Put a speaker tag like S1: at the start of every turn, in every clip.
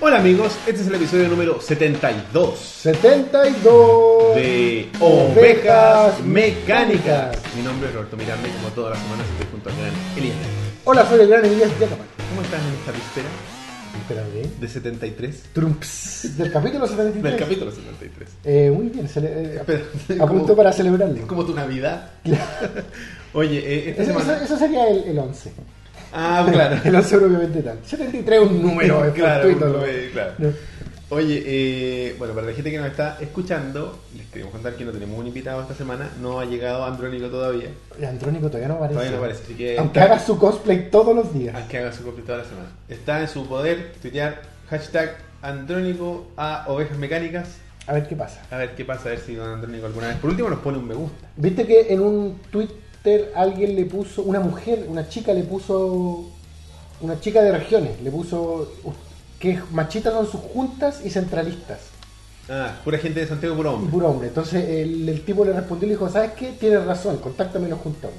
S1: Hola amigos, este es el episodio número 72
S2: 72
S1: de Ovejas Mecánicas. Mi nombre es Roberto Miranda y como todas las semanas estoy junto al gran Elías.
S2: Hola, soy el gran Elías Yacaman.
S1: ¿Cómo estás en esta víspera
S2: Espérame.
S1: de 73?
S2: Trumps. Del capítulo 73.
S1: Del capítulo 73.
S2: Eh, muy bien, cele- eh,
S1: Espera,
S2: a punto
S1: como-
S2: para celebrarlo.
S1: Como tu Navidad. Oye, eh, esta
S2: Eso,
S1: semana...
S2: eso- eso sería el, el 11.
S1: Ah, claro.
S2: El 11 propiamente tal. 73 es un número, es
S1: Claro,
S2: fortuito,
S1: un
S2: ¿no?
S1: número, claro.
S2: No.
S1: Oye, eh, bueno, para la gente que nos está escuchando, les queremos contar que no tenemos un invitado esta semana, no ha llegado Andrónico todavía,
S2: El Andrónico todavía no aparece.
S1: todavía no aparece, Ah. así que...
S2: Aunque haga su cosplay todos los días.
S1: Aunque haga su copia toda la semana. Está en su poder tuitear hashtag Andrónico a Ovejas Mecánicas,
S2: A ver qué pasa.
S1: a ver qué pasa, a ver si don Andrónico alguna vez, por último nos pone un me gusta.
S2: ¿Viste que en un Twitter alguien le puso, una mujer, una chica le puso, una chica de regiones, le puso "Uf, que machitas son sus juntas y centralistas,
S1: Ah, pura gente de Santiago, puro
S2: y
S1: hombre.
S2: puro hombre. Entonces el, el tipo le respondió y le dijo, ¿sabes qué? Tienes razón, contáctame y nos juntamos.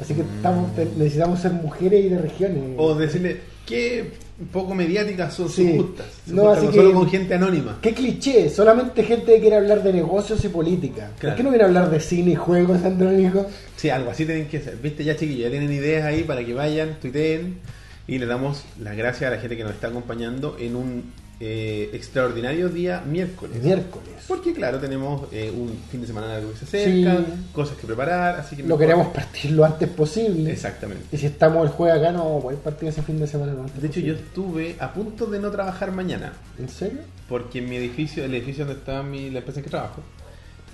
S2: Así que estamos, te- necesitamos ser mujeres y de regiones.
S1: Mm. O decirle, qué poco mediáticas son sus
S2: Sí.
S1: justas. Se
S2: No,
S1: juntan
S2: así
S1: con-
S2: que-
S1: Solo con gente anónima.
S2: Qué cliché, solamente gente que quiere hablar de negocios y política. ¿Por
S1: Claro.
S2: qué no viene a hablar de cine y juegos, Andrónico?
S1: Sí, algo así tienen que hacer. Viste, ya chiquillos, ya tienen ideas ahí para que vayan, tuiteen. Y le damos las gracias a la gente que nos está acompañando en un eh, extraordinario día miércoles.
S2: Miércoles.
S1: Porque claro, tenemos eh, un fin de semana largo que se acerca,
S2: Sí.
S1: cosas que preparar, así que...
S2: Lo
S1: mejor-
S2: queremos partir lo antes posible.
S1: Exactamente.
S2: Y si estamos el jueves acá, no vamos a poder partir ese fin de semana. lo antes
S1: De hecho, yo
S2: posible.
S1: estuve a punto de no trabajar mañana,
S2: ¿En serio?
S1: porque en mi edificio, el edificio donde estaba mi, la empresa en que trabajo,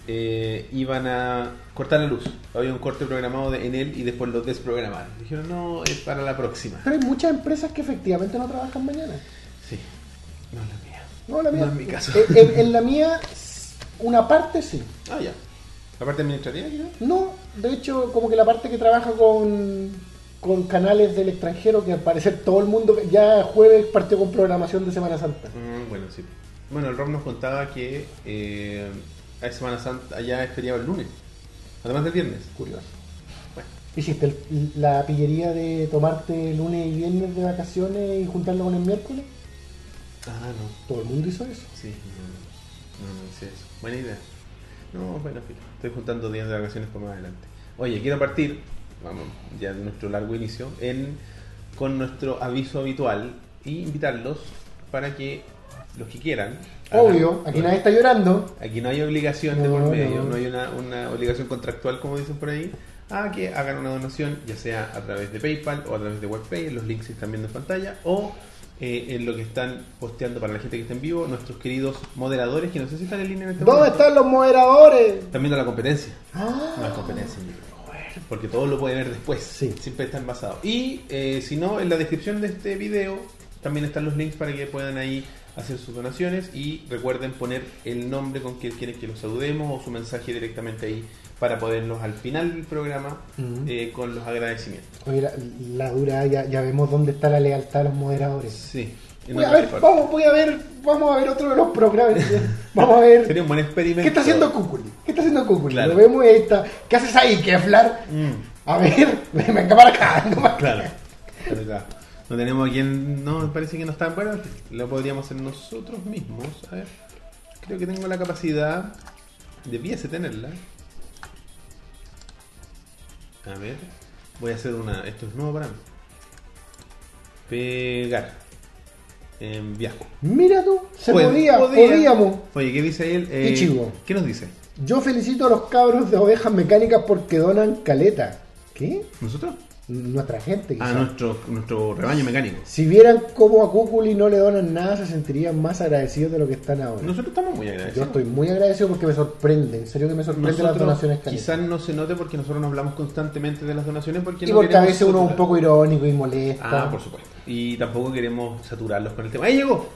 S1: eh, iban a cortar la luz. Había un corte programado de, en él y después lo desprogramaron. Dijeron, no, es para la próxima.
S2: Pero hay muchas empresas que efectivamente no trabajan mañana.
S1: Sí, no la mía.
S2: No, la mía.
S1: No es mi caso.
S2: Eh, En, en la mía, s- una parte sí.
S1: Ah, ya. La parte administrativa, quizás.
S2: No, de hecho, como que la parte que trabaja con, con canales del extranjero, que al parecer todo el mundo ya jueves partió con programación de Semana Santa.
S1: Mm, bueno, sí. Bueno, el Rob nos contaba que eh, hay Semana Santa, allá es feriado el lunes, además del viernes.
S2: Curioso. ¿Hiciste el- la pillería de tomarte lunes y viernes de vacaciones y juntarlo con el miércoles?
S1: Ah, no.
S2: Todo el mundo hizo eso.
S1: Sí, no, no, no hice eso. Buena idea. No, bueno, filo. Estoy juntando días de vacaciones por más adelante. Oye, quiero partir, vamos, ya de nuestro largo inicio, en, con nuestro aviso habitual y invitarlos para que los que quieran. hagan-
S2: Obvio, aquí nadie está llorando.
S1: Aquí no hay obligación de
S2: No,
S1: por medio, no,
S2: no.
S1: hay una, una obligación contractual, como dicen por ahí, a que hagan una donación, ya sea a través de PayPal o a través de WebPay, los links están viendo en pantalla, o eh, en lo que están posteando para la gente que está en vivo, nuestros queridos moderadores, que no sé si están en línea en este
S2: ¿Dónde
S1: momento.
S2: están los moderadores?
S1: Están viendo la competencia. No
S2: Ah,
S1: hay competencia en vivo. Porque todo lo puede ver después.
S2: Sí.
S1: Siempre está envasado. Y eh, si no, en la descripción de este video también están los links para que puedan ahí hacer sus donaciones. Y recuerden poner el nombre con que quieren que los saludemos o su mensaje directamente ahí para poderlos al final del programa
S2: Ujú.
S1: eh, con los agradecimientos.
S2: oye, la, la dura, ya, ya vemos dónde está la lealtad a los moderadores.
S1: Sí. En
S2: Voy a
S1: otras
S2: ver,
S1: partes.
S2: vamos, voy a ver, vamos a ver otro de los programas. Vamos a ver.
S1: Sería un buen experimento.
S2: ¿Qué está haciendo Cúculi? ¿Qué está haciendo Cúculi?
S1: Claro.
S2: Lo vemos y ahí está. ¿Qué haces ahí, Keflar?
S1: Mm,
S2: A ver, venga para acá. No para acá.
S1: claro. Pero está. No tenemos a quien. No, parece que no está. Bueno, lo podríamos hacer nosotros mismos. A ver. Creo que tengo la capacidad. Debiese tenerla. A ver. Voy a hacer una. Esto es nuevo para mí. Pegar. Enviar.
S2: Mira tú, se
S1: Pod-
S2: podía,
S1: podía.
S2: podíamos.
S1: Oye, ¿qué dice él? Eh,
S2: Ichigo.
S1: ¿Qué nos dice?
S2: Yo felicito a los cabros de ovejas mecánicas porque donan caleta. ¿Qué?
S1: ¿Nosotros?
S2: Nuestra gente,
S1: A
S2: quizás.
S1: nuestro, nuestro rebaño mecánico.
S2: Si vieran cómo a Cúculi no le donan nada, se sentirían más agradecidos de lo que están ahora.
S1: Nosotros estamos muy
S2: Yo
S1: agradecidos.
S2: estoy muy agradecido porque me sorprende, en serio que me sorprende las donaciones que han hecho.
S1: quizás no se note porque nosotros no hablamos constantemente de las donaciones porque
S2: Y
S1: no
S2: porque a
S1: queremos
S2: veces uno es un
S1: saturar.
S2: poco irónico y molesta.
S1: ah por supuesto y tampoco queremos saturarlos con el tema ahí llegó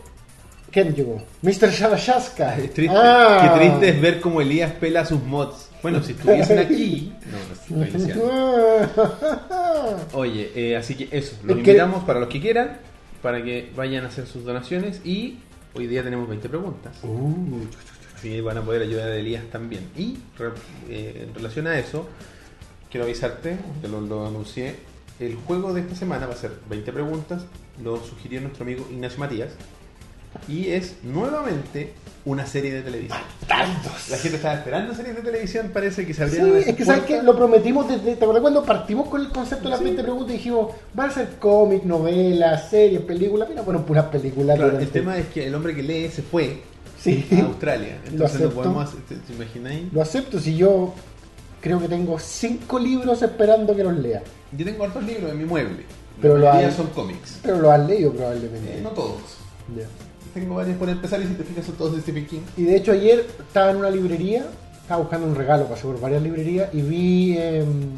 S2: ¿Quién llegó? Mr. Shabachaska.
S1: es triste
S2: Ah.
S1: qué triste es ver cómo Elías pela sus mods bueno si estuviesen aquí no no estoy diciendo.
S2: Ah.
S1: oye eh, así que eso los
S2: Es que-
S1: invitamos para los que quieran para que vayan a hacer sus donaciones y hoy día tenemos 20 preguntas
S2: Uh,
S1: Así que van a poder ayudar a Elías también. Y re- eh, en relación a eso, quiero avisarte, que lo, lo anuncié, el juego de esta semana va a ser 20 preguntas, lo sugirió nuestro amigo Ignacio Matías, Y es nuevamente una serie de televisión.
S2: Tantos.
S1: La gente estaba esperando series de televisión, parece que se
S2: Sí,
S1: abrieron las
S2: es que sabes que
S1: puertas.
S2: lo prometimos desde. ¿Te acuerdas cuando partimos con el concepto de las
S1: Sí.
S2: 20 preguntas y dijimos, van a ser cómics, novelas, series, películas? Mira, bueno, puras películas.
S1: Claro, el
S2: durante-
S1: tema es que el hombre que lee se fue
S2: Sí,
S1: a Australia.
S2: Lo
S1: Entonces lo
S2: acepto.
S1: podemos hacer. ¿Te, te imagináis?
S2: lo acepto si yo creo que tengo cinco libros esperando que los lea.
S1: Yo tengo hartos libros en mi mueble.
S2: Pero
S1: la
S2: lo
S1: mayoría
S2: hay.
S1: son cómics.
S2: Pero los has leído
S1: Eh,
S2: probablemente.
S1: no todos.
S2: Ya.
S1: Tengo varios por empezar y si te fijas son todos de Stephen King.
S2: Y de hecho ayer estaba en una librería, estaba buscando un regalo, pasé por varias librerías y vi, em,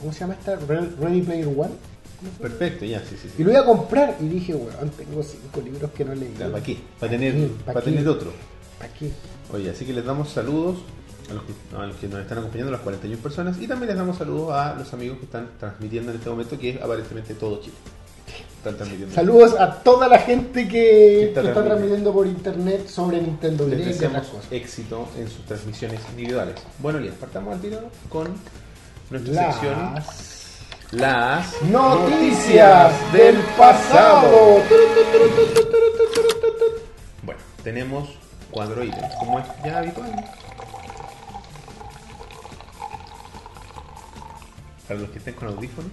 S2: ¿cómo se llama esta? Re- Ready Player One.
S1: Perfecto, ya, sí, sí.
S2: Y
S1: sí.
S2: lo iba a comprar y dije, weón, tengo cinco libros que no leí.
S1: ¿Para qué? Para tener,
S2: Sí, ¿pa'
S1: para
S2: qué?
S1: tener otro.
S2: ¿Para qué?
S1: Oye, así que les damos saludos a los, que, a los que nos están acompañando, las 41 personas, y también les damos saludos a los amigos que están transmitiendo en este momento, que es aparentemente todo Chile. Están transmitiendo.
S2: Saludos a toda la gente que,
S1: está
S2: que está
S1: transmitiendo.
S2: transmitiendo por internet sobre Nintendo
S1: Les
S2: Direct y otras
S1: deseamos
S2: cosas.
S1: éxito en sus transmisiones individuales. Bueno, bien, partamos al tiro con nuestra sección
S2: Las
S1: Las
S2: noticias del pasado.
S1: Bueno, tenemos cuatro ítems, como es ya habitual. Para los que estén con audífonos.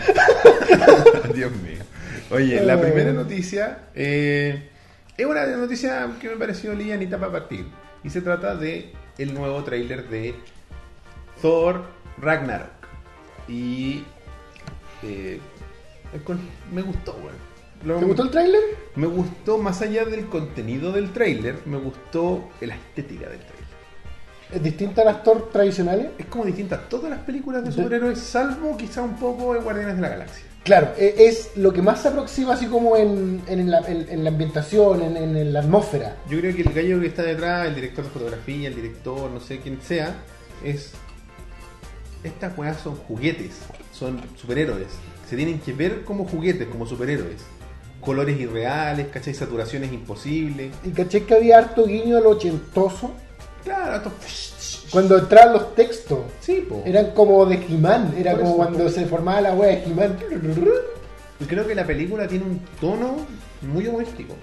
S1: Oye. Dios mío. Oye, la primera noticia eh, es una noticia que me pareció livianita para partir. Y se trata de el nuevo tráiler de Thor Ragnarok. Y eh, es con- me gustó, weón. Lo-
S2: ¿Te gustó el tráiler?
S1: Me gustó, más allá del contenido del tráiler, me gustó la estética del tráiler.
S2: ¿Es distinta a las Thor tradicionales?
S1: Es como distinta a todas las películas de
S2: De-
S1: superhéroes, salvo quizá un poco de Guardianes de la Galaxia.
S2: Claro, e- es lo que más se aproxima así como en, en, la, en- en la ambientación, en, en- en la atmósfera.
S1: Yo creo que el gallo que está detrás, el director de fotografía, el director, no sé quién sea, es. Estas weas son juguetes, son superhéroes. Se tienen que ver como juguetes, como superhéroes. Colores irreales, ¿cachai? Saturaciones imposibles.
S2: Y caché que había harto guiño al ochentoso
S1: Claro, esto.
S2: cuando entraban los textos.
S1: Sí, po.
S2: Eran como de He-Man, era
S1: Por
S2: como
S1: eso.
S2: cuando se formaba la wea de He-Man.
S1: Y creo que la película tiene un tono muy humorístico.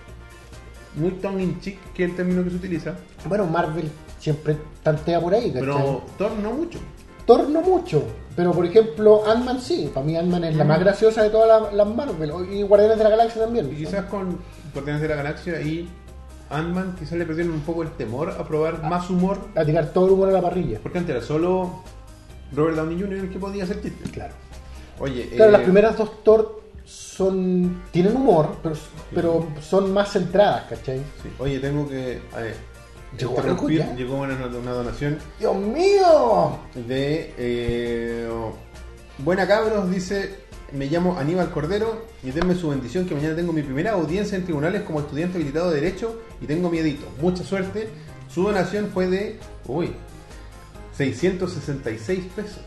S1: Muy tongue in cheek, que es el término que se utiliza.
S2: Bueno, Marvel siempre tantea por ahí, ¿cachai?
S1: Pero Thor no mucho.
S2: Thor no mucho, pero por ejemplo Ant-Man sí, para mí Ant-Man es la más graciosa de todas las las Marvel, o- y Guardianes de la Galaxia también.
S1: Mm. Y quizás con Guardianes de la Galaxia y Ant-Man, quizás le perdieron un poco el temor a probar
S2: Ah.
S1: más humor.
S2: A tirar todo el humor a la parrilla.
S1: Porque antes era solo Robert Downey Jr. el que podía hacer chistes.
S2: Claro.
S1: Oye,
S2: Claro,
S1: eh,
S2: las primeras dos Thor son. tienen humor, pero, pero son más centradas, ¿cachai?
S1: sí. Oye, tengo que. a ver,
S2: Llegó
S1: interrumpir.
S2: algo ya.
S1: Llegó una, una donación
S2: ¡Dios mío!
S1: de. eh, Buena cabros, dice. Me llamo Aníbal Cordero y denme su bendición que mañana tengo mi primera audiencia en tribunales como estudiante habilitado de Derecho y tengo miedito. Mucha suerte. Su donación fue de. Uy. 666 pesos.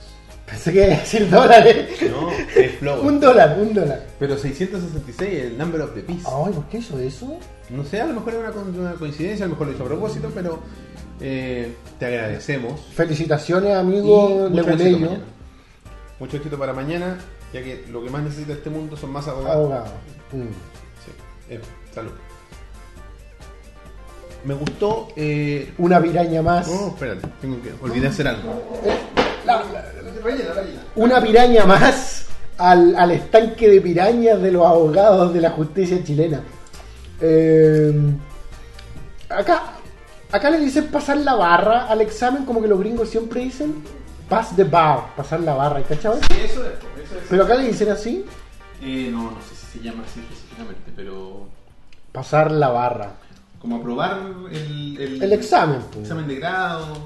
S2: Pensé que iba a decir dólares.
S1: No, es flow.
S2: un dólar, un dólar.
S1: Pero 666 es el number of the beast.
S2: Ay, ¿por qué hizo eso?
S1: No sé, a lo mejor es una, con- una coincidencia, a lo mejor lo hizo a propósito, pero eh, te agradecemos.
S2: Felicitaciones,
S1: Y
S2: amigo
S1: mucho éxito
S2: Leguleyo,
S1: mañana. Mucho éxito para mañana, ya que lo que más necesita este mundo son más abogados.
S2: abogado. Mm.
S1: Sí. Eh, salud. Me gustó. Eh...
S2: Una piraña más.
S1: Oh, espérate, tengo que. Olvidé hacer algo.
S2: Eh, La- la- una piraña más al, al estanque de pirañas de los abogados de la justicia chilena. Eh, acá, acá le dicen pasar la barra al examen, como que los gringos siempre dicen pass the bar, pasar la barra, ¿cachai?
S1: Eso es, eso
S2: Pero acá le dicen así,
S1: no, no sé si se llama así específicamente, pero.
S2: pasar la barra.
S1: Como aprobar el,
S2: El examen, pues.
S1: examen de grado.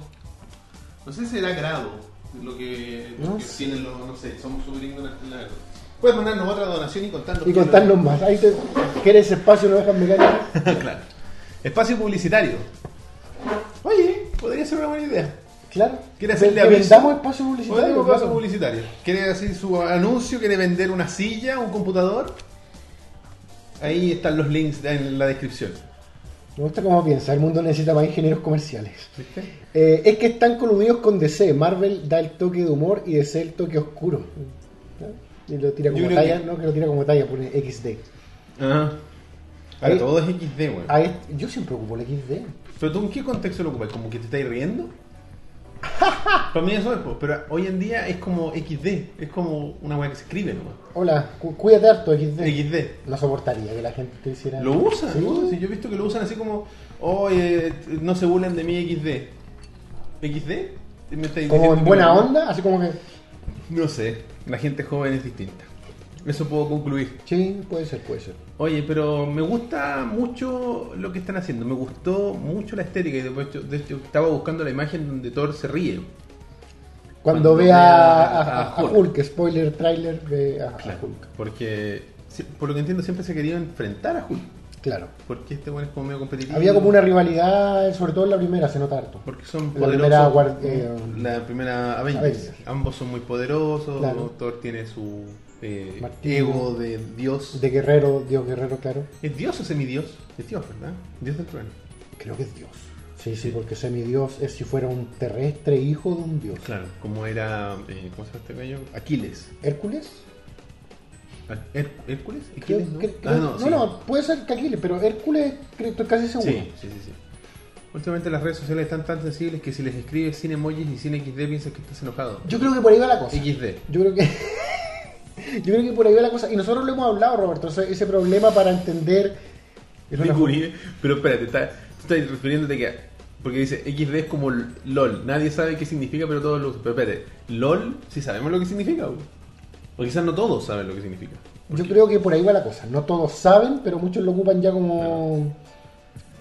S1: No sé si era grado. Lo que, lo
S2: No
S1: que
S2: sé.
S1: tienen los, no sé, somos súper ignorantes, la verdad. Puedes mandarnos otra donación y contarnos.
S2: Y
S1: qué
S2: contarnos más. Ahí te, ¿Quieres espacio? No dejas mecánicas.
S1: lo- claro. Espacio publicitario. Oye, podría ser una buena idea.
S2: Claro.
S1: ¿Quieres hacerle
S2: Que
S1: aviso?
S2: vendamos espacio
S1: Podría ser
S2: publicitario.
S1: un espacio
S2: claro.
S1: publicitario. ¿Quiere hacer su anuncio? ¿Quiere vender una silla? ¿Un computador? Ahí están los links en la descripción.
S2: Me gusta cómo piensa. El mundo necesita más ingenieros comerciales.
S1: ¿Viste?
S2: Eh, es que están coludidos con DC. Marvel da el toque de humor y DC el toque oscuro. ¿no? Y lo tira
S1: Yo
S2: como
S1: creo
S2: talla,
S1: que-
S2: no que lo tira como talla, pone XD.
S1: Ah. Ahora
S2: Ahí-
S1: todo es XD, weón.
S2: Ah, es- yo siempre ocupo el XD.
S1: Pero tú, ¿en qué contexto lo ocupas? ¿Como que te estáis riendo? Para mí eso es, po, pero hoy en día es como XD, es como una weá que se escribe nomás.
S2: Hola, cu- cuídate harto XD.
S1: XD.
S2: No soportaría que la gente te hiciera.
S1: Lo usan,
S2: Sí.
S1: ¿no? Sí, yo he visto que lo usan así como, oye, no se burlen de mí XD. ¿XD? ¿Me estáis
S2: Como
S1: diciendo
S2: en
S1: que
S2: buena
S1: no?
S2: onda, así como que.
S1: No sé, la gente joven es distinta. Eso puedo concluir.
S2: Sí, puede ser, puede ser.
S1: Oye, pero me gusta mucho lo que están haciendo. Me gustó mucho la estética. Y de hecho, de hecho, estaba buscando la imagen donde Thor se ríe.
S2: Cuando,
S1: Cuando
S2: vea a,
S1: vea a
S2: a- a
S1: Hulk.
S2: Hulk. spoiler trailer, ve a, a Hulk.
S1: Porque, sí, por lo que entiendo, siempre se quería enfrentar a Hulk.
S2: Claro.
S1: Porque este bueno es como medio competitivo.
S2: Había como una rivalidad, sobre todo en la primera, se nota harto.
S1: Porque son
S2: La primera
S1: poderosos.
S2: guar- eh,
S1: la primera Avengers.
S2: Avengers.
S1: Ambos son muy poderosos.
S2: Claro.
S1: Thor tiene su eh,
S2: Martillo.
S1: ego de dios.
S2: De guerrero, Dios guerrero, claro.
S1: ¿Es dios o semidios? Es dios, ¿verdad? Dios del trueno.
S2: Creo que es Dios. Sí, sí, porque semidios es si fuera un terrestre hijo de un dios.
S1: Claro, como era. eh, ¿Cómo se llama este gallo? Aquiles.
S2: ¿Hércules?
S1: Her- ¿Hércules?
S2: Creo-
S1: ¿Aquiles? No,
S2: cre-
S1: Ah,
S2: creo- no,
S1: sí.
S2: no, puede ser que Aquiles, pero Hércules creo, estoy casi seguro.
S1: Sí, sí, sí, sí. Últimamente las redes sociales están tan sensibles que si les escribes sin emojis y sin XD piensas que estás enojado.
S2: Yo creo que por ahí va la cosa.
S1: XD.
S2: Yo creo que. Yo creo que por ahí va la cosa. Y nosotros lo hemos hablado, Roberto. ese- ese problema para entender.
S1: Es
S2: una-
S1: pero espérate, está, tú estás refiriéndote que. Porque dice XD es como l- LOL. Nadie sabe qué significa, pero todos lo usan. Pero espérate, LOL, si sabemos lo que significa, güey. O quizás no todos saben lo que significa.
S2: Yo creo que por ahí va la cosa. No todos saben, pero muchos lo ocupan ya como.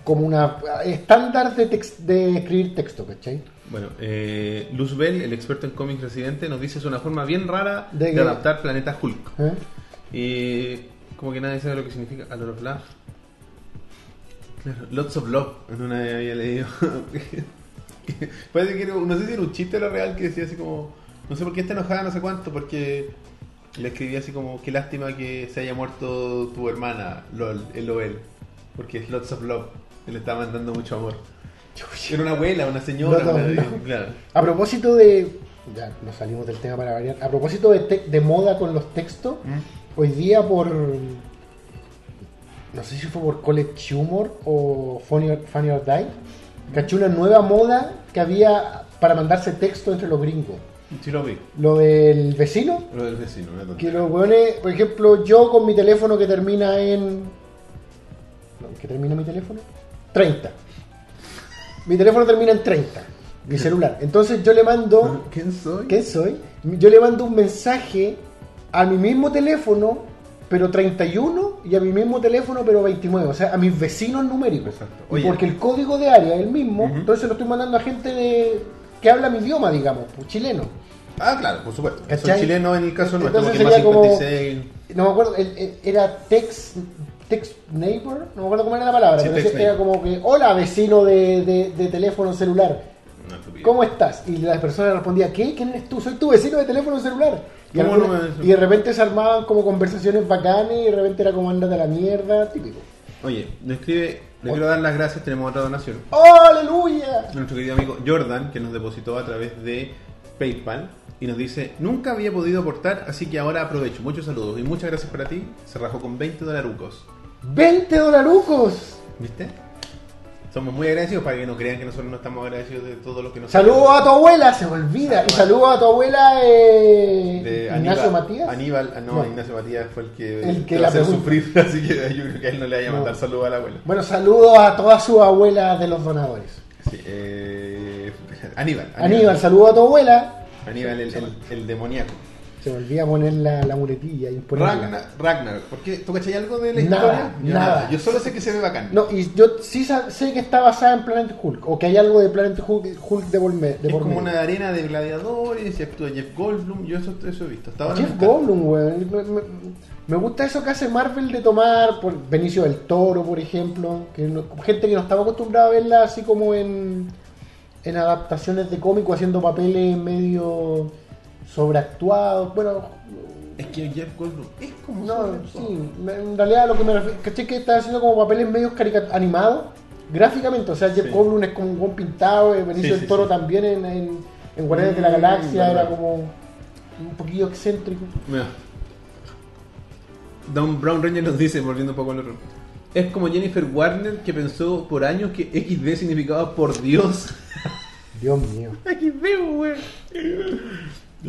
S2: como una. estándar de, tex- de escribir texto, ¿cachai?
S1: Bueno, eh, Luzbel, el experto en cómics residente, nos dice es una forma bien rara
S2: De
S1: de,
S2: que-
S1: adaptar Planeta Hulk.
S2: ¿Eh?
S1: Y como que nadie sabe lo que significa a lot of love. Claro, lots of love. En una vez había leído. Parece que era, no sé si era un chiste o lo real que decía así como. No sé por qué está enojada, no sé cuánto, porque le escribí así como: Qué lástima que se haya muerto tu hermana, LOL, LOL. Porque es lots of love. Él le está mandando mucho amor. Era una abuela, una señora.
S2: Lots of
S1: una-
S2: love.
S1: Claro.
S2: A propósito de. Ya nos salimos del tema para variar. A propósito de, te- de moda con los textos,
S1: Mm.
S2: hoy día por. No sé si fue por College Humor o Funny or, Funny or Die, caché una nueva moda que había para mandarse texto entre los gringos.
S1: Sí, lo vi.
S2: Lo del vecino,
S1: Lo del vecino, una
S2: que
S1: tontería.
S2: los weones, por ejemplo, yo con mi teléfono que termina en. no, ¿Qué termina mi teléfono? 30. Mi teléfono termina en 30. Mi celular. Entonces yo le mando.
S1: ¿Quién soy?
S2: ¿Qué soy? Yo le mando un mensaje a mi mismo teléfono, pero 31, y a mi mismo teléfono, pero 29. O sea, a mis vecinos numéricos.
S1: Exacto.
S2: Y
S1: Oye.
S2: porque el código de área es el mismo,
S1: Ujú.
S2: entonces lo estoy mandando a gente de- que habla mi idioma, digamos, pues, chileno.
S1: Ah, claro, por supuesto. Soy
S2: ¿Cachai?
S1: chileno en el caso nuestro,
S2: Entonces
S1: porque más
S2: sería como-
S1: 56.
S2: No me acuerdo, el- el- era Tex, Tex Neighbor, no me acuerdo cómo era la palabra,
S1: Sí,
S2: pero
S1: text
S2: decía- era como que, hola vecino de, de- de teléfono celular,
S1: Una estupidez.
S2: ¿cómo estás? Y la persona respondía, ¿qué? ¿Quién eres tú? Soy tu vecino de teléfono celular. Y,
S1: ¿Cómo
S2: alguna-
S1: no me-
S2: y de repente se armaban como conversaciones bacanas y de repente era como andate a la mierda, típico.
S1: Oye, nos escribe, le quiero dar las gracias, tenemos otra donación.
S2: ¡Aleluya!
S1: Nuestro querido amigo Jordan, que nos depositó a través de PayPal y nos dice, nunca había podido aportar, así que ahora aprovecho. Muchos saludos y muchas gracias para ti. Se rajó con 20 dolarucos.
S2: ¡20 dolarucos!
S1: ¿Viste? Somos muy agradecidos para que no crean que nosotros no estamos agradecidos de todo lo que nos
S2: Saludos a tu abuela, se me olvida. Y saludos a tu abuela eh,
S1: de
S2: Ignacio
S1: Aníbal,
S2: Matías.
S1: Aníbal, ah, no,
S2: No.
S1: Ignacio Matías fue el que,
S2: El que
S1: te
S2: la
S1: va a hacer
S2: pregunta.
S1: sufrir, así que yo creo que a él no le vaya a
S2: No.
S1: mandar saludos a la abuela.
S2: Bueno, saludos a todas sus abuelas de los donadores.
S1: Sí, eh, Aníbal,
S2: Aníbal, Aníbal, saludo a tu abuela.
S1: Aníbal, el, el- el demoníaco.
S2: Se me olvida poner la, la muletilla y ponerla.
S1: Ragnar, Ragnar, ¿por qué? ¿Tú cachai algo de la
S2: Nada,
S1: historia? Yo
S2: nada.
S1: Yo solo sé que se ve bacán.
S2: No, y yo sí sa- sé que está basada en Planet Hulk, o que hay algo de Planet Hulk, Hulk de, por me- de
S1: es
S2: por
S1: como
S2: medio.
S1: una arena de gladiadores y actúa Jeff Goldblum. Yo eso, eso he visto. Hasta ahora me
S2: Jeff
S1: encanta.
S2: Goldblum, weón. Me, me- me gusta eso que hace Marvel de tomar por Benicio del Toro, por ejemplo. Que no- gente que no estaba acostumbrada a verla así como en, en adaptaciones de cómico, haciendo papeles medio sobreactuados. Bueno,
S1: Es que Jeff Goldblum es como.
S2: No,
S1: su-
S2: sí, me- en realidad lo que me refiero, ¿cachai? Que está haciendo como papeles medios carica- animados, gráficamente. O sea, Jeff
S1: Sí.
S2: Goldblum es como un buen pintado, eh, Benicio
S1: Sí,
S2: del
S1: sí,
S2: Toro
S1: sí.
S2: también en, en, en Guardianes de la
S1: Mm,
S2: Galaxia
S1: verdad.
S2: era como un poquillo excéntrico.
S1: Mira. Don Brown Ranger nos dice, volviendo un poco al otro. Es como Jennifer Warner que pensó por años que XD significaba por Dios.
S2: Dios mío.
S1: XD, weón.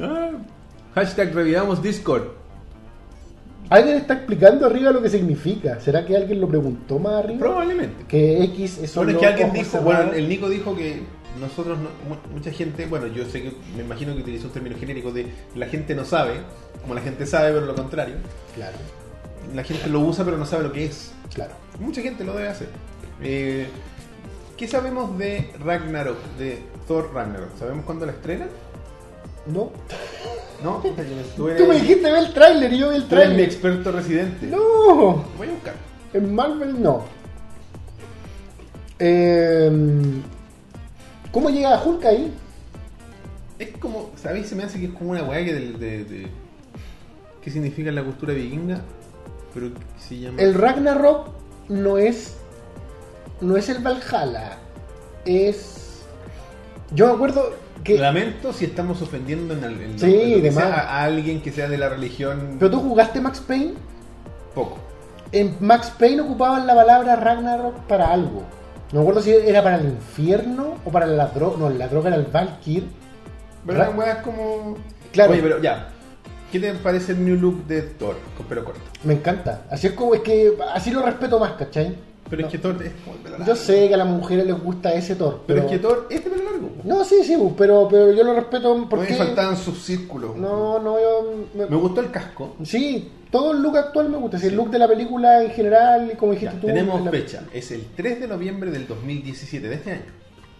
S1: Ah. Hashtag revivamos Discord.
S2: Alguien está explicando arriba lo que significa. ¿Será que alguien lo preguntó más arriba?
S1: Probablemente.
S2: que X es
S1: Bueno,
S2: solo
S1: es que alguien
S2: ojos
S1: dijo,
S2: cerrados.
S1: bueno, el Nico dijo que nosotros, no- mu- mucha gente, bueno, yo sé que, me imagino que utilizó un término genérico de la gente no sabe, como la gente sabe, pero lo contrario.
S2: Claro,
S1: La gente lo usa, pero no sabe lo que es.
S2: claro.
S1: Mucha gente lo debe hacer. Eh, ¿Qué sabemos de Ragnarok, de Thor Ragnarok? ¿Sabemos cuándo la estrena?
S2: No.
S1: ¿No? Tú eres,
S2: Tú me dijiste ver el tráiler y yo vi el
S1: tú eres mi
S2: tráiler.
S1: experto residente.
S2: No.
S1: Voy a buscar.
S2: En Marvel no. Eh, ¿Cómo llega Hulk ahí?
S1: Es como, ¿sabéis? Se me hace que es como una weá que del- de, de- ¿Qué significa en la cultura vikinga? Pero que se llama...
S2: El Ragnarok no es. No es el Valhalla. Es. Yo me acuerdo que.
S1: Lamento si estamos ofendiendo en, al- en-
S2: Sí,
S1: en lo que
S2: de
S1: sea
S2: más.
S1: a, a alguien que sea de la religión...
S2: Pero tú jugaste Max Payne.
S1: Poco.
S2: En Max Payne ocupaban la palabra Ragnarok para algo. No me acuerdo si era para el infierno o para la droga. No, la droga era el Valkyr.
S1: Pero
S2: Ra-
S1: la weá es como...
S2: Claro.
S1: Oye, pero ya. ¿Qué te parece el new look de Thor con pelo corto?
S2: Me encanta. Así es como, es que así lo respeto más, ¿cachai?
S1: Pero
S2: No.
S1: es que Thor es como el pelo largo.
S2: Yo sé que a las mujeres les gusta ese Thor.
S1: Pero, es que Thor es de pelo largo. po.
S2: No, sí, sí, pero, pero yo lo respeto
S1: No me
S2: porque...
S1: faltaban sus círculos.
S2: No, no, yo... me-
S1: Me gustó el casco.
S2: Sí, todo el look actual me gusta. Si el look de la película en general, y como dijiste
S1: Ya,
S2: tú...
S1: tenemos
S2: la-
S1: fecha. Es el 3 de noviembre del 2017, de este año.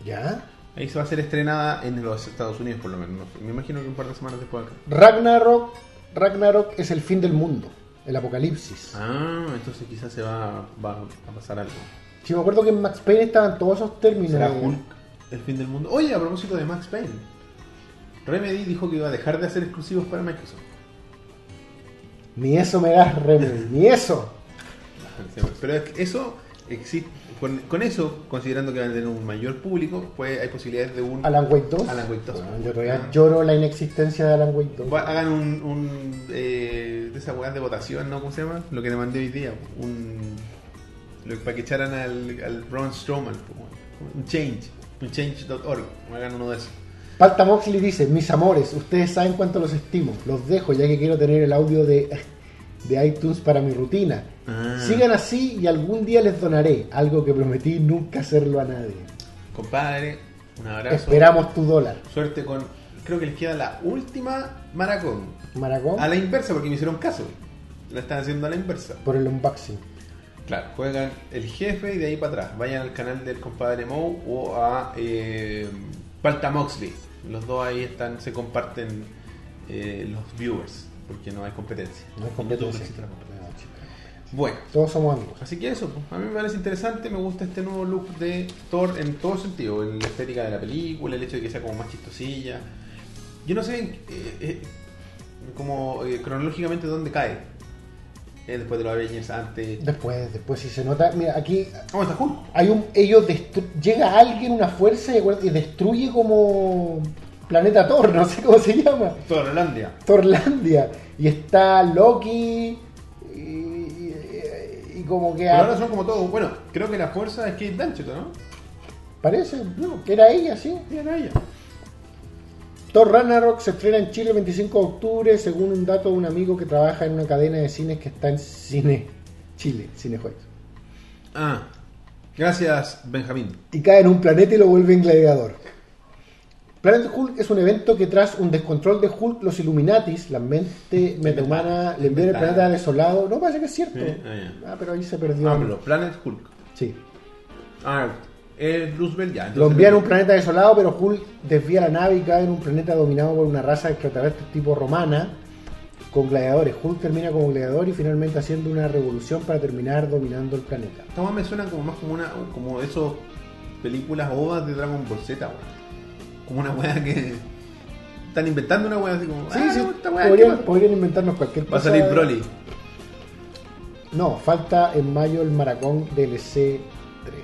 S2: ¿Ya?
S1: Ahí se va a ser estrenada en los Estados Unidos, por lo menos. Me imagino que un par de semanas después acá.
S2: Ragnarok, Ragnarok es el fin del mundo, el apocalipsis.
S1: Ah, entonces quizás se va, va a pasar algo.
S2: Sí, me acuerdo que en Max Payne estaban todos esos términos.
S1: ¿Será
S2: eh,
S1: Hulk el fin del mundo? Oye, a propósito de Max Payne. Remedy dijo que iba a dejar de hacer exclusivos para Microsoft.
S2: Ni eso me das, Remy, ni eso.
S1: Pero es que eso existe. Con, con eso, considerando que van a tener un mayor público, pues hay posibilidades de un.
S2: Alan Wake 2.
S1: Alan Wake 2.
S2: Bueno, yo todavía
S1: Ah.
S2: lloro la inexistencia de Alan Wake 2.
S1: Va- Hagan un. un, eh, de esas weas de votación, ¿no? ¿Cómo se llama? Lo que te mandé hoy día. Un. Lo, para que echaran al, al Braun Strowman. como- como Un change. Un change.org. Hagan uno de esos.
S2: Palta Moxley dice, mis amores, ustedes saben cuánto los estimo. Los dejo ya que quiero tener el audio de, de iTunes para mi rutina.
S1: Ah.
S2: Sigan así y algún día les donaré algo que prometí nunca hacerlo a nadie.
S1: Compadre, un abrazo.
S2: Esperamos tu dólar.
S1: Suerte con. Creo que les queda la última Maracón.
S2: Maracón,
S1: A la inversa, porque me hicieron caso. La están haciendo a la inversa.
S2: por el unboxing.
S1: Claro, juegan el jefe y de ahí para atrás. Vayan al canal del compadre Moe o a eh, Palta Moxley. Los dos ahí están, se comparten eh, los viewers, porque no hay competencia.
S2: No hay
S1: En YouTube
S2: competencia.
S1: no existe la competencia. Bueno,
S2: Todos somos amigos.
S1: así que eso, pues. a mí me parece interesante, me gusta este nuevo look de Thor en todo sentido, en la estética de la película, el hecho de que sea como más chistosilla. Yo no sé eh, eh, como eh, cronológicamente dónde cae. Eh, después de los Avengers, antes...
S2: Después, después si se nota, mira, aquí
S1: ¿Cómo está Hulk?
S2: hay un ellos destru- llega alguien una fuerza y, acuer- y destruye como planeta Thor, no sé cómo se llama.
S1: Toda Holanda.
S2: Thorlandia y está Loki y, y- y como que
S1: Pero
S2: a-
S1: ahora son como todos. Bueno, creo que la fuerza es Kate Blanchett, ¿no?
S2: parece que era ella, sí.
S1: Mira ella.
S2: Thor Ragnarok se estrena en Chile el 25 de octubre, según un dato de un amigo que trabaja en una cadena de cines que está en Cine Chile, Cinejuegos.
S1: Ah. Gracias, Benjamín.
S2: y cae en un planeta y lo vuelve en gladiador. Planet Hulk es un evento que tras un descontrol de Hulk, los Illuminatis, la mente metahumana, le envían el
S1: Inventada.
S2: planeta desolado. No, parece que es cierto.
S1: Sí, ah, ya.
S2: Ah, pero ahí se perdió.
S1: AMLO, Planet Hulk.
S2: Sí.
S1: Ah, es Roosevelt ya. entonces-
S2: Lo envían a un planeta desolado, pero Hulk desvía la nave y cae en un planeta dominado por una raza extraterrestre tipo romana con gladiadores. Hulk termina como gladiador y finalmente haciendo una revolución para terminar dominando el planeta.
S1: Esta weá me suena como más como una. como esos películas ovas de Dragon Ball Z, weón. Como una weá que. Están inventando una weá así como.
S2: Sí,
S1: ah,
S2: sí,
S1: no, esta weá,
S2: podrían,
S1: ¿qué
S2: podrían inventarnos cualquier
S1: Va Va a
S2: cosa.
S1: salir Broly.
S2: No, falta en mayo el Maracón DLC 3.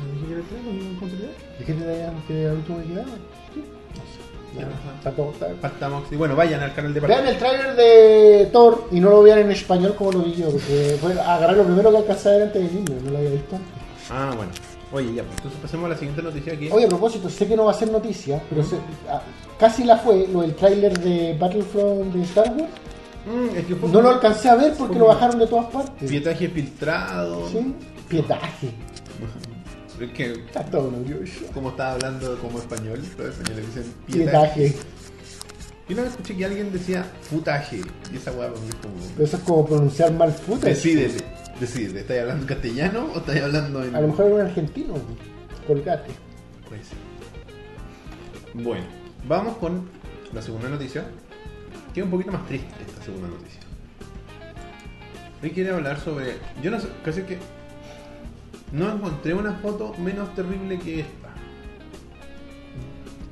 S1: ¿No se quiere hacer con posibilidad?
S2: ¿De qué te darían que era el último que quedaba? No sé.
S1: Ajá.
S2: Ya, tampoco, está-
S1: Partamos. Y bueno, vayan al canal de
S2: Vean
S1: partamos.
S2: el tráiler de Thor y no lo vean en español como lo vi yo, porque fue agarrar lo primero que alcancé a ver antes de irme, no lo había visto.
S1: Ah, bueno. Oye, ya, pues entonces pasemos a la siguiente noticia que
S2: Oye, a propósito, sé que no va a ser noticia, pero se- ah, casi la fue, lo del tráiler de Battlefront de Star Wars.
S1: Mm, es que fue
S2: No lo alcancé a ver porque lo bajaron de todas partes.
S1: Pietaje filtrado.
S2: ¿Sí? Pietaje.
S1: Es que,
S2: Está todo nervioso.
S1: como estaba hablando como español, los españoles dicen pietaje.
S2: Pietaje.
S1: Yo una vez escuché que alguien decía futaje. Y esa weá para mí es como.
S2: Pero eso es como pronunciar mal puta.
S1: Decídete, decídete. ¿Estáis hablando castellano o estáis hablando en.?
S2: A lo mejor era un argentino. Colgate.
S1: Puede ser. Bueno, vamos con la segunda noticia. Que es un poquito más triste esta segunda noticia. Hoy quería hablar sobre. Yo no sé, casi que. No encontré una foto menos terrible que esta.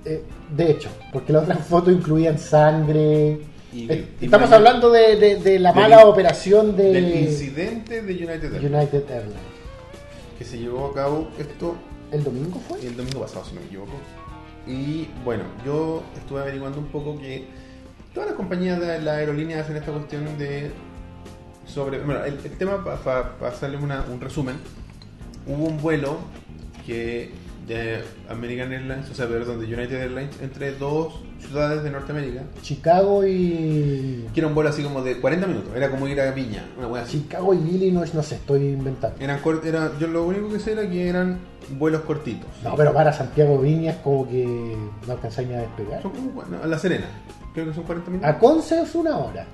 S2: Eh, de hecho, porque las otras fotos incluían sangre.
S1: Y-
S2: Eh,
S1: y
S2: Estamos
S1: mayor-
S2: hablando de, de- de la
S1: del
S2: mala
S1: in-
S2: operación de
S1: Del incidente de United Airlines.
S2: United Airlines.
S1: Que se llevó a cabo esto
S2: ¿El domingo fue?
S1: el domingo pasado, si no me equivoco. Y bueno, yo estuve averiguando un poco que todas las compañías de la aerolínea hacen esta cuestión de sobre. Bueno, el, el tema, para hacerles una- un resumen, hubo un vuelo que de American Airlines, o sea, perdón, de United Airlines, entre dos ciudades de Norteamérica,
S2: Chicago y.
S1: que era un vuelo así como de 40 minutos, era como ir a Viña, una wea así.
S2: Chicago y Illinois, no sé, estoy inventando.
S1: Eran cort- era, yo lo único que sé era que eran vuelos cortitos.
S2: No, pero para Santiago Viñas, como que no alcanzáis ni a despegar.
S1: Son como, bueno, a La Serena, creo que son 40 minutos.
S2: A Conce es una hora.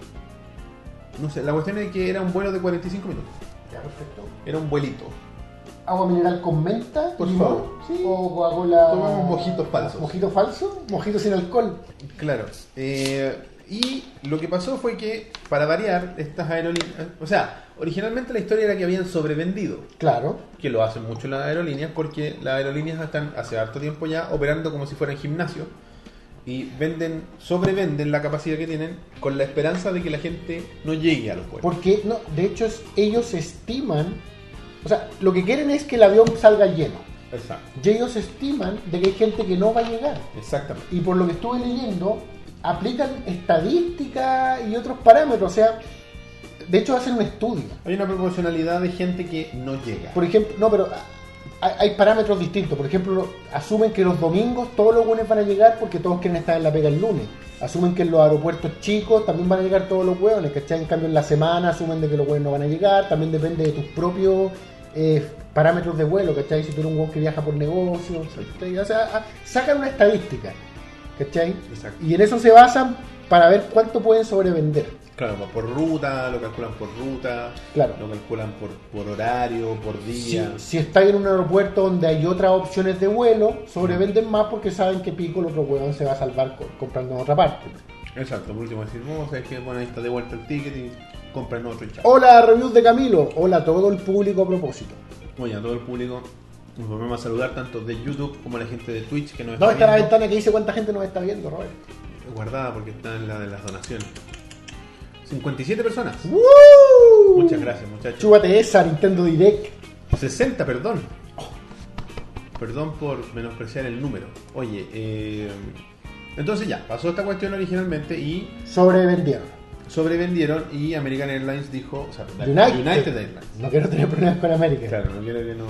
S1: No sé, la cuestión es que era un vuelo de 45 minutos.
S2: Ya, perfecto.
S1: Era un vuelito.
S2: Agua mineral con menta,
S1: Por
S2: limón,
S1: favor. Sí.
S2: o Coca-Cola.
S1: Tomemos mojitos falsos.
S2: Mojitos falsos, mojitos sin alcohol.
S1: Claro. eh, y lo que pasó fue que, para variar, estas aerolíneas. O sea, originalmente la historia era que habían sobrevendido.
S2: Claro.
S1: Que lo hacen mucho las aerolíneas porque las aerolíneas están hace harto tiempo ya operando como si fueran gimnasio. Y venden, sobrevenden la capacidad que tienen con la esperanza de que la gente no llegue a los vuelos.
S2: Porque, no, de hecho, es- ellos estiman. O sea, lo que quieren es que el avión salga lleno.
S1: Exacto.
S2: Y ellos estiman de que hay gente que no va a llegar.
S1: Exactamente.
S2: y por lo que estuve leyendo, aplican estadísticas y otros parámetros. O sea, de hecho hacen un estudio.
S1: Hay una proporcionalidad de gente que no llega.
S2: Por ejemplo, no, pero hay, hay parámetros distintos. Por ejemplo, asumen que los domingos todos los buenos van a llegar porque todos quieren estar en la pega el lunes. Asumen que en los aeropuertos chicos también van a llegar todos los hueones, ¿cachai? En cambio, en la semana asumen de que los hueones no van a llegar. También depende de tus propios eh, parámetros de vuelo, ¿cachai? Si tú eres un hueón que viaja por negocio, ¿cachai? O sea, a- sacan una estadística, ¿cachai?
S1: Exacto.
S2: Y en eso se basan para ver cuánto pueden sobrevender.
S1: Claro, va por ruta, lo calculan por ruta,
S2: Claro.
S1: lo calculan por, por horario, por
S2: Si,
S1: día.
S2: si estáis en un aeropuerto donde hay otras opciones de vuelo, sobrevenden más porque saben que pico el otro huevón se va a salvar co- comprando en otra parte.
S1: Exacto, por último decir, no, sabes que bueno, ahí está de vuelta el ticket y compran otro y chao.
S2: Hola, reviews de Camilo. Hola a todo el público a propósito.
S1: Oye, a todo el público, nos volvemos a saludar tanto de YouTube como la gente de Twitch que nos
S2: No está la
S1: viendo,
S2: ventana que dice cuánta gente nos está viendo, Robert.
S1: guardada porque está en la de las donaciones. 57 personas.
S2: Uh. ¡Woo!
S1: Muchas gracias, muchachos.
S2: Chúbate esa, Nintendo Direct.
S1: 60, perdón. Perdón por menospreciar el número. Oye, eh, entonces ya, pasó esta cuestión originalmente y
S2: Sobrevendieron.
S1: sobrevendieron y American Airlines dijo, o sea,
S2: United.
S1: Airlines.
S2: No quiero tener problemas con América.
S1: Claro, no quiero que no.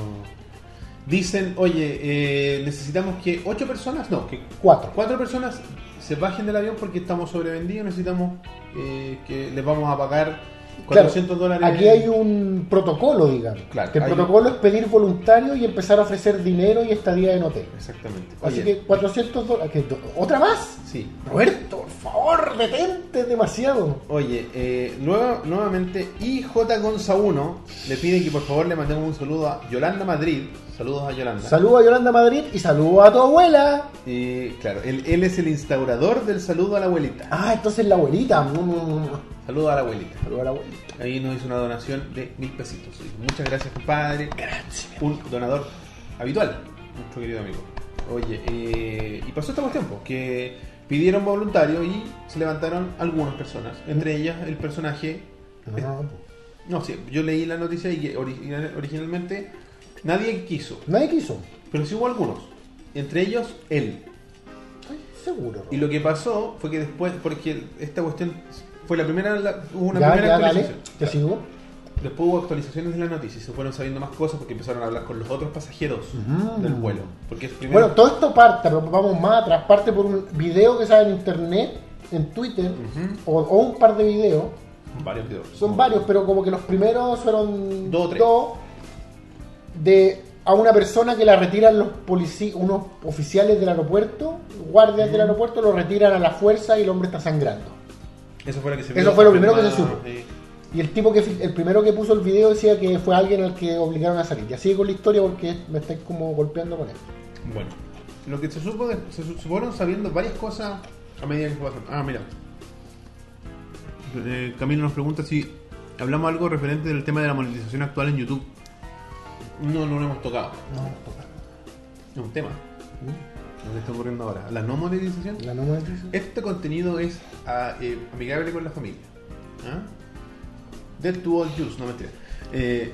S1: Dicen, oye, eh, necesitamos que ocho personas, no, que
S2: Cuatro.
S1: cuatro personas se bajen del avión porque estamos sobrevendidos, necesitamos eh, que les vamos a pagar 400
S2: Claro,
S1: dólares.
S2: Aquí hay un protocolo, digamos.
S1: Claro,
S2: que el
S1: hay un-
S2: protocolo es pedir voluntario y empezar a ofrecer dinero y estadía en hotel.
S1: Exactamente.
S2: Así
S1: Oye,
S2: que 400 dólares. que do- ¿Otra más?
S1: Sí.
S2: Roberto, por favor, detente es demasiado.
S1: Oye, eh, nueva- nuevamente IJ Gonza 1 le pide que por favor le mandemos un saludo a Yolanda Madrid. Saludos a Yolanda.
S2: Saludo a Yolanda Madrid y saludo a tu abuela.
S1: Y claro, él, él es el instaurador del saludo a la abuelita.
S2: Ah, entonces la abuelita. Mm,
S1: Saludo a la abuelita.
S2: Saludo a la abuelita.
S1: Ahí nos hizo una donación de mil pesitos. Sí, Muchas gracias, compadre. Un donador habitual, nuestro querido amigo. Oye, eh, y pasó esta cuestión, pues, que pidieron voluntario y se levantaron algunas personas. Entre ellas el personaje
S2: No,
S1: No, sí, yo leí la noticia y que ori- originalmente Nadie quiso,
S2: Nadie quiso.
S1: pero sí hubo algunos. Entre ellos, él.
S2: Estoy seguro.
S1: Y lo que pasó fue que después, porque esta cuestión fue la primera, la- hubo una
S2: ya,
S1: primera
S2: ya, dale.
S1: actualización.
S2: Ya sigo.
S1: Después hubo actualizaciones de la noticia y se fueron sabiendo más cosas porque empezaron a hablar con los otros pasajeros
S2: Ujú.
S1: del vuelo. Porque es primero,
S2: Mm. Bueno, todo esto parte, pero vamos más atrás, parte por un video que sale en internet, en Twitter,
S1: Ujú.
S2: o, o un par de videos.
S1: varios videos.
S2: Son varios, pero como que los primeros fueron
S1: Dos o tres.
S2: de a una persona que la retiran los policías, unos oficiales del aeropuerto, guardias del aeropuerto, lo retiran a la fuerza y el hombre está sangrando.
S1: Eso fue lo que se
S2: Eso
S1: vio.
S2: fue lo primero que se supo.
S1: Sí.
S2: Y el tipo que fi- el primero que puso el video decía que fue alguien al que obligaron a salir. Y así con la historia porque me estáis como golpeando con él.
S1: Bueno, lo que se supo, de- se su- se fueron sabiendo varias cosas a medida que fue pasando. Ah, mira. Eh, Camilo nos pregunta si hablamos algo referente del tema de la monetización actual en YouTube. No, no lo hemos tocado.
S2: No,
S1: Es un tema. Lo que está ocurriendo ahora. La no monetización.
S2: la no monetización.
S1: Este contenido es ah, eh, amigable con la familia. ¿Ah? Dead to all use, no mentira. Eh,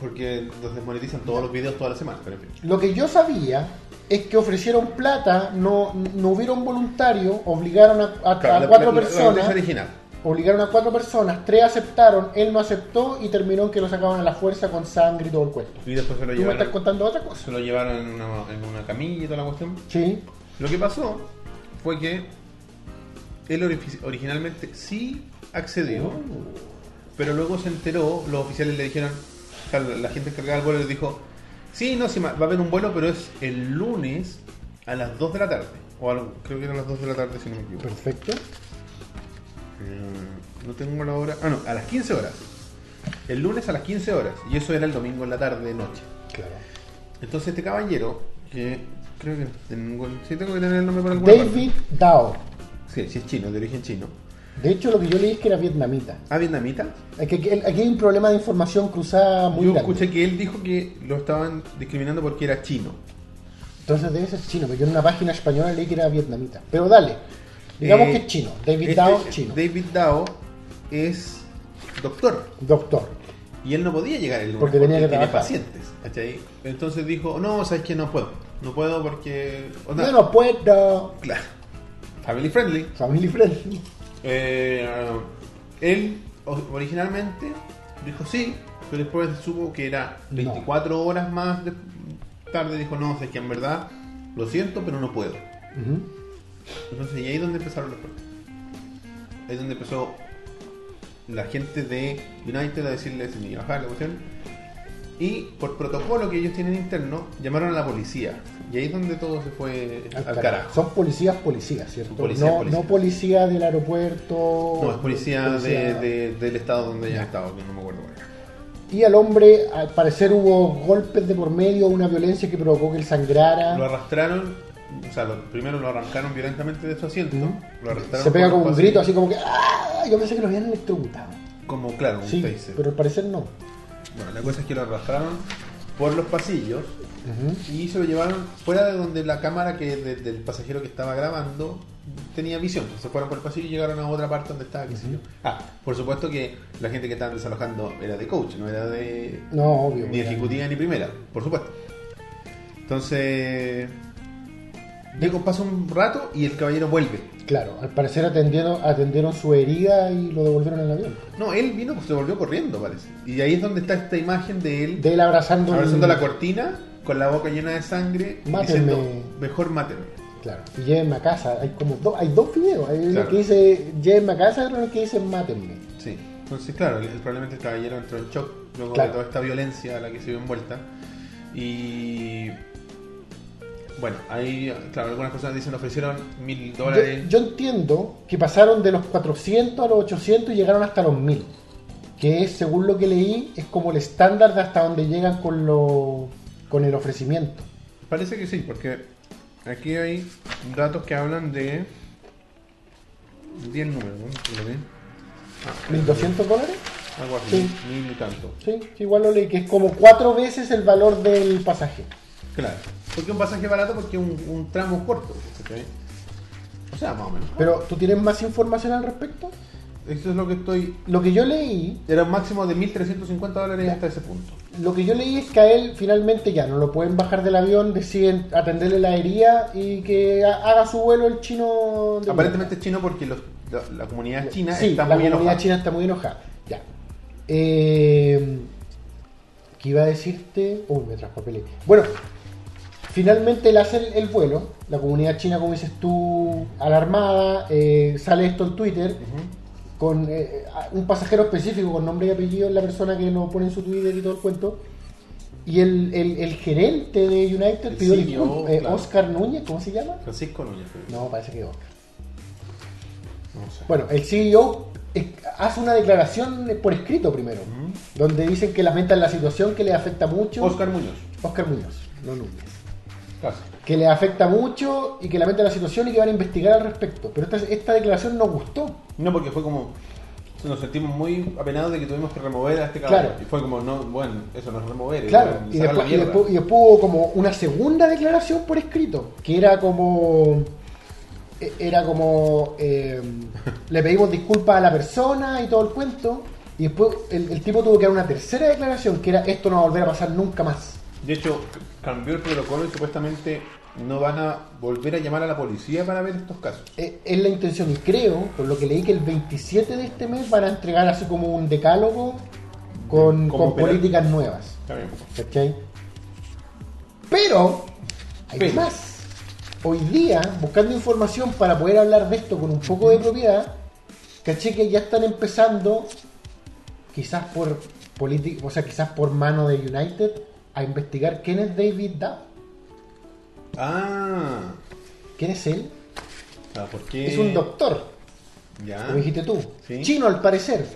S1: porque los desmonetizan todos los videos toda la semana, pero en fin.
S2: Lo que yo sabía es que ofrecieron plata, no, no hubieron voluntario, obligaron a, a- a
S1: Claro, la-
S2: cuatro
S1: la- la- La, noticia
S2: personas.
S1: original.
S2: Obligaron a cuatro personas, tres aceptaron, él no aceptó y terminó en que lo sacaban a la fuerza con sangre y todo el cuento.
S1: Y después se lo
S2: Tú me estás
S1: llevaron.
S2: contando otra cosa.
S1: se lo llevaron en una, en una camilla y toda la cuestión.
S2: Sí.
S1: Lo que pasó fue que él orifi- originalmente sí accedió,
S2: Oh.
S1: pero luego se enteró, los oficiales le dijeron, o sea, la la gente encargada del vuelo les dijo, sí, no, sí, ma- va a haber un vuelo, pero es el lunes a las 2 de la tarde. O algo, creo que eran las 2 de la tarde, si no me equivoco.
S2: Perfecto.
S1: Mm, No tengo la hora. Ah, no, a las 15 horas. El lunes a las 15 horas. Y eso era el domingo en la tarde, noche.
S2: Claro.
S1: Entonces este caballero, que creo que tengo, sí tengo que tener el nombre por alguna
S2: David Dao.
S1: parte. Sí, sí es chino, de origen chino.
S2: De hecho, lo que yo leí es que era vietnamita.
S1: Ah, vietnamita.
S2: Es que Aquí, aquí hay un problema de información cruzada muy
S1: Yo
S2: grande.
S1: escuché que él dijo que lo estaban discriminando porque era chino.
S2: Entonces debe ser chino, porque yo en una página española leí que era vietnamita. Pero dale, digamos
S1: Eh,
S2: que es chino. David
S1: Este,
S2: Dao, chino.
S1: David Dao es doctor
S2: Doctor.
S1: y él no podía llegar el lunes
S2: Porque tenía que
S1: tiene
S2: trabajar.
S1: pacientes. ¿cachai? Entonces dijo, no, sabes que no puedo. No puedo porque... onda,
S2: Yo no puedo.
S1: Claro. Family friendly.
S2: Family friendly.
S1: Eh, él o- originalmente dijo sí, pero después supo que era 24 horas más de- tarde. Dijo, no, es que en verdad lo siento, pero no puedo.
S2: Ujú.
S1: Entonces, y ahí es donde empezaron los problemas. Ahí es donde empezó la gente de United a decirles ni bajar la cuestión. Y por protocolo que ellos tienen interno, llamaron a la policía. Y ahí es donde todo se fue al
S2: Al
S1: carajo.
S2: carajo. Son policías, policías, ¿cierto?
S1: Policías,
S2: no,
S1: policías.
S2: no policía del aeropuerto.
S1: No, es policía, de-
S2: policía-
S1: de- del estado donde ella estaba, que no me acuerdo cuál era.
S2: Y al hombre, al parecer hubo golpes de por medio, una violencia que provocó que él sangrara.
S1: Lo arrastraron, o sea, lo- primero lo arrancaron violentamente de su asiento.
S2: Ujú.
S1: Lo arrastraron
S2: Se pega
S1: por
S2: como
S1: los
S2: un grito, así
S1: pasillos,
S2: como que. ¡Ah! Yo pensé que lo habían electrocutado.
S1: Como, claro, un
S2: Sí,
S1: taser.
S2: pero al parecer no.
S1: Bueno, la cosa es que lo arrastraron por los pasillos
S2: Ujú.
S1: y se lo llevaron fuera de donde la cámara que de- del pasajero que estaba grabando tenía visión. Se fueron por el pasillo y llegaron a otra parte donde estaba, qué sé yo. Ah, por supuesto que la gente que estaban desalojando era de coach, no era de
S2: No, obvio.
S1: ni
S2: era-
S1: ejecutiva ni primera, por supuesto. Entonces, Diego pasa un rato y el caballero vuelve.
S2: Claro, al parecer atendieron, atendieron su herida y lo devolvieron al avión.
S1: No, él vino, pues se volvió corriendo, parece. Y ahí es donde está esta imagen de él
S2: De él abrazando. el-
S1: abrazando la cortina, con la boca llena de sangre,
S2: Mátenme.
S1: diciendo, mejor mátenme.
S2: Claro, y llévenme a casa. Hay como dos, hay dos videos. Hay uno
S1: Claro.
S2: que dice llévenme a casa y otro que dice mátenme.
S1: Sí. Entonces, claro, el, el problema es que el caballero entró en shock luego
S2: Claro.
S1: de toda esta violencia a la que se vio envuelta. Y... Bueno, ahí, claro, algunas personas dicen ofrecieron mil
S2: Yo,
S1: dólares.
S2: yo entiendo que pasaron de los 400 a los 800 y llegaron hasta los 1000. Que es, según lo que leí, es como el estándar de hasta donde llegan con, lo, con el ofrecimiento.
S1: Parece que sí, porque aquí hay datos que hablan de 10 números, ¿no? Lo vi. Ah,
S2: 1200 dólares.
S1: Algo así,
S2: Sí.
S1: mil y tanto.
S2: Sí, sí, igual lo leí, que es como cuatro veces el valor del pasaje.
S1: Claro. Porque un pasaje barato porque un, un tramo corto. ¿cachai? O sea, más o menos.
S2: Pero, ¿tú tienes más información al respecto?
S1: Eso es lo que estoy.
S2: Lo que yo leí,
S1: Era un máximo de 1.350 dólares hasta ese punto.
S2: lo que yo leí es que a él finalmente ya no lo pueden bajar del avión, deciden atenderle la herida y que ha- haga su vuelo el chino. de
S1: Aparentemente es chino porque los- la, la comunidad china
S2: Sí,
S1: está
S2: la
S1: muy
S2: comunidad
S1: enojada.
S2: china está muy enojada. Ya. Eh, ¿Qué iba a decirte? Uy, me traspapelé. Bueno, finalmente él hace el, el vuelo. La comunidad china, como dices tú, alarmada. eh, sale esto en Twitter
S1: Ujú.
S2: con eh, a- un pasajero específico con nombre y apellido en la persona que nos pone en su Twitter y todo el cuento. Y el, el- el gerente de United
S1: El
S2: pidió
S1: CEO,
S2: disculpas. Eh,
S1: claro.
S2: Oscar Núñez, ¿cómo se llama?
S1: Francisco Núñez. creo.
S2: No, parece que Oscar.
S1: No sé.
S2: Bueno, el CEO eh, hace una declaración por escrito primero,
S1: Ujú.
S2: donde dicen que lamentan la situación, que les afecta mucho.
S1: Oscar Muñoz.
S2: Oscar Muñoz, no Núñez.
S1: Casi.
S2: Que les afecta mucho y que lamentan la situación y que van a investigar al respecto. Pero esta, esta declaración no gustó.
S1: No, porque fue como. Nos sentimos muy apenados de que tuvimos que remover a este cabrón.
S2: Claro.
S1: Y fue como, no, bueno, eso no es remover. es
S2: Claro,
S1: sacar
S2: y
S1: la
S2: después, y
S1: mierda.
S2: después- y después hubo como una segunda declaración por escrito, que era como... e- Era como... eh, le pedimos disculpas a la persona y todo el cuento. Y después el, el tipo tuvo que dar una tercera declaración, que era esto no va a volver a pasar nunca más.
S1: De hecho, c- cambió el protocolo y supuestamente no van a volver a llamar a la policía para ver estos casos.
S2: Eh, Es la intención y creo, por lo que leí, que el 27 de este mes van a entregar así como un decálogo con,
S1: Como
S2: con
S1: operar.
S2: políticas nuevas.
S1: Está bien.
S2: ¿Cachai? Pero, hay
S1: Pero.
S2: más. Hoy día, buscando información para poder hablar de esto con un poco de propiedad, caché que ya están empezando, quizás por política, o sea, quizás por mano de United, a investigar quién es David Duff.
S1: Ah,
S2: ¿Quién es él?
S1: o sea, ¿por qué?
S2: Es un doctor,
S1: Ya.
S2: lo dijiste tú.
S1: Sí.
S2: Chino, al parecer.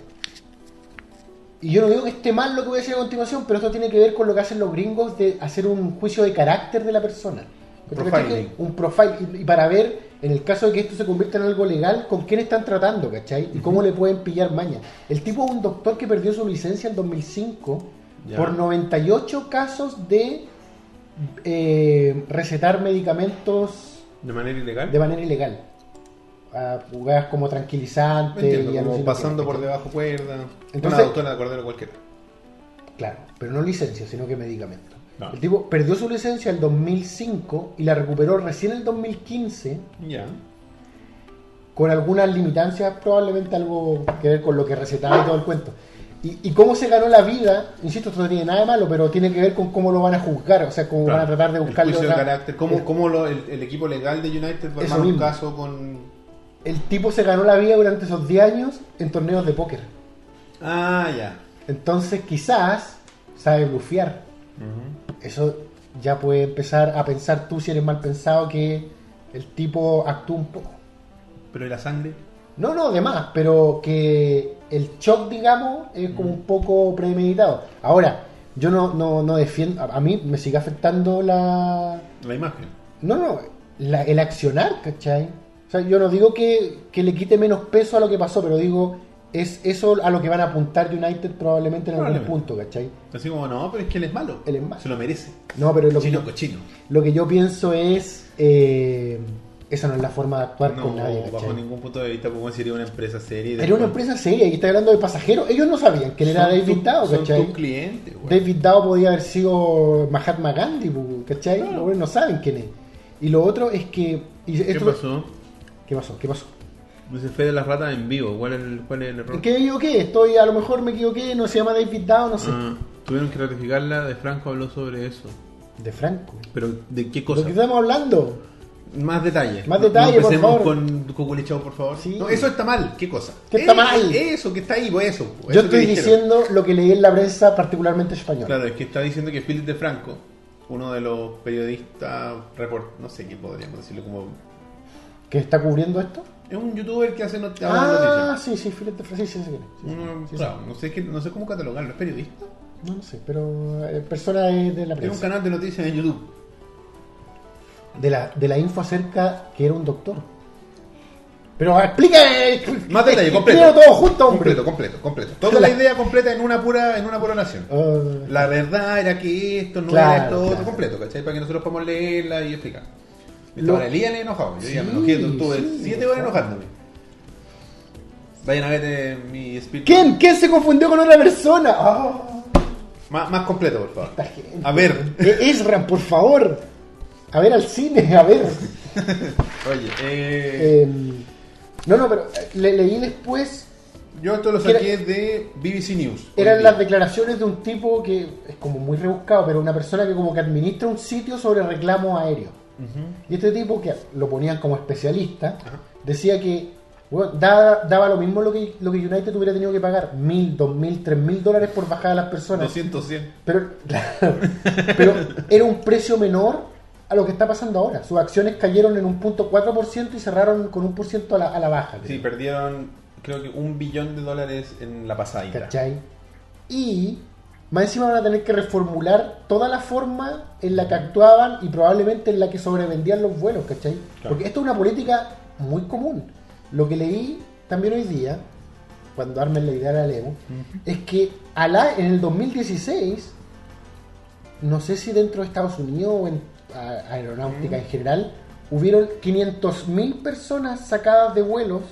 S2: Y yo no digo que esté mal lo que voy a decir a continuación, pero esto tiene que ver con lo que hacen los gringos de hacer un juicio de carácter de la persona. ¿Cachai?
S1: Profiling.
S2: Un profile. Y- Y para ver, en el caso de que esto se convierta en algo legal, con quién están tratando, ¿cachai? Y cómo le pueden pillar maña. El tipo es un doctor que perdió su licencia en 2005
S1: Ya.
S2: por 98 casos de eh, recetar medicamentos
S1: ¿De manera ilegal?
S2: de manera ilegal. A jugadas como
S1: No
S2: tranquilizantes
S1: entiendo,
S2: y
S1: como
S2: alucinógenos.
S1: pasando por debajo cuerda.
S2: Entonces-
S1: una doctora de cordero cualquiera.
S2: Claro, pero no licencia, sino que medicamento.
S1: No.
S2: El tipo perdió su licencia en 2005 y la recuperó recién en el 2015
S1: Ya.
S2: con algunas limitancias, probablemente algo que ver con lo que recetaba y todo el cuento. Y, y cómo se ganó la vida, insisto, esto no tiene nada de malo, pero tiene que ver con cómo lo van a juzgar, o sea, cómo
S1: Claro.
S2: van a tratar de
S1: El
S2: buscarle
S1: juicio de
S2: otra-
S1: carácter. ¿Cómo, cómo lo- el, el equipo legal de United va a
S2: Eso
S1: armar un
S2: mismo.
S1: caso con.
S2: El tipo se ganó la vida durante esos 10 años en torneos de póker.
S1: Ah, ya.
S2: Entonces, quizás sabe blufear. Eso ya puede empezar a pensar tú si eres mal pensado que el tipo actúa un poco.
S1: Pero ¿y la sangre?
S2: No, no, de más, pero que el shock, digamos, es como un poco premeditado. Ahora, yo no, no, no defiendo, a, a mí me sigue afectando la...
S1: La imagen.
S2: No, no, la- el accionar, ¿cachai? O sea, yo no digo que, que le quite menos peso a lo que pasó, pero digo, es eso a lo que van a apuntar United probablemente en algún
S1: Probablemente.
S2: punto, ¿cachai?
S1: Así como, no, pero es que él es malo.
S2: Él es malo.
S1: Se lo merece.
S2: No, pero lo que...
S1: Chino cochino.
S2: Lo que yo pienso es. eh, esa no es la forma de actuar
S1: No,
S2: con nadie. ¿cachai?
S1: bajo ningún punto de vista, como sería una empresa seria. y
S2: Era una
S1: después-
S2: empresa seria y está hablando de pasajeros. Ellos no sabían que él era
S1: Son
S2: David
S1: tu-
S2: Dow,
S1: Son
S2: ¿cachai?
S1: tus clientes, pues. güey.
S2: David Dow podía haber sido Mahatma Gandhi, pu, ¿cachai?
S1: Claro.
S2: Los güeyes no saben quién es. Y lo otro es que. y
S1: ¿Qué
S2: esto-
S1: pasó?
S2: ¿Qué pasó? ¿Qué pasó?
S1: Dice Fede las ratas en vivo. ¿Cuál es el, cuál es el error?
S2: ¿En qué me equivoqué? Estoy, a lo mejor me equivoqué, no se llama David Dow, no sé.
S1: Ah, tuvieron que ratificarla. De Franco habló sobre eso.
S2: De Franco.
S1: Pero, ¿de qué
S2: ¿De
S1: cosa?
S2: qué estamos hablando?
S1: Más detalle.
S2: Más detalle, por
S1: empecemos
S2: favor.
S1: con cuculichao, por favor.
S2: Sí.
S1: No, eso está mal. ¿Qué cosa?
S2: ¿Qué está
S1: Eh,
S2: mal?
S1: Eso, que está ahí, pues, eso. pues,
S2: Yo
S1: eso que
S2: estoy
S1: dijeron.
S2: diciendo lo que leí en la prensa, particularmente española.
S1: Claro, es que está diciendo que Philip de Franco, uno de los periodistas, report, no sé qué podríamos decirlo como.
S2: ¿Que está cubriendo esto?
S1: Es un youtuber que hace not- habla de
S2: Ah,
S1: noticias. Mm.
S2: sí, sí, filete francés, sí, sí, sí, sí.
S1: Uno-
S2: Sí,
S1: claro, no, sé qué- no sé cómo catalogarlo. ¿Es periodista?
S2: No, no sé, pero eh, persona de, de la
S1: Tiene un
S2: prensa.
S1: canal de noticias en YouTube.
S2: De la, de la info acerca que era un doctor. Pero explica eh,
S1: Más detalle,
S2: explícalo
S1: completo.
S2: todo junto, hombre.
S1: completo, completo, completo. Toda la idea completa en una pura, en una pura oración.
S2: Ah,
S1: La verdad era que esto no
S2: Claro,
S1: era esto otro
S2: claro.
S1: completo, ¿cachai? Para que nosotros podamos leerla y explicar.
S2: Lo-
S1: Mientras Ahora Elías le enojado, yo ya me
S2: Sí,
S1: enojé, estuve
S2: sí,
S1: 7 horas
S2: enojado.
S1: enojándome. Vayan a ver eh, mi espíritu.
S2: ¿Quién? ¿Quién se confundió con otra persona? Ah,
S1: Má- más completo, por favor.
S2: esta gente.
S1: A ver.
S2: Eh, Ezra, por favor. A ver al cine, a ver.
S1: Oye, eh,
S2: Eh, no, no, pero eh, le- leí después.
S1: yo esto lo
S2: ¿qué era-
S1: saqué de BBC News.
S2: Eran
S1: Hoy día.
S2: las declaraciones de un tipo que es como muy rebuscado, pero una persona que como que administra un sitio sobre reclamo aéreo.
S1: Ujú.
S2: Y este tipo, que lo ponían como especialista,
S1: Ajá.
S2: decía que bueno, daba, daba lo mismo lo que, lo que United hubiera tenido que pagar, mil, dos mil, tres mil dólares por bajar a las personas.
S1: 200, 100.
S2: Pero, claro, pero era un precio menor a lo que está pasando ahora. Sus acciones cayeron en un punto 4% y cerraron con un por ciento a la, a la baja. creo.
S1: Sí, perdieron creo que un billón de dólares en la pasada. ida.
S2: ¿Cachai? Y más encima van a tener que reformular toda la forma en la que actuaban y probablemente en la que sobrevendían los vuelos, ¿cachai?
S1: Claro.
S2: Porque esto es una política muy común. Lo que leí también hoy día, cuando armen la idea la leemos,
S1: Ujú.
S2: es que Alá en el 2016, no sé si dentro de Estados Unidos o en a- aeronáutica en general, hubieron 500.000 personas sacadas de vuelos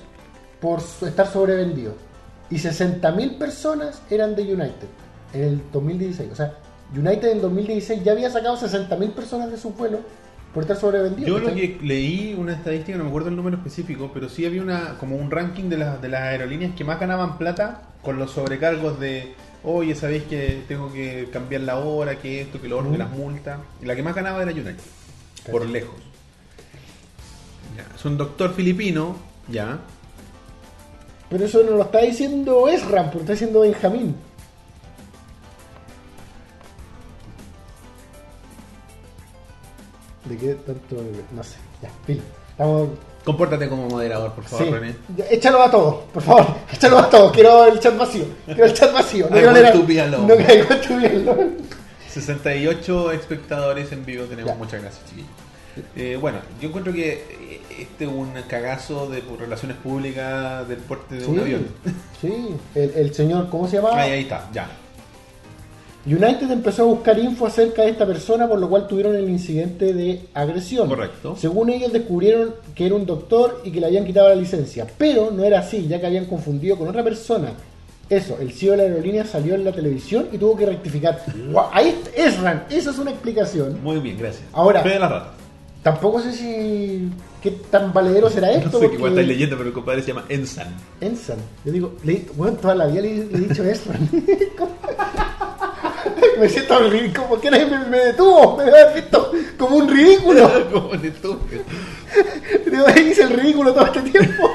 S2: por so- estar sobrevendidos. Y 60.000 personas eran de United en el 2016. O sea, United en 2016 ya había sacado 60.000 personas de sus vuelos por estar sobrevendidos.
S1: Yo lo
S2: ¿cachai?
S1: que leí una estadística, no me acuerdo el número específico, pero sí había una como un ranking de las de las aerolíneas que más ganaban plata con los sobrecargos de, oye, sabéis que tengo que cambiar la hora, que esto, que lo otro, que
S2: Mm.
S1: las multas. Y la que más ganaba era United, por lejos. Ya, Es un doctor filipino, ya.
S2: Pero eso no lo está diciendo Esram, pero está diciendo Benjamín. ¿De qué tanto? No sé, ya, filo. Estamos.
S1: Compórtate como moderador, por favor,
S2: sí.
S1: René.
S2: Ya, Échalo a todos, por favor, échalo a todos. Quiero el chat vacío. Quiero el chat vacío.
S1: I
S2: quiero
S1: want
S2: leer a-
S1: to be alone.
S2: No caigo en tu vialón.
S1: 68 espectadores en vivo tenemos,
S2: Ya.
S1: muchas gracias, chiquillos. Eh, bueno, yo encuentro que eh, este es un cagazo de pu- relaciones públicas del porte de un avión.
S2: Sí, sí. El, el señor, ¿cómo se llamaba?
S1: Ahí, ahí está, ya.
S2: United empezó a buscar info acerca de esta persona, por lo cual tuvieron el incidente de agresión.
S1: Correcto.
S2: Según ellos, descubrieron que era un doctor y que le habían quitado la licencia. Pero no era así, ya que habían confundido con otra persona. Eso, el CEO de la aerolínea salió en la televisión y tuvo que rectificar. Guau, Ahí es, Ran, esa es una explicación.
S1: Muy bien, gracias.
S2: Ahora-
S1: Fe de las ratas.
S2: Tampoco sé si. qué tan valedero será esto.
S1: No sé qué
S2: porque-
S1: igual estáis leyendo, pero el compadre se llama Ensan.
S2: Ensan. Yo digo, le, bueno, toda la vida le, le he dicho eso. me siento ridículo. ¿Por qué nadie me, me detuvo? Me había visto como un ridículo.
S1: Como un estúpido.
S2: Digo, "Ay, hice el ridículo todo este tiempo.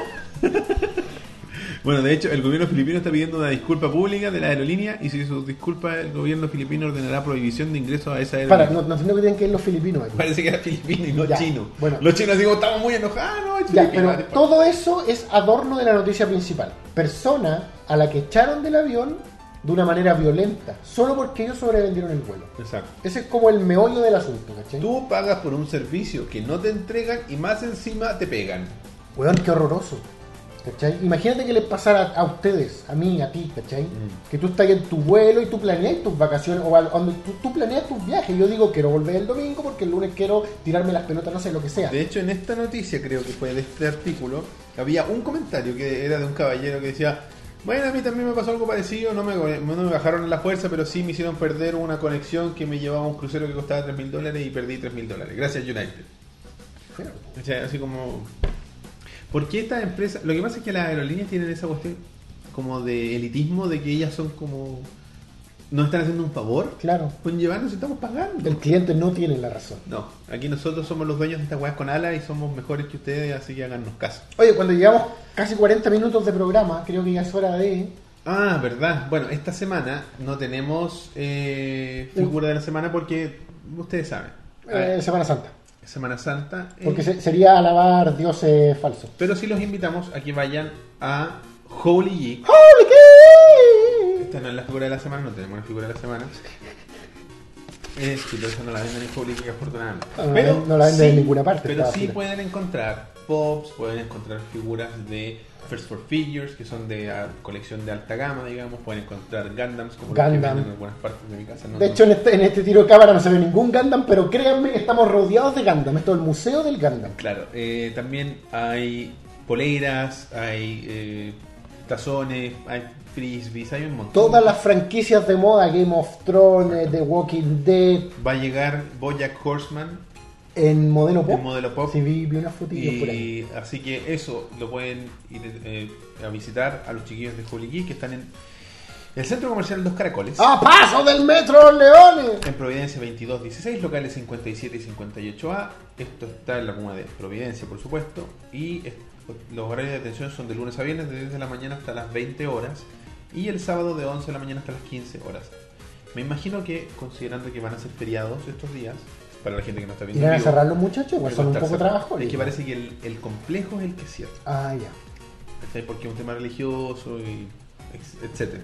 S1: Bueno, de hecho, el gobierno filipino está pidiendo una disculpa pública de la aerolínea y si sus disculpas el gobierno filipino ordenará prohibición de ingreso a esa aerolínea.
S2: Para, no, no entiendo que tienen que ir los filipinos. aquí.
S1: Parece que era filipino y no
S2: Ya,
S1: chino.
S2: bueno.
S1: Los chinos digo, estamos muy enojados. No, es
S2: Ya,
S1: filipino,
S2: pero
S1: vale, pa-
S2: todo eso es adorno de la noticia principal. Persona a la que echaron del avión de una manera violenta, solo porque ellos sobrevendieron el vuelo.
S1: Exacto.
S2: Ese es como el meollo del asunto, ¿cachai?
S1: Tú pagas por un servicio que no te entregan y más encima te pegan.
S2: Weón, qué horroroso. ¿Cachai? Imagínate que les pasara a, a ustedes, a mí, a ti, ¿cachai?
S1: Mm.
S2: Que tú estás en tu vuelo y tú planeas tus vacaciones, o al- cuando tú, tú planeas tus viajes. Yo digo, quiero volver el domingo porque el lunes quiero tirarme las pelotas, no sé, lo que sea.
S1: De hecho, en esta noticia, creo que fue de este artículo, había un comentario que era de un caballero que decía: Bueno, a mí también me pasó algo parecido, no me, no me bajaron en la fuerza, pero sí me hicieron perder una conexión que me llevaba a un crucero que costaba 3 mil dólares y perdí 3 mil dólares. Gracias, United. O sea, así como. ¿Por qué estas empresas.? Lo que pasa es que las aerolíneas tienen esa cuestión como de elitismo, de que ellas son como. No están haciendo un favor
S2: Claro,
S1: con llevarnos, estamos pagando.
S2: el cliente no tiene la razón.
S1: No, aquí nosotros somos los dueños de estas weas con alas y somos mejores que ustedes, así que háganos caso.
S2: Oye, cuando llevamos casi 40 minutos de programa, creo que ya es hora de... eh,
S1: Ah, verdad. Bueno, esta semana no tenemos eh, figura de la semana porque ustedes saben. A
S2: eh,
S1: ver,
S2: Semana Santa.
S1: Semana Santa. eh,
S2: Porque se- sería alabar dioses falsos.
S1: Pero sí los invitamos a que vayan a Holy Geek.
S2: ¡Holy qué!
S1: Esta no es la figura de la semana, no tenemos la figura de la semana. Eh, sí, pero esa no la venden en público, afortunadamente.
S2: Ah, no la venden en ninguna parte,
S1: Pero
S2: está
S1: sí
S2: basura.
S1: pueden encontrar pops, pueden encontrar figuras de First for Figures, que son de ah, colección de alta gama, digamos. Pueden encontrar Gundams, como los que
S2: Gundam.
S1: venden en algunas partes de mi casa. no-
S2: De
S1: no-
S2: hecho, en este, en este tiro de cámara no se ve ningún Gundam, pero créanme que estamos rodeados de Gundam. Esto es el museo del Gundam.
S1: Claro, eh, también hay poleras, hay eh, tazones, hay frisbees, hay un montón.
S2: Todas las franquicias de moda, Game of Thrones, The Walking Dead,
S1: Va a llegar Bojack Horseman
S2: en modelo pop.
S1: en modelo pop.
S2: Sí, vi, vi unas fotillas por ahí.
S1: Y así que eso lo pueden ir eh, a visitar a los chiquillos de Holy Geek que están en el centro comercial Los Caracoles.
S2: ¡A ¡Ah, paso del Metro Leones!
S1: En Providencia 2216, locales 57 y 58A. Esto está en la comuna de Providencia, por supuesto. Y es- los horarios de atención son de lunes a viernes, de 10 de la mañana hasta las 20 horas. Y el sábado de 11 de la mañana hasta las 15 horas. Me imagino que, considerando que van a ser feriados estos días, para la gente que no está viendo.
S2: ¿Irán
S1: en
S2: a
S1: vivo,
S2: cerrar los muchachos? Igual son un
S1: va a estar
S2: poco
S1: cerrado.
S2: trabajos.
S1: Es que parece que el, el complejo es el que cierra.
S2: Ah, ya.
S1: ¿cachai? Porque es un tema religioso y ex- etcétera.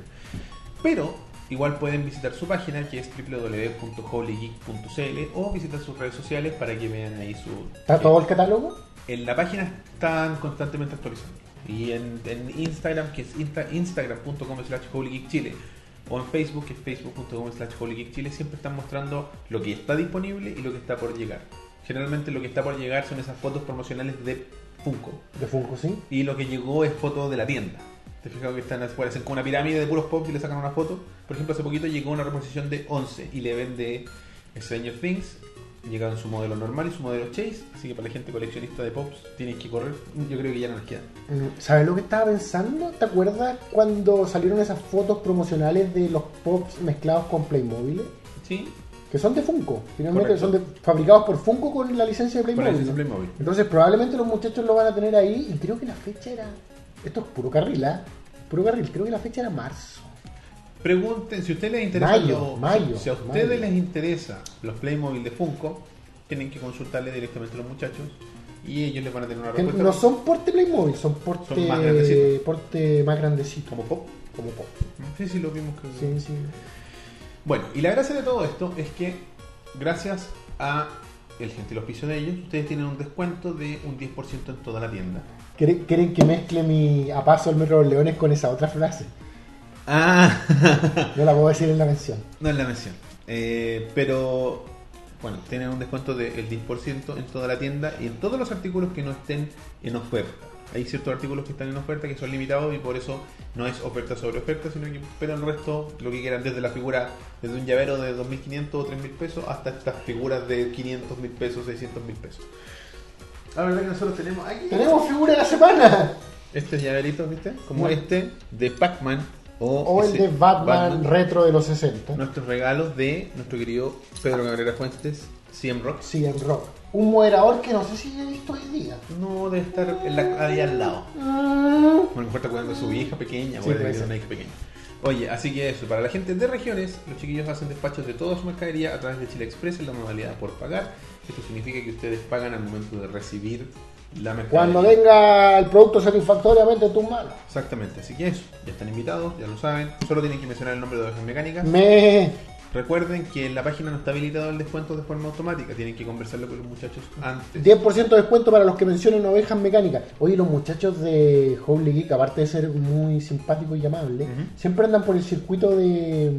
S1: Pero igual pueden visitar su página que es www.holygeek.cl o visitar sus redes sociales para que vean ahí su... Eh,
S2: ¿Está todo el catálogo?
S1: En la página están constantemente actualizando. Y en, en Instagram, que es insta- instagram.com slash holygeekchile, o en Facebook, que es facebook.com slash holygeekchile, siempre están mostrando lo que está disponible y lo que está por llegar. Generalmente lo que está por llegar son esas fotos promocionales de Funko.
S2: De Funko, sí.
S1: Y lo que llegó es foto de la tienda. Te fijas que están afuera, hacen como una pirámide de puros pop y le sacan una foto. Por ejemplo, hace poquito llegó una reposición de 11 y le vende Stranger Things. Llegaron su modelo normal y su modelo Chase. Así que para la gente coleccionista de pops, tienen que correr. Yo creo que ya no les queda.
S2: Mm, ¿Sabes lo que estaba pensando? ¿Te acuerdas cuando salieron esas fotos promocionales de los pops mezclados con Playmobil?
S1: ¿Sí?
S2: Que son de Funko, finalmente
S1: Correcto.
S2: son de- fabricados por Funko con la licencia de
S1: Con
S2: Playmobil.
S1: la licencia
S2: ¿no?
S1: Playmobil.
S2: Entonces probablemente los muchachos lo van a tener ahí y creo que la fecha era... Esto es puro carril, ¿ah? Puro carril, creo que la fecha era marzo.
S1: Pregunten, si a ustedes les interesa
S2: Mayo,
S1: los-
S2: mayo,
S1: si a ustedes
S2: mayo.
S1: les interesa los Playmobil de Funko, tienen que consultarle directamente a los muchachos y ellos les van a tener una
S2: Que
S1: respuesta.
S2: no son porte Playmobil, son porte,
S1: Son más grandecitos.
S2: porte más grandecito.
S1: como pop.
S2: Como pop.
S1: Sí, sí, lo vimos que
S2: Sí, sí.
S1: Bueno, y la gracia de todo esto es que gracias a el gentil auspicio de ellos, ustedes tienen un descuento de un 10% en toda la tienda.
S2: ¿Quieren, quieren que mezcle mi a paso el metro de los leones con esa otra frase?
S1: Ah,
S2: Yo la puedo decir en la mención.
S1: no es la mención. Eh, pero bueno, tienen un descuento del 10% en toda la tienda y en todos los artículos que no estén en oferta. Hay ciertos artículos que están en oferta que son limitados y por eso no es oferta sobre oferta, sino que pero el resto, lo que quieran, desde la figura, desde un llavero de 2.500 o 3.000 pesos hasta estas figuras de 500.000 pesos, 600.000 pesos. La verdad que nosotros tenemos aquí
S2: Tenemos figura de la semana.
S1: estos llaveritos, ¿viste? Como
S2: Bueno.
S1: este de Pac-Man o,
S2: O el
S1: ese
S2: de Batman,
S1: Batman
S2: retro de los 60.
S1: nuestros regalos de nuestro querido Pedro Cabrera Fuentes, 100 Rocks.
S2: Sí, en rock. Un moderador que no sé si he visto hoy día.
S1: No debe estar en la, ahí al lado.
S2: Mm.
S1: A lo mejor está cuidando a su hija pequeña
S2: Sí,
S1: o
S2: puede
S1: de
S2: ser.
S1: una hija pequeña. Oye, así que eso, para la gente de regiones, los chiquillos hacen despachos de toda su mercadería a través de Chile Express en la modalidad por pagar. Esto significa que ustedes pagan al momento de recibir la mercadería.
S2: Cuando tenga el producto satisfactoriamente en tus manos.
S1: Exactamente, así que eso, ya están invitados, ya lo saben. Solo tienen que mencionar el nombre de Ovejas Mecánicas.
S2: Me.
S1: Recuerden que en la página no está habilitado el descuento de forma automática, tienen que conversarlo con los muchachos antes.
S2: 10% de descuento para los que mencionen ovejas mecánicas. Oye, los muchachos de Holy Geek, aparte de ser muy simpáticos y amables,
S1: Ujú.
S2: siempre andan por el circuito de,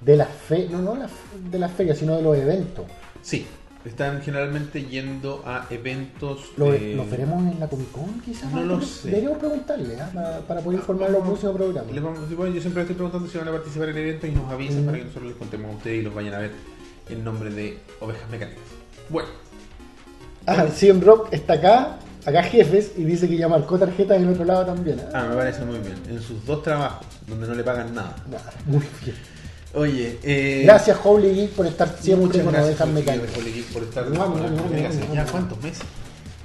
S2: de las ferias, no, no las- de las ferias, sino de los eventos.
S1: Sí, están generalmente yendo a eventos.
S2: ¿Lo,
S1: eh,
S2: ¿Los veremos en la Comic Con quizás?
S1: no lo sé.
S2: Deberíamos preguntarle ¿ah? para, para poder informar los próximos programas.
S1: les vamos- bueno, yo siempre les estoy preguntando si van a participar en eventos y nos avisen
S2: Mm.
S1: para que nosotros les contemos a ustedes y los vayan a ver en nombre de Ovejas Mecánicas. Bueno,
S2: Ah, Cien Rock está acá, acá jefes, y dice que ya marcó tarjetas en otro lado también. ¿ah?
S1: ah, me parece muy bien. En sus dos trabajos, donde no le pagan nada.
S2: Nada, muy bien.
S1: Oye, eh,
S2: Gracias Holy Geek por estar siempre
S1: muchas
S2: con
S1: gracias
S2: ovejas
S1: por,
S2: mecánicas.
S1: por estar
S2: No, no,
S1: con
S2: no,
S1: Ovejas
S2: no,
S1: Mecánicas.
S2: no, no,
S1: ¿Ya
S2: no.
S1: cuántos meses?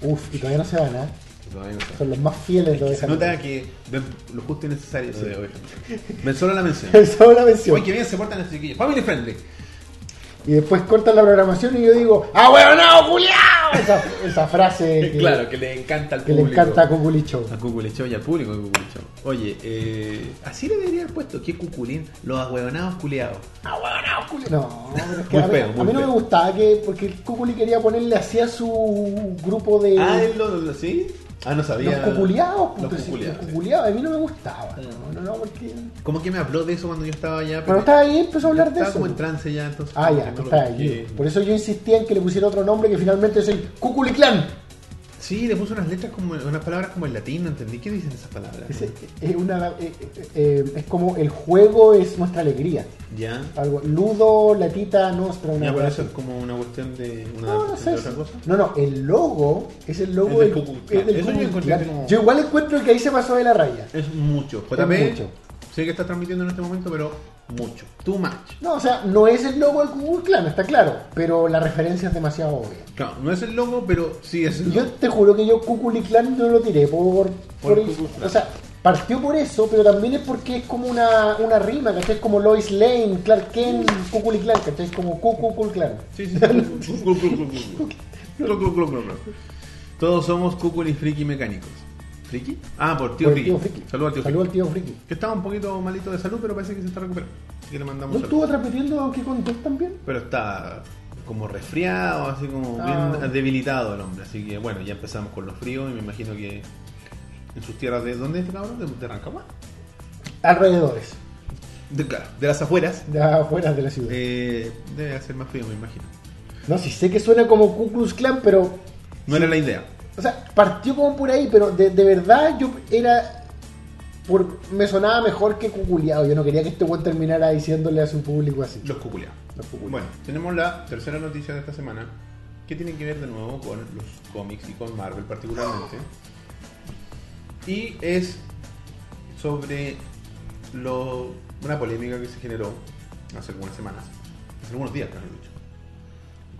S2: Uf, y todavía no se van, ¿ah?
S1: Todavía no sé.
S2: Son los más fieles de
S1: Que Se
S2: ovejas
S1: nota
S2: mecánicas.
S1: que ven lo justo y necesario de ovejas. Ven solo la mención.
S2: Esa es una mención.
S1: Oye, que bien se portan estos chiquillos. Family friendly.
S2: Y después cortan la programación y yo digo, ¡Ah, weón, no, Esa, esa frase que,
S1: Eh, claro, Ah. que le encanta al
S2: que le
S1: público.
S2: encanta a Cuculi Show.
S1: a Cuculichó y al público de Cuculichó. Oye, eh, así le debería haber puesto. Qué cuculín. Los ahueonados culeados.
S2: Ah, No, pero es que
S1: Muy
S2: a, mí,
S1: feo,
S2: a
S1: muy
S2: mí no me
S1: feo.
S2: gustaba que, porque el Cuculi quería ponerle así a su grupo de
S1: Ah, él lo, lo- ¿sí? Ah, no
S2: los
S1: sabía.
S2: cuculeados, puto,
S1: Los
S2: sí,
S1: cuculeados,
S2: los
S1: sí. Mm.
S2: cuculeados. a mí no me gustaba. No, no, no, porque...
S1: Como que me habló de eso cuando yo estaba allá.
S2: Pero estaba ahí, empezó a hablar de
S1: estaba
S2: eso.
S1: como en trance ya, entonces.
S2: Ah,
S1: como
S2: ya,
S1: que
S2: no pues.
S1: lo
S2: está
S1: pesqué.
S2: ahí. Por eso yo insistía en que le pusiera otro nombre que finalmente es el Cuculi Clan.
S1: Sí, le puso unas letras como, unas palabras como en latín, no entendí. ¿Qué dicen esas palabras?
S2: Es, es una, eh, eh, eh, es como el juego es nuestra alegría.
S1: Ya.
S2: Algo, ludo, latita, nostra, una
S1: Ya, pero
S2: cosa
S1: eso es
S2: así.
S1: como una cuestión de una
S2: No, no
S1: adaptación
S2: sé.
S1: de otra cosa.
S2: No, no, el logo es el logo
S1: Es del
S2: del,
S1: Ku Klux Klan.
S2: es del
S1: Eso
S2: Ku
S1: yo
S2: Klux
S1: encontré
S2: Klan.
S1: como-
S2: Yo igual encuentro que ahí se pasó de la raya.
S1: Es mucho.
S2: Es
S1: JP,
S2: mucho.
S1: sé que estás transmitiendo en este momento, pero mucho. Too much.
S2: No, o sea, no es el logo del Ku Klux Klan, está claro, pero la referencia es demasiado obvia.
S1: Claro, no es el logo, pero sí es el
S2: Yo
S1: logo.
S2: te juro que yo Cuculiclán no lo tiré por... por,
S1: Ku Klux Klan.
S2: o sea, partió por eso, pero también es porque es como una, una rima, ¿cachai? Es como Lois Lane, Clark Kent, Cuculiclán, ¿cachai? Es como Cuculiclán.
S1: Sí, sí, sí. Clu, clu, clu, clu, clu. Clu, clu, clu, clu, clu. Todos somos cúculis friki mecánicos. ¿Friki? Ah, por tío
S2: Por
S1: friki. Saludos al tío
S2: Saludos
S1: friki.
S2: al tío Friki.
S1: Que estaba un poquito malito de salud, pero parece que se está recuperando. Así que le mandamos
S2: ¿No
S1: saludos.
S2: estuvo transmitiendo Donkey Kong 2 también?
S1: Pero está como resfriado, así como
S2: Ah.
S1: bien debilitado el hombre. Así que bueno, ya empezamos con los fríos y me imagino que en sus tierras de... ¿Dónde es este cabrón? ¿De, de Rancagua?
S2: Alrededores,
S1: De, claro, de las afueras.
S2: de afuera de la ciudad.
S1: Eh, debe hacer más frío, me imagino.
S2: No, sí sé que suena como Ku Klux Klan, pero...
S1: No era la idea.
S2: O sea, partió como por ahí, pero de, de verdad yo era... Por, me sonaba mejor que cuculeado. Yo no quería que este weón terminara diciéndole a su público así.
S1: Los cuculeados.
S2: Los cuculeados.
S1: Bueno, tenemos la tercera noticia de esta semana, que tiene que ver de nuevo con los cómics y con Marvel particularmente. Y es sobre lo, una polémica que se generó hace algunas semanas, hace algunos días, mejor dicho.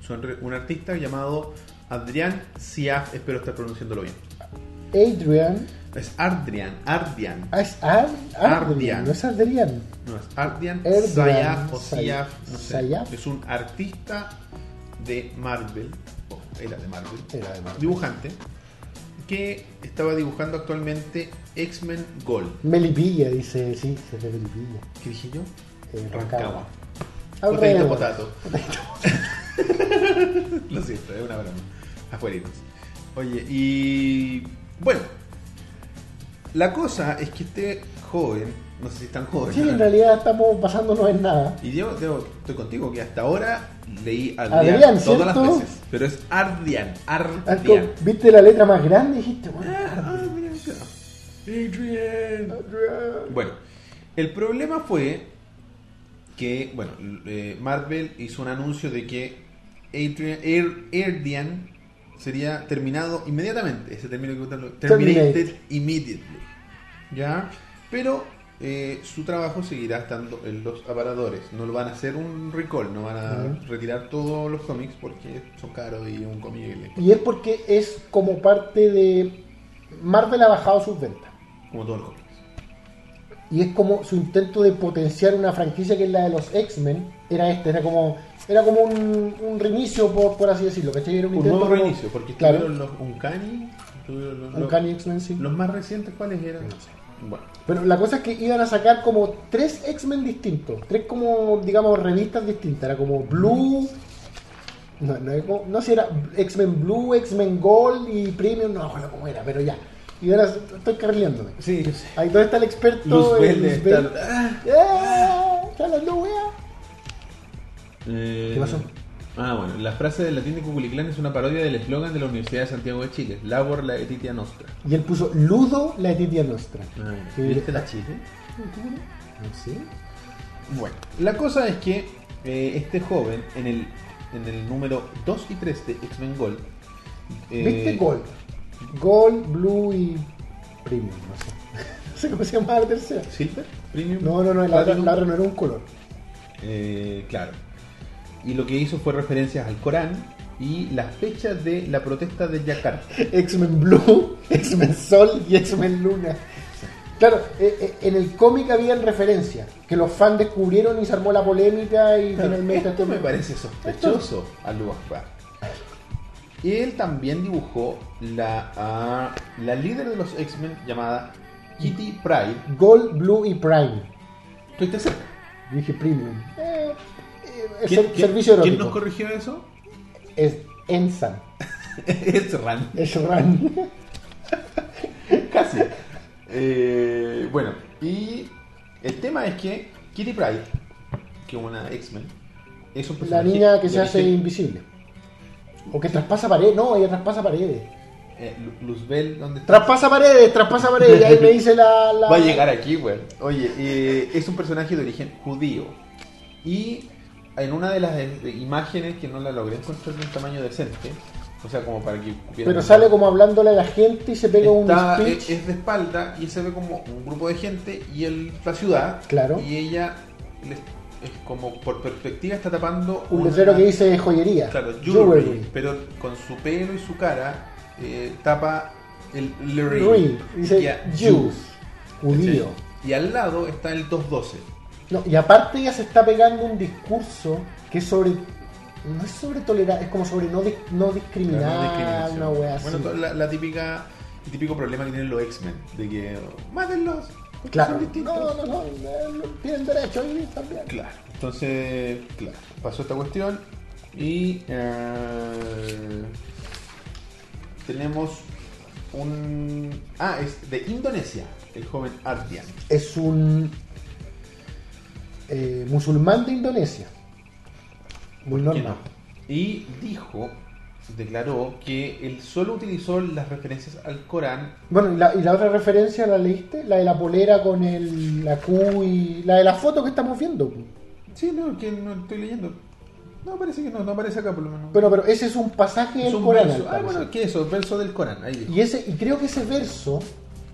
S1: Sobre un artista llamado Adrián Siaf, espero estar pronunciándolo bien.
S2: Adrian.
S1: Es Adrián, Ardian.
S2: Ah, es Ar, Adrian.
S1: Adrian.
S2: No es Adrian.
S1: No, es Ardian
S2: Erdian,
S1: Sayaf o
S2: Say-
S1: Sayaf, no sé.
S2: Sayaf.
S1: Es un artista de Marvel, o era de Marvel,
S2: Era de Marvel.
S1: dibujante, que estaba dibujando actualmente X-Men Gold.
S2: Melipilla, dice. Sí, sí, es de Melipilla.
S1: ¿Qué dije yo?
S2: Eh,
S1: Rancagua. Potato,
S2: Alrededor.
S1: potato. Lo siento, es una broma. Afueritos. Oye, y. Bueno. La cosa es que este joven, no sé si es tan joven.
S2: Sí, en
S1: ¿no?
S2: realidad estamos basándonos en nada.
S1: Y yo tengo- estoy contigo que hasta ahora leí
S2: Adrián,
S1: Adrián todas
S2: ¿cierto?
S1: las veces. Pero es Ardian,
S2: Ah,
S1: Ardian.
S2: tú Viste la letra más grande y dijiste, bueno,
S1: Ah,
S2: Adrian.
S1: mira, claro. Adrián. Bueno, el problema fue que, bueno, eh, Marvel hizo un anuncio de que Adrian, Er- Erdian sería terminado inmediatamente. Ese término que usan- Terminated
S2: Terminate.
S1: immediately. ¿Ya? Pero eh, su trabajo seguirá estando en los aparadores. No lo van a hacer un recall, no van a
S2: Ujú.
S1: retirar todos los cómics porque son caros y un cómic. que le-
S2: Y es porque es como parte de. Marvel ha bajado sus ventas.
S1: Como todos los cómics.
S2: Y es como su intento de potenciar una franquicia que es la de los X-Men. Era este, era como. Era como un, un reinicio, por, por así decirlo. ¿Cachai? Era un,
S1: Un
S2: intento
S1: nuevo
S2: como-
S1: reinicio, porque
S2: claro.
S1: estuvieron los Uncanny. estuvieron los- los-
S2: Uncanny X-Men, sí.
S1: ¿Los más recientes cuáles eran?
S2: No sé.
S1: Bueno,
S2: Pero la cosa es que iban a sacar como tres X-Men distintos. Tres como, digamos, revistas distintas. Era como Blue. No, no, es como- no sé si era X-Men Blue, X-Men Gold y Premium. No me acuerdo cómo era, pero ya. Y ahora estoy carrileándome.
S1: sí, yo sé.
S2: Ahí ¿dónde está el experto.
S1: Luz
S2: Eh,
S1: Verde
S2: Luz Bell.
S1: está-
S2: ¡Ah! ¡Está hablando, wea!
S1: Eh,
S2: ¿Qué pasó?
S1: Ah, bueno, la frase del latín de Cuculiclán es una parodia del eslogan de la Universidad de Santiago de Chile, Labor la Etitia Nostra. Ah,
S2: Y él puso Ludo la Etitia Nostra. Sí,
S1: ¿Viste la Chile?
S2: ¿Sí?
S1: Bueno, la cosa es que eh, este joven, en el, en el número 2 y 3 de X-Men Gold, eh,
S2: ¿Viste Gold? Gold, Blue y Premium, no sé. no sé cómo se llamaba la tercera.
S1: ¿Silver? ¿Premium?
S2: No, no, no, la otra,
S1: Platinum.
S2: la otra no era un color.
S1: Eh, claro. Y lo que hizo fue referencias al Corán y las fechas de la protesta de Yakarta.
S2: X-Men Blue, X-Men Sol y X-Men Luna. Claro, eh, eh, en el cómic había referencia, que los fans descubrieron y se armó la polémica y
S1: Claro,
S2: finalmente... este
S1: esto me parece sospechoso al Lubaspar. Y él también dibujó la, ah, la líder de los X-Men llamada Kitty Pride.
S2: Gold, Blue y Prime.
S1: Estoy cerca.
S2: Yo Dije Premium. Eh, eh, es
S1: ¿Quién-
S2: ser-
S1: quién-
S2: servicio
S1: ¿Quién nos
S2: erótico.
S1: corrigió eso?
S2: es Ensan.
S1: es Ran.
S2: Es Ran.
S1: Casi. Eh, bueno, y el tema es que Kitty Pride, que es una X-Men, es un
S2: La
S1: personaje
S2: niña que
S1: de
S2: se hace
S1: origen-
S2: invisible. O que traspasa paredes. No, ella traspasa paredes.
S1: eh, Lu- Luzbel, ¿dónde está?
S2: Traspasa paredes, traspasa paredes, y ahí me dice la. la-
S1: Va a llegar aquí, weón. Oye, eh, es un personaje de origen judío. Y en una de las eh, imágenes que no la logré encontrar de un tamaño decente, o sea, como para que cupieran-
S2: Pero sale como hablándole a la gente y se pega
S1: Está- eh,
S2: un
S1: es,
S2: speech.
S1: es de espalda y se ve como un grupo de gente y el, la ciudad.
S2: Claro.
S1: Y ella les- es como por perspectiva está tapando
S2: un
S1: una-
S2: letrero que dice joyería.
S1: Claro, jewelry,
S2: Jewelry.
S1: pero con su pelo y su cara eh, tapa el lery.
S2: Ruin. Dice
S1: Y a-
S2: Jews.
S1: ¿cachai?
S2: Judío.
S1: Y al lado está el 212.
S2: No, y aparte ella se está pegando un discurso que es sobre. No es sobre tolerar, es como sobre no, dis- no discriminar,
S1: La no discriminación.
S2: una wea así.
S1: Bueno, to- la, la típica, el típico problema que tienen los X-Men, de que mátenlos, porque
S2: claro.
S1: son distintos.
S2: No, no, no, no, tienen derecho a vivir también.
S1: Claro, entonces, claro, pasó esta cuestión y eh, tenemos un... Ah, es de Indonesia, el joven Ardian.
S2: Es un eh, musulmán de Indonesia. Muy normal.
S1: Y dijo, declaró que él solo utilizó las referencias al Corán.
S2: Bueno, y la, y la otra referencia la leíste, la de la polera con el, la Q y la de la foto que estamos viendo. pues.
S1: Sí, no, que no estoy leyendo. No, parece que no, no aparece acá por lo menos.
S2: Pero, pero ese es un pasaje
S1: es
S2: del
S1: un
S2: Corán.
S1: verso.
S2: al
S1: Ah, bueno,
S2: parecer.
S1: ¿qué es eso? Verso del Corán, ahí dijo.
S2: y ese y creo que ese verso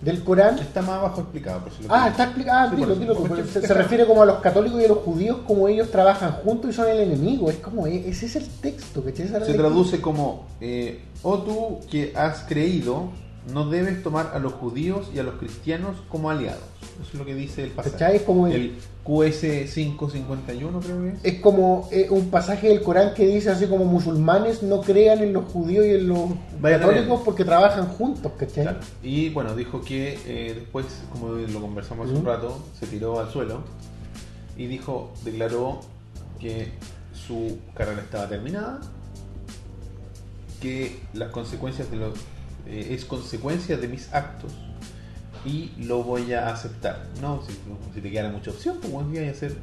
S2: del Corán
S1: Está más abajo explicado, por si lo
S2: Ah,
S1: quieren.
S2: está explicado. Ah,
S1: Sí,
S2: dilo,
S1: por
S2: dilo
S1: eso.
S2: tú,
S1: Porque
S2: pero se, se
S1: deja-
S2: refiere como a los católicos y a los judíos, como ellos trabajan juntos y son el enemigo. Es como, e- ese es el texto, ¿cachai? Esa es la
S1: Se
S2: lectura.
S1: traduce como, eh, oh tú que has creído, no debes tomar a los judíos y a los cristianos como aliados. Eso es lo que dice el pasaje.
S2: ¿Cachai? Es como el-
S1: el QS551 creo que es.
S2: Es como eh, un pasaje del Corán que dice así como musulmanes no crean en los judíos y en los
S1: Vayan a
S2: católicos
S1: leer.
S2: porque trabajan juntos, ¿cachai?
S1: Claro. Y bueno, dijo que eh, después, como lo conversamos hace un
S2: Ujú.
S1: rato, se tiró al suelo y dijo, declaró que su carrera estaba terminada, que las consecuencias de los eh, es consecuencia de mis actos y lo voy a aceptar. No, si, no, si te quedara mucha opción, pues bueno, ¿qué voy a hacer.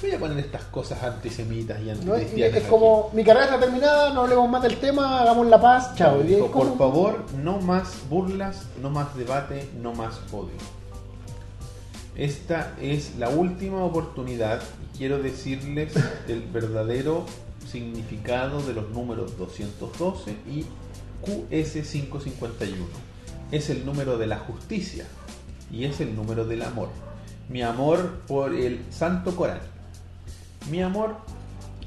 S1: Voy a poner estas cosas antisemitas y
S2: ¿No? Y
S1: anticristianas.
S2: es
S1: aquí.
S2: como, mi carrera está terminada, no hablemos más del tema, hagamos la paz, chao. Y es
S1: Dijo,
S2: como-
S1: por favor, no más burlas, no más debate, no más odio. Esta es la última oportunidad y quiero decirles el verdadero significado de los números 212 y QS551. Es el número de la justicia y es el número del amor. Mi amor por el Santo Corán. Mi amor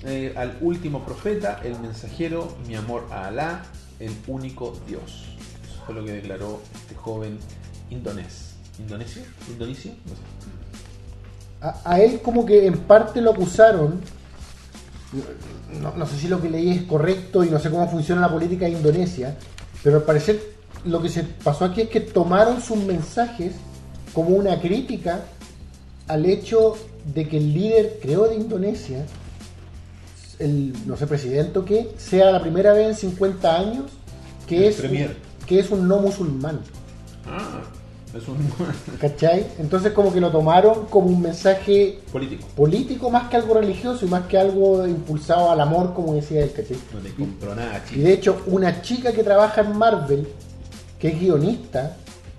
S1: eh, al último profeta, el mensajero, mi amor a Alá, el único Dios. Eso fue lo que declaró este joven indonés. ¿Indonesio? ¿Indonesio? No sé.
S2: A, a él como que en parte lo acusaron. No, no sé si lo que leí es correcto y no sé cómo funciona la política de Indonesia, pero al parecer lo que se pasó aquí es que tomaron sus mensajes como una crítica al hecho de que el líder, creo, de Indonesia, el no sé, presidente o qué, sea la primera vez en 50 años
S1: El
S2: que, es un,
S1: premier.
S2: que es un no musulmán.
S1: Ah, es un
S2: ¿Cachai? Entonces como que lo tomaron como un mensaje
S1: político.
S2: político más que algo religioso y más que algo impulsado al amor, como decía él, ¿cachai?
S1: No te compró nada,
S2: Y
S1: chico.
S2: de hecho, una chica que trabaja en Marvel, que es guionista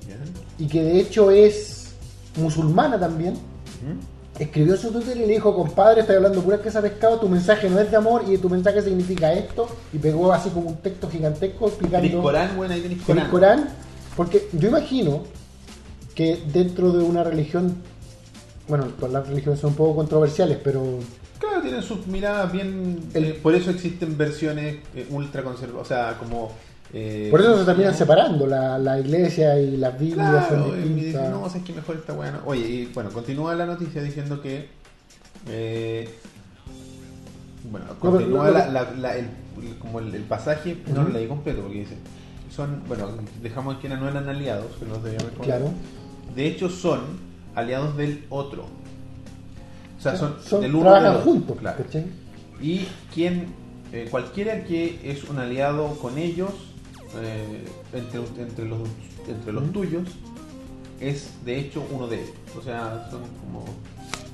S1: ¿Ya?
S2: y que de hecho es musulmana también,
S1: Ujú.
S2: escribió su Twitter y le dijo, compadre, estoy hablando pura que pescado, tu mensaje no es de amor y tu mensaje significa esto, y pegó así como un texto gigantesco
S1: Tenés
S2: explicando
S1: Corán, bueno, ahí tenés
S2: el
S1: Corán.
S2: Corán, porque yo imagino que dentro de una religión, bueno, todas las religiones son un poco controversiales, pero
S1: Claro, tienen sus miradas bien.
S2: El-
S1: eh, por eso existen versiones ultra conservadoras. O sea, como. eh,
S2: Por eso
S1: ¿cómo
S2: se terminan
S1: llama?
S2: separando la, la iglesia y las Biblias
S1: Claro,
S2: son
S1: y me dice,
S2: distintas.
S1: no, es que mejor esta weá. no". Oye, y bueno, continúa la noticia diciendo que. eh, bueno,
S2: pero-
S1: continúa
S2: no,
S1: la-
S2: no.
S1: la- la- el, el- como el, el pasaje, no lo
S2: Ujú.
S1: leí completo porque dice. Son, bueno, dejamos que no eran aliados, que no los debíamos recordar.
S2: Claro.
S1: De hecho, son aliados del otro. O sea, son,
S2: Son-
S1: del uno
S2: trabajan
S1: del otro,
S2: juntos,
S1: claro.
S2: ¿cachai?
S1: Y quien, eh, cualquiera que es un aliado con ellos, eh, entre, entre los, entre los tuyos, es de hecho uno de ellos. O sea, son como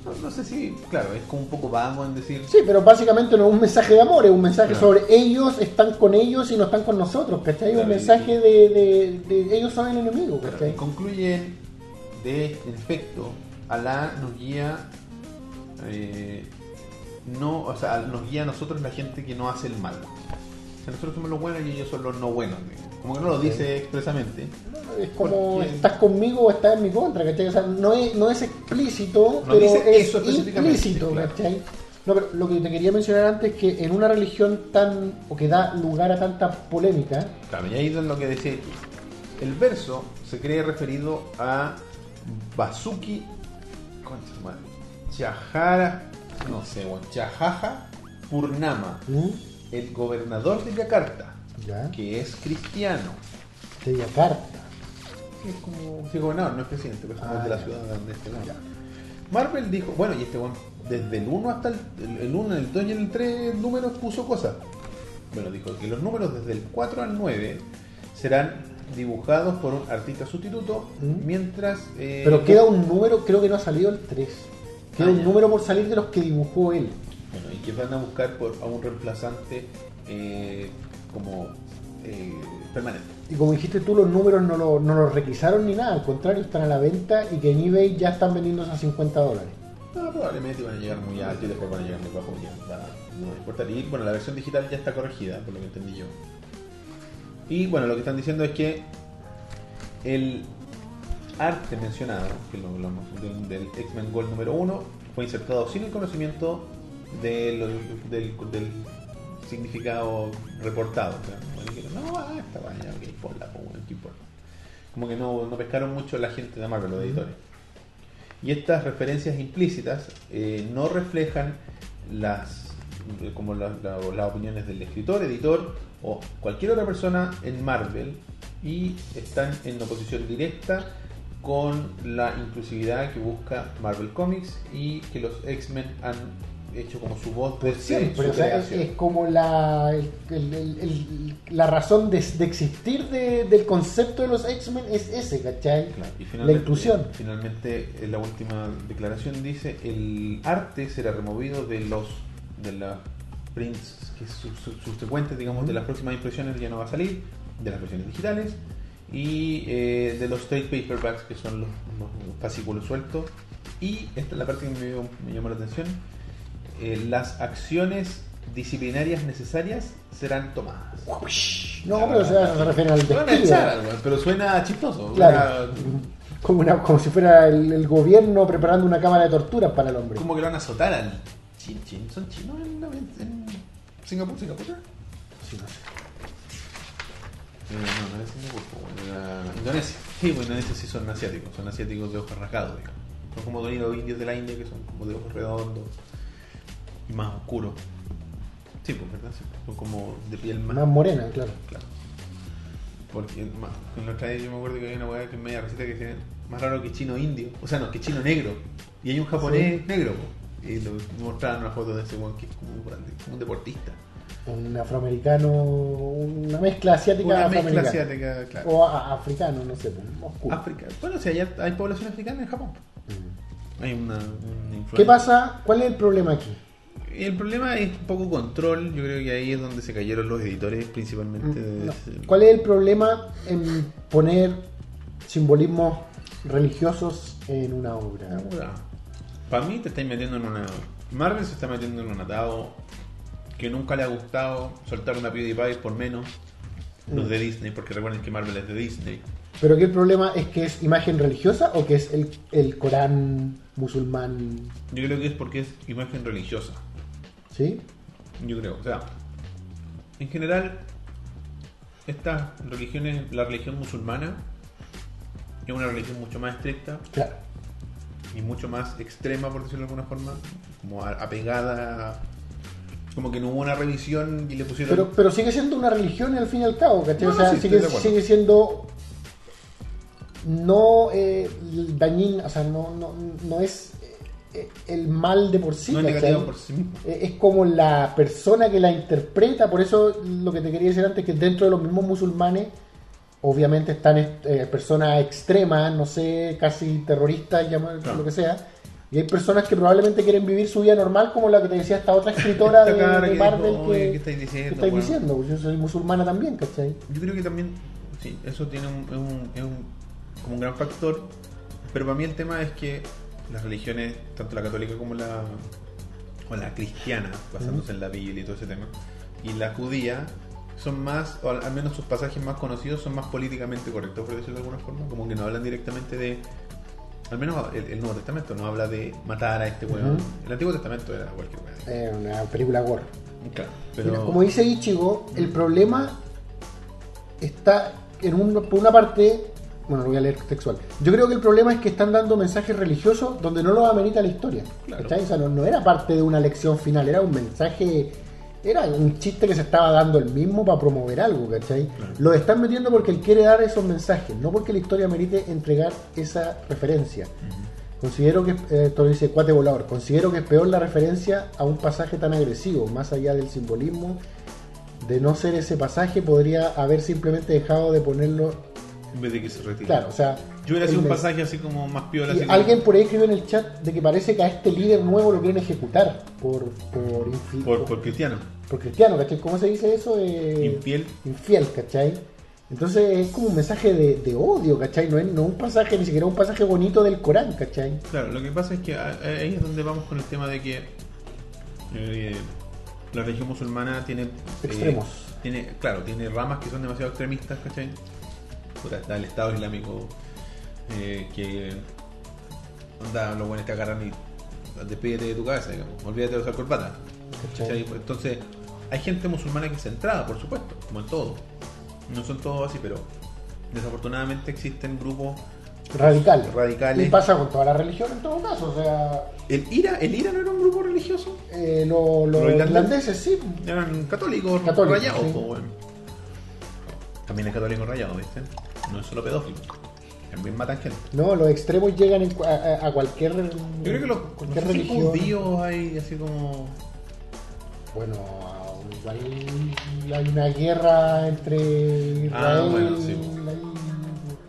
S1: No, no sé si, claro, es como un poco vago en decir.
S2: Sí, pero básicamente no es un mensaje de amor, es un mensaje
S1: Claro.
S2: sobre ellos están con ellos y no están con nosotros, ¿cachai? Es
S1: Claro,
S2: un
S1: y-
S2: mensaje de, de- de ellos son el enemigo,
S1: Claro,
S2: ¿cachai?
S1: y concluyen de, en efecto, Alá nos guía. eh, no, o sea, nos guía a nosotros la gente que no hace el mal. O sea, nosotros somos los buenos y ellos son los no buenos. digamos. Como que no lo
S2: Ok.
S1: dice expresamente.
S2: Es como
S1: Porque-
S2: estás conmigo o estás en mi contra, ¿cachai? O sea, no es, no es explícito,
S1: No
S2: pero
S1: dice
S2: es
S1: eso específicamente,
S2: implícito,
S1: sí, claro.
S2: ¿cachai? No, pero lo que te quería mencionar antes es que en una religión tan, o que da lugar a tanta polémica,
S1: Claro, y ahí es lo que decía tú. El verso se cree referido a Basuki. Concha su madre. Chahara. No sé, weón, Chajaja Purnama.
S2: ¿Mm?
S1: El gobernador de Yakarta,
S2: ya,
S1: que es cristiano.
S2: de Yakarta.
S1: Es como. Sí, gobernador, no es presidente, pero es como
S2: Ah,
S1: de la
S2: ya.
S1: ciudad donde este weón. Marvel dijo, bueno, y este weón, desde el 1 hasta el, el, 1, el 2 y el 3 números puso cosas. Bueno, dijo que los números desde el 4 al 9 serán dibujados por un artista sustituto,
S2: ¿Mm?
S1: mientras... eh,
S2: Pero queda un número, creo que no ha salido el 3. Queda
S1: Ah,
S2: un
S1: ya.
S2: número por salir de los que dibujó él.
S1: Bueno, y que van a buscar por, a un reemplazante eh, como eh, permanente.
S2: Y como dijiste tú, los números no, lo- no los requisaron ni nada, al contrario, están a la venta y que en eBay ya están vendiéndose a 50 dólares.
S1: No, probablemente van a llegar muy alto y después van a llegar muy bajo. ya va, no me importa. Y bueno, la versión digital ya está corregida, por lo que entendí yo. Y bueno, lo que están diciendo es que el arte mencionado, que lo hablamos del, del X-Men Gold número 1, fue insertado sin el conocimiento de lo- del, del significado reportado. O sea, bueno, dijeron, no, ah, esta vaina, ok, ponla, pues, bueno, ¿qué importa? Como que no, no pescaron mucho la gente de Marvel, los editores. Y estas referencias implícitas eh, no reflejan las como la- la- las opiniones del escritor, editor o cualquier otra persona en Marvel y están en oposición directa con la inclusividad que busca Marvel Comics y que los X-Men han hecho como su voz desde
S2: Siempre,
S1: su
S2: Pues o sea, es,
S1: creación.
S2: es como la, el- el- el- el- la razón de, de existir de- del concepto de los X-Men es ese, ¿cachai?
S1: Claro, y
S2: La inclusión.
S1: Finalmente, en la última declaración dice: el arte será removido de los de las prints que su- su- subsecuentes, digamos, de las próximas impresiones ya no va a salir, de las versiones digitales y eh, de los trade paperbacks que son los, los fascículos sueltos. Y esta es la parte que me, dio- me llamó la atención: eh, las acciones disciplinarias necesarias serán tomadas.
S2: No, pero o sea, se refieren al
S1: Lo van a
S2: despido.
S1: echar, pero suena chistoso.
S2: Claro.
S1: suena-
S2: Como, una- como si fuera el, el gobierno preparando una cámara de tortura para el hombre.
S1: Como que lo van a azotar al chin chin. ¿Son chinos en, en Singapur? ¿Singapur? era?
S2: Sí, no sé.
S1: Eh, no, no era Singapur, po, bueno, era Indonesia. Sí, pues Indonesia sí son asiáticos, son asiáticos de ojos rasgados, digamos. Son como de los indios de la India que son como de ojos redondos y más oscuros. Sí, pues, ¿verdad? Sí, pues, son como de piel más
S2: Más morena, claro.
S1: Claro. Porque ma- con los trajes yo me acuerdo que había una weá que es media receta que decía más raro que chino indio. O sea, no, que chino negro. Y hay un japonés negro. po. Y lo mostraron una foto de ese weón que es como un, grande, como un deportista.
S2: Un afroamericano, una mezcla asiática
S1: Una mezcla
S2: afroamericana.
S1: asiática, claro.
S2: O a- a- africano, no sé, pues, oscuro.
S1: África. Bueno, si hay, hay población africana en Japón.
S2: Mm.
S1: Hay una, una influencia.
S2: ¿Qué pasa? ¿Cuál es el problema aquí?
S1: Y El problema es un poco control. Yo creo que ahí es donde se cayeron los editores principalmente. de
S2: Mm, No.
S1: ese-
S2: ¿Cuál es el problema en poner simbolismos religiosos en una obra?
S1: Para mí te estáis metiendo en una. Marvel se está metiendo en un atado que nunca le ha gustado soltar una PewDiePie por menos. Los de Disney, porque recuerden que Marvel es de Disney.
S2: ¿Pero qué el problema es que es imagen religiosa o que es el, el Corán musulmán?
S1: Yo creo que es porque es imagen religiosa.
S2: ¿Sí?
S1: Yo creo, o sea, en general, estas religiones, la religión musulmana es una religión mucho más estricta
S2: Claro.
S1: y mucho más extrema, por decirlo de alguna forma, como a- apegada. a- Como que no hubo una revisión y le pusieron.
S2: Pero, pero sigue siendo una religión al fin y al cabo, ¿cachai?
S1: No,
S2: o sea,
S1: sí, estoy
S2: sigue,
S1: de acuerdo.
S2: sigue siendo no eh, dañina, o sea, no, no, no es eh, el mal de por sí,
S1: no es
S2: ¿cachai?
S1: negativo por sí mismo.
S2: Eh, es como la persona que la interpreta, por eso lo que te quería decir antes, que dentro de los mismos musulmanes, obviamente están eh, personas extremas, no sé, casi terroristas, llama-
S1: Claro.
S2: lo que sea, Y hay personas que probablemente quieren vivir su vida normal, como la que te decía esta otra escritora de,
S1: Esta cara
S2: de
S1: que
S2: Marvel
S1: dijo, "Oye,
S2: que,
S1: ¿qué estáis diciendo,
S2: que estáis
S1: weón?"
S2: diciendo, pues yo soy musulmana también, ¿cachai?
S1: Yo creo que también, sí, eso tiene un, es un- es un- como un gran factor. Pero para mí el tema es que las religiones, tanto la católica como la, o la cristiana, basándose en la Biblia y todo ese tema, y la judía, son más, o al, al menos sus pasajes más conocidos, son más políticamente correctos, por decirlo de alguna forma, como que no hablan directamente de. Al menos el, el Nuevo Testamento no habla de matar a este weón.
S2: Ujú.
S1: El Antiguo Testamento era cualquier weón.
S2: Es Eh, una película gore.
S1: Claro, pero.
S2: Mira, como dice Ichigo, el problema está en un, por una parte, bueno, lo voy a leer textual. Yo creo que el problema es que están dando mensajes religiosos donde no lo amerita la historia.
S1: Claro.
S2: ¿cachai? O sea, no, no era parte de una lección final, era un mensaje, era un chiste que se estaba dando el mismo para promover algo, ¿cachai?
S1: Claro.
S2: Lo están metiendo porque él quiere dar esos mensajes, no porque la historia merite entregar esa referencia. Considero que, eh, esto lo dice Cuate Volador, considero que es peor la referencia a un pasaje tan agresivo, más allá del simbolismo. De no ser ese pasaje, podría haber simplemente dejado de ponerlo.
S1: en vez de que se retire.
S2: Claro, o sea.
S1: Yo hubiera
S2: el
S1: sido un
S2: men-
S1: pasaje así como más piola.
S2: y
S1: así como-
S2: alguien por ahí escribió en el chat de que parece que a este líder nuevo lo quieren ejecutar por por, infi-
S1: Por, por cristiano.
S2: por cristiano, ¿cachai? ¿Cómo se dice eso? Eh,
S1: Infiel.
S2: infiel, ¿cachai? Entonces es como un mensaje de, de odio, ¿cachai? No es no un pasaje, ni siquiera un pasaje bonito del Corán, ¿cachai?
S1: Claro, lo que pasa es que a- a- ahí es donde vamos con el tema de que eh, la religión musulmana tiene. eh,
S2: Extremos.
S1: tiene, claro, tiene ramas que son demasiado extremistas, ¿cachai? Puta, está el Estado Islámico eh, que. Onda, los buenos te agarran y. Despídete de tu casa, digamos. Olvídate de usar corbata.
S2: ¿Cachai?
S1: ¿Cachai? Entonces, hay gente musulmana que es centrada, por supuesto, como en todo. No son todos así, pero desafortunadamente existen grupos
S2: Radical.
S1: Radicales.
S2: Y pasa con toda la religión en todo caso, o sea,
S1: ¿El IRA, el IRA no era un grupo religioso?
S2: eh, lo- los
S1: Los irlandeses.
S2: irlandeses sí.
S1: Eran católicos,
S2: Católicos,
S1: rayados.
S2: sí.
S1: po, weón. También es católico rayado, ¿viste? No es solo pedófilo. También matan gente.
S2: No, los extremos llegan en cu- a, a- a cualquier.
S1: Yo creo que los no
S2: cualquier
S1: sé si
S2: religión.
S1: judíos hay así como...
S2: Bueno, igual hay una guerra entre Israel,
S1: Ah, bueno, sí.
S2: hay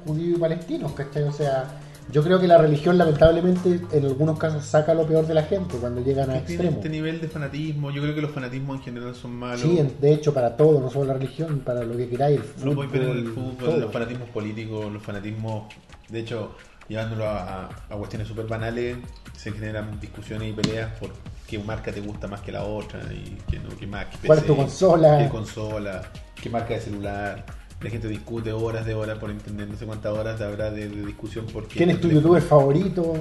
S2: judíos y palestinos, ¿cachai? O sea, yo creo que la religión lamentablemente en algunos casos saca lo peor de la gente cuando llegan a
S1: que tienen
S2: extremos.
S1: este nivel de fanatismo. Yo creo que los fanatismos en general son malos.
S2: Sí, en- de hecho para todo, no solo la religión, para lo que queráis, el
S1: No
S2: fútbol,
S1: voy a ver el fútbol,
S2: todo.
S1: los fanatismos políticos, los fanatismos, de hecho, llevándolo a, a- a cuestiones súper banales, se generan discusiones y peleas por qué marca te gusta más que la otra, y que no, que más, que
S2: ¿Cuál es tu consola?
S1: qué consola, qué marca de celular. La gente discute horas de horas por entender no sé cuántas horas habrá de, de discusión porque...
S2: ¿Quién es tu youtuber favorito?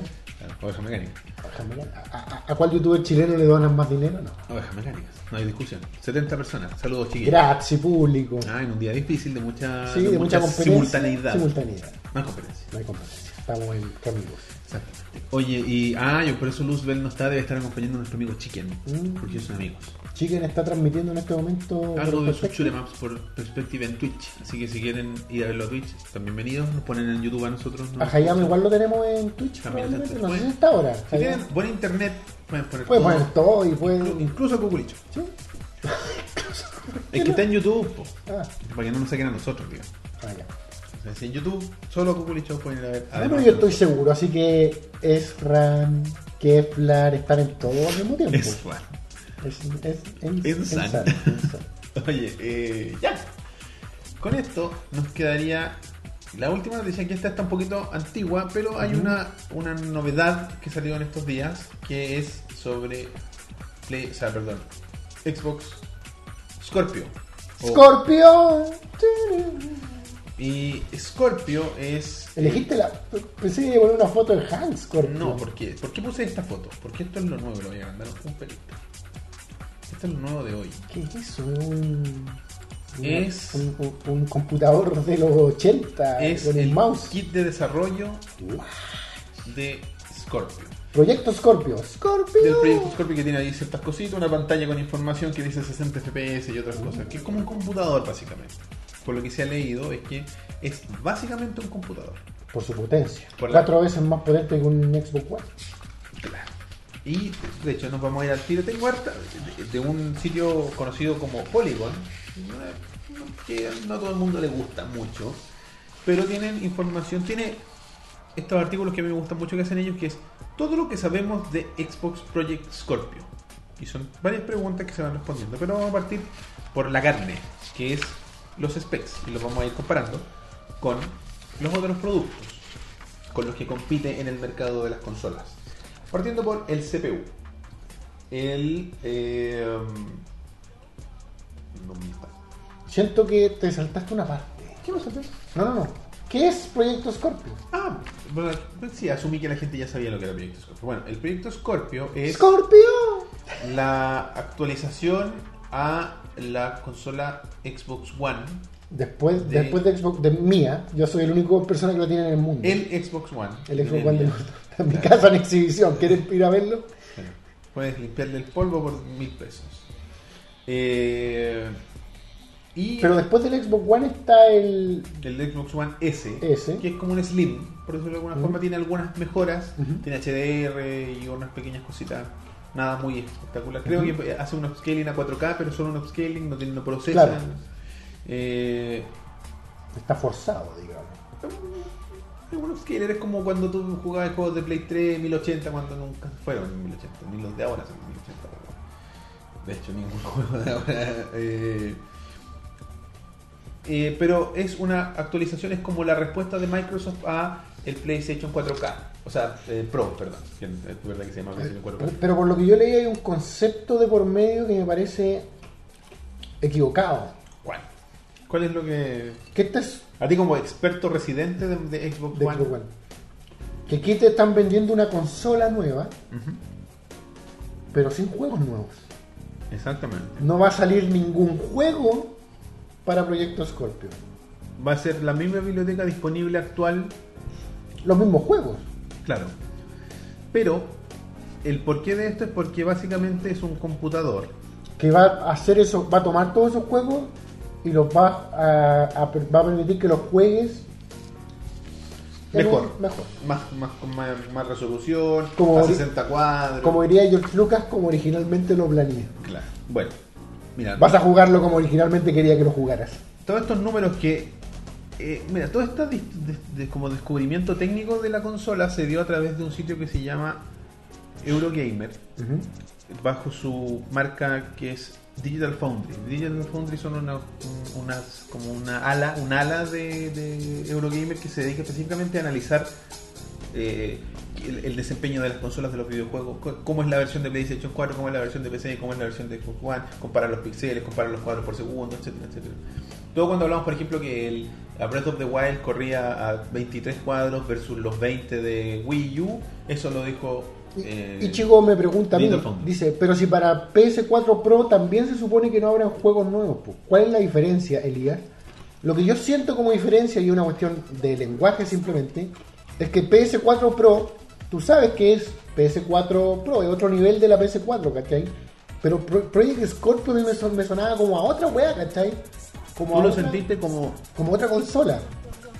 S1: Ovejas mecánicas.
S2: Oveja Mecánica. ¿A, a- a cuál youtuber chileno le donan más dinero? No.
S1: Ovejas mecánicas. No hay discusión. 70 personas. Saludos chiquillos.
S2: Grazie, público.
S1: Ah, en un día difícil Ah, de mucha,
S2: sí, de mucha competencia.
S1: simultaneidad.
S2: Simultaneidad.
S1: Más competencia.
S2: No hay competencia. Estamos en caminos.
S1: Exactamente. Oye, y. Ah, yo por eso Luzbel no está, debe estar acompañando a nuestro amigo Chicken.
S2: Mm.
S1: Porque son amigos.
S2: Chicken está transmitiendo en este momento.
S1: Algo
S2: por
S1: de sus
S2: Perfecto.
S1: chulemaps por Perspective en Twitch. Así que si quieren ir a verlo a Twitch, están bienvenidos. Nos ponen en YouTube a nosotros. ¿no?
S2: A Hayam igual lo tenemos en Twitch.
S1: También está en
S2: probablemente.
S1: Twitch.
S2: No sé si
S1: Pueden-
S2: está ahora.
S1: Si
S2: Hayam.
S1: tienen buen internet, pueden poner.
S2: Puede
S1: todo,
S2: poner todo y puede.
S1: Incluso a Cuculicho.
S2: ¿Sí?
S1: Es que está en YouTube, po,
S2: Ah,
S1: para que no nos saquen a nosotros, digamos.
S2: ah, ya.
S1: O sea, si en YouTube solo a Cuculicho pueden ir a ver.
S2: Ah, pero
S1: además
S2: yo
S1: de
S2: estoy
S1: nosotros.
S2: seguro, así que Esran, Keflar están en todo al mismo tiempo.
S1: Es raro.
S2: Es, es, es-
S1: Insan.
S2: insano, insano.
S1: Oye, eh, ya. Con esto nos quedaría la última noticia que esta está un poquito antigua, pero hay
S2: Ujú.
S1: una, una novedad que salió en estos días que es sobre Play, o sea, perdón, Xbox Scorpio. O-
S2: Scorpio.
S1: y Scorpio es
S2: Elegiste la. Pensé que iba a poner una foto de Hank Scorpio.
S1: No, ¿por qué? ¿Por qué puse esta foto? Porque esto es lo nuevo, lo voy a mandar un pelito. Esto es lo nuevo de hoy.
S2: ¿Qué es eso? Un,
S1: Es-
S2: un, un- un computador de los 80
S1: Es
S2: con el
S1: el
S2: mouse.
S1: kit de desarrollo de Scorpio.
S2: Proyecto Scorpio. Scorpio.
S1: del proyecto Scorpio que tiene ahí ciertas cositas, una pantalla con información que dice 60 FPS y otras cosas, que es como un computador básicamente. Por lo que se ha leído es que es básicamente un computador.
S2: Por su potencia.
S1: Por la-
S2: Cuatro veces más potente que un Xbox One.
S1: Claro. Y de hecho nos vamos a ir al tiro. Tengo harta de, de un sitio conocido como Polygon, no- no- que no a todo el mundo le gusta mucho, pero tienen información, tiene estos artículos que a mí me gustan mucho que hacen ellos, que es todo lo que sabemos de Xbox Project Scorpio. Y son varias preguntas que se van respondiendo, pero vamos a partir por la carne, que es los specs, y los vamos a ir comparando con los otros productos con los que compite en el mercado de las consolas. Partiendo por el CPU. El... eh, no me acuerdo.
S2: Siento que te saltaste una parte.
S1: ¿Qué me salté?
S2: No, no, no. ¿Qué es Proyecto Scorpio?
S1: Ah, bueno, sí, asumí que la gente ya sabía lo que era el Proyecto Scorpio. Bueno, el Proyecto Scorpio es
S2: ¡Scorpio!
S1: la actualización a la consola Xbox One.
S2: Después,
S1: De-
S2: después de Xbox, de mía, yo soy el único persona que lo tiene en el mundo.
S1: El Xbox One.
S2: El Xbox
S1: Bien,
S2: One de
S1: bien.
S2: nosotros. Está en mi casa en exhibición. ¿Quieren ir a verlo?
S1: Bueno, puedes limpiarle el polvo por mil pesos. Eh, y
S2: Pero después del Xbox One está el.
S1: el Xbox One S,
S2: S.
S1: que es como un Slim, por decirlo de alguna
S2: Ujú.
S1: forma, tiene algunas mejoras,
S2: Ujú.
S1: tiene HDR y unas pequeñas cositas. Nada muy espectacular. Creo
S2: Ujú.
S1: que hace un upscaling a 4K, pero solo un upscaling, no tiene no procesa.
S2: Claro.
S1: Eh,
S2: Está forzado, digamos.
S1: Un upscaler es como cuando tú jugabas juegos de Play 3 1080 cuando nunca fueron en 1080, ni los de ahora son 1080. pero- De hecho, ningún juego de ahora. eh, eh, pero es una actualización, es como la respuesta de Microsoft a el PlayStation 4K. O sea, eh, Pro, perdón. que Es verdad que se llama PlayStation 4K.
S2: Pero, pero por lo que yo leí hay un concepto de por medio que me parece equivocado.
S1: ¿Cuál? ¿Cuál es lo que...
S2: Que este es
S1: A ti como experto residente de, de Xbox
S2: de
S1: One...
S2: Xbox One. Que aquí te están vendiendo una consola nueva,
S1: Ujú,
S2: pero sin juegos nuevos.
S1: Exactamente.
S2: No va a salir ningún juego para Proyecto Scorpio.
S1: Va a ser la misma biblioteca disponible actual
S2: Los mismos juegos.
S1: Claro. Pero el porqué de esto es porque básicamente es un computador.
S2: Que va a hacer eso, va a tomar todos esos juegos y los va a, a- va a permitir que los juegues en un-
S1: Mejor.
S2: mejor.
S1: Más, más, con más, más resolución,
S2: Como
S1: a
S2: ori-
S1: 60 cuadros.
S2: Como diría George Lucas, como originalmente lo planeé.
S1: Claro. Bueno, mira,
S2: Vas a jugarlo como originalmente quería que lo jugaras.
S1: todos estos números que. eh, mira, todo este dis- de- de- como descubrimiento técnico de la consola se dio a través de un sitio que se llama Eurogamer, bajo su marca que es Digital Foundry. Digital Foundry son una, un- unas, como una ala, un ala de, de Eurogamer que se dedica específicamente a analizar eh, el, el desempeño de las consolas de los videojuegos, co- cómo es la versión de PlayStation 4, cómo es la versión de PC, cómo es la versión de Xbox One, comparar los píxeles, comparar los cuadros por segundo, etcétera, etcétera. Todo cuando hablamos, por ejemplo, que el a Breath of the Wild corría a 23 cuadros versus los 20 de Wii U, eso lo dijo...
S2: Y-
S1: eh,
S2: Ichigo me pregunta a mí,
S1: Little Phone.
S2: dice, pero si para PS4 Pro también se supone que no habrán juegos nuevos, po. ¿cuál es la diferencia, Elías? Lo que yo siento como diferencia, y una cuestión de lenguaje simplemente, es que PS4 Pro, tú sabes que es PS4 Pro, es otro nivel de la PS4, ¿cachai? Pero Pro- Project Scorpio a mí me, son- me sonaba como a otra wea, ¿cachai? Como
S1: Tú
S2: a
S1: lo
S2: otra-
S1: sentiste como
S2: Como otra consola.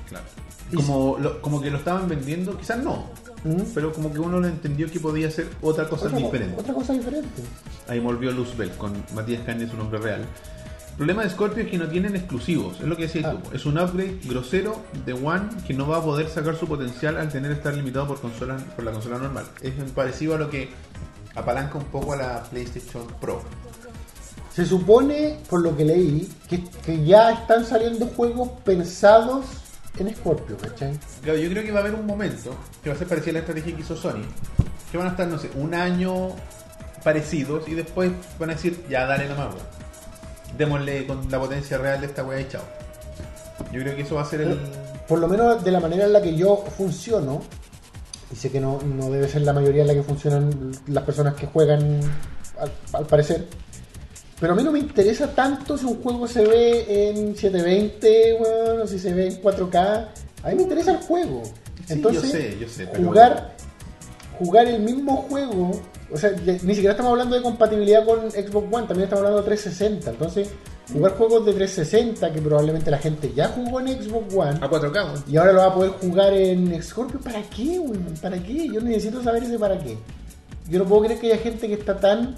S1: Claro.
S2: Y
S1: Como, lo- como que lo estaban vendiendo, quizás no,
S2: ¿Mm?
S1: pero como que uno lo entendió que podía ser otra cosa
S2: Otra co-
S1: diferente.
S2: otra cosa diferente.
S1: Ahí volvió Luzbel con Matías Caña, su nombre real. El problema de Scorpio es que no tienen exclusivos, es lo que decías
S2: Ah.
S1: tú. Es un upgrade grosero de One que no va a poder sacar su potencial al tener estar limitado por, consola, por la consola normal. Es parecido a lo que apalanca un poco a la PlayStation Pro.
S2: Se supone, por lo que leí, que, que ya están saliendo juegos pensados en Scorpio, ¿cachai?
S1: Claro, yo creo que va a haber un momento que va a ser parecido a la estrategia que hizo Sony. Que van a estar, no sé, un año parecidos y después van a decir, ya dale nomás, weón. Démosle con la potencia real de esta weá y chao. Yo creo que eso va a ser el.
S2: Por lo menos de la manera en la que yo funciono, y sé que no, no debe ser la mayoría en la que funcionan las personas que juegan, al, al parecer, pero a mí no me interesa tanto si un juego se ve en 720, bueno, si se ve en 4K, a mí me interesa el juego.
S1: Sí, yo sé, yo sé, pero-
S2: jugar jugar el mismo juego, o sea, ya- ni siquiera estamos hablando de compatibilidad con Xbox One, también estamos hablando de 360. Entonces, jugar juegos de 360 que probablemente la gente ya jugó en Xbox One
S1: A 4K, weón.
S2: y ahora lo va a poder jugar en Scorpio, ¿para qué? weón? ¿Para qué? Yo necesito saber ese para qué. Yo no puedo creer que haya gente que está tan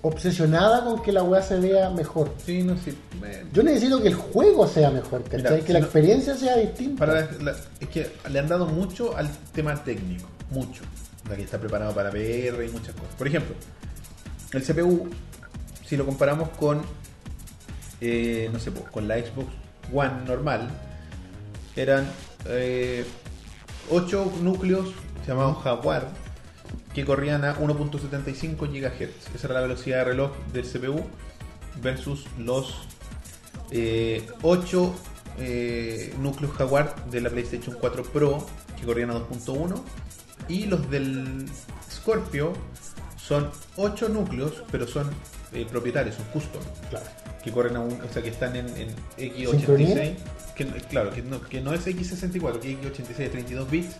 S2: obsesionada con que la weá se vea mejor.
S1: Sí, no sé. me-
S2: Yo necesito que el juego sea mejor, ¿cachai?
S1: Mira,
S2: que
S1: si
S2: la
S1: no-
S2: experiencia sea distinta.
S1: Para la- la- es que le han dado mucho al tema técnico. mucho. O sea, que está preparado para VR y muchas cosas. Por ejemplo, el CPU, si lo comparamos con, eh, no sé, pues, con la Xbox One normal, eran 8 núcleos llamados Jaguar que corrían a 1.75 GHz. Esa era la velocidad de reloj del CPU versus los 8 Eh, núcleos Jaguar de la PlayStation 4 Pro que corrían a 2.1 y los del Scorpio son 8 núcleos pero son eh, propietarios, son custom.
S2: Claro.
S1: que corren a un, o sea, que están en, en
S2: ¿Sincronía?
S1: X86, que, no- claro, que no, que no es X64, que es X86 32 bits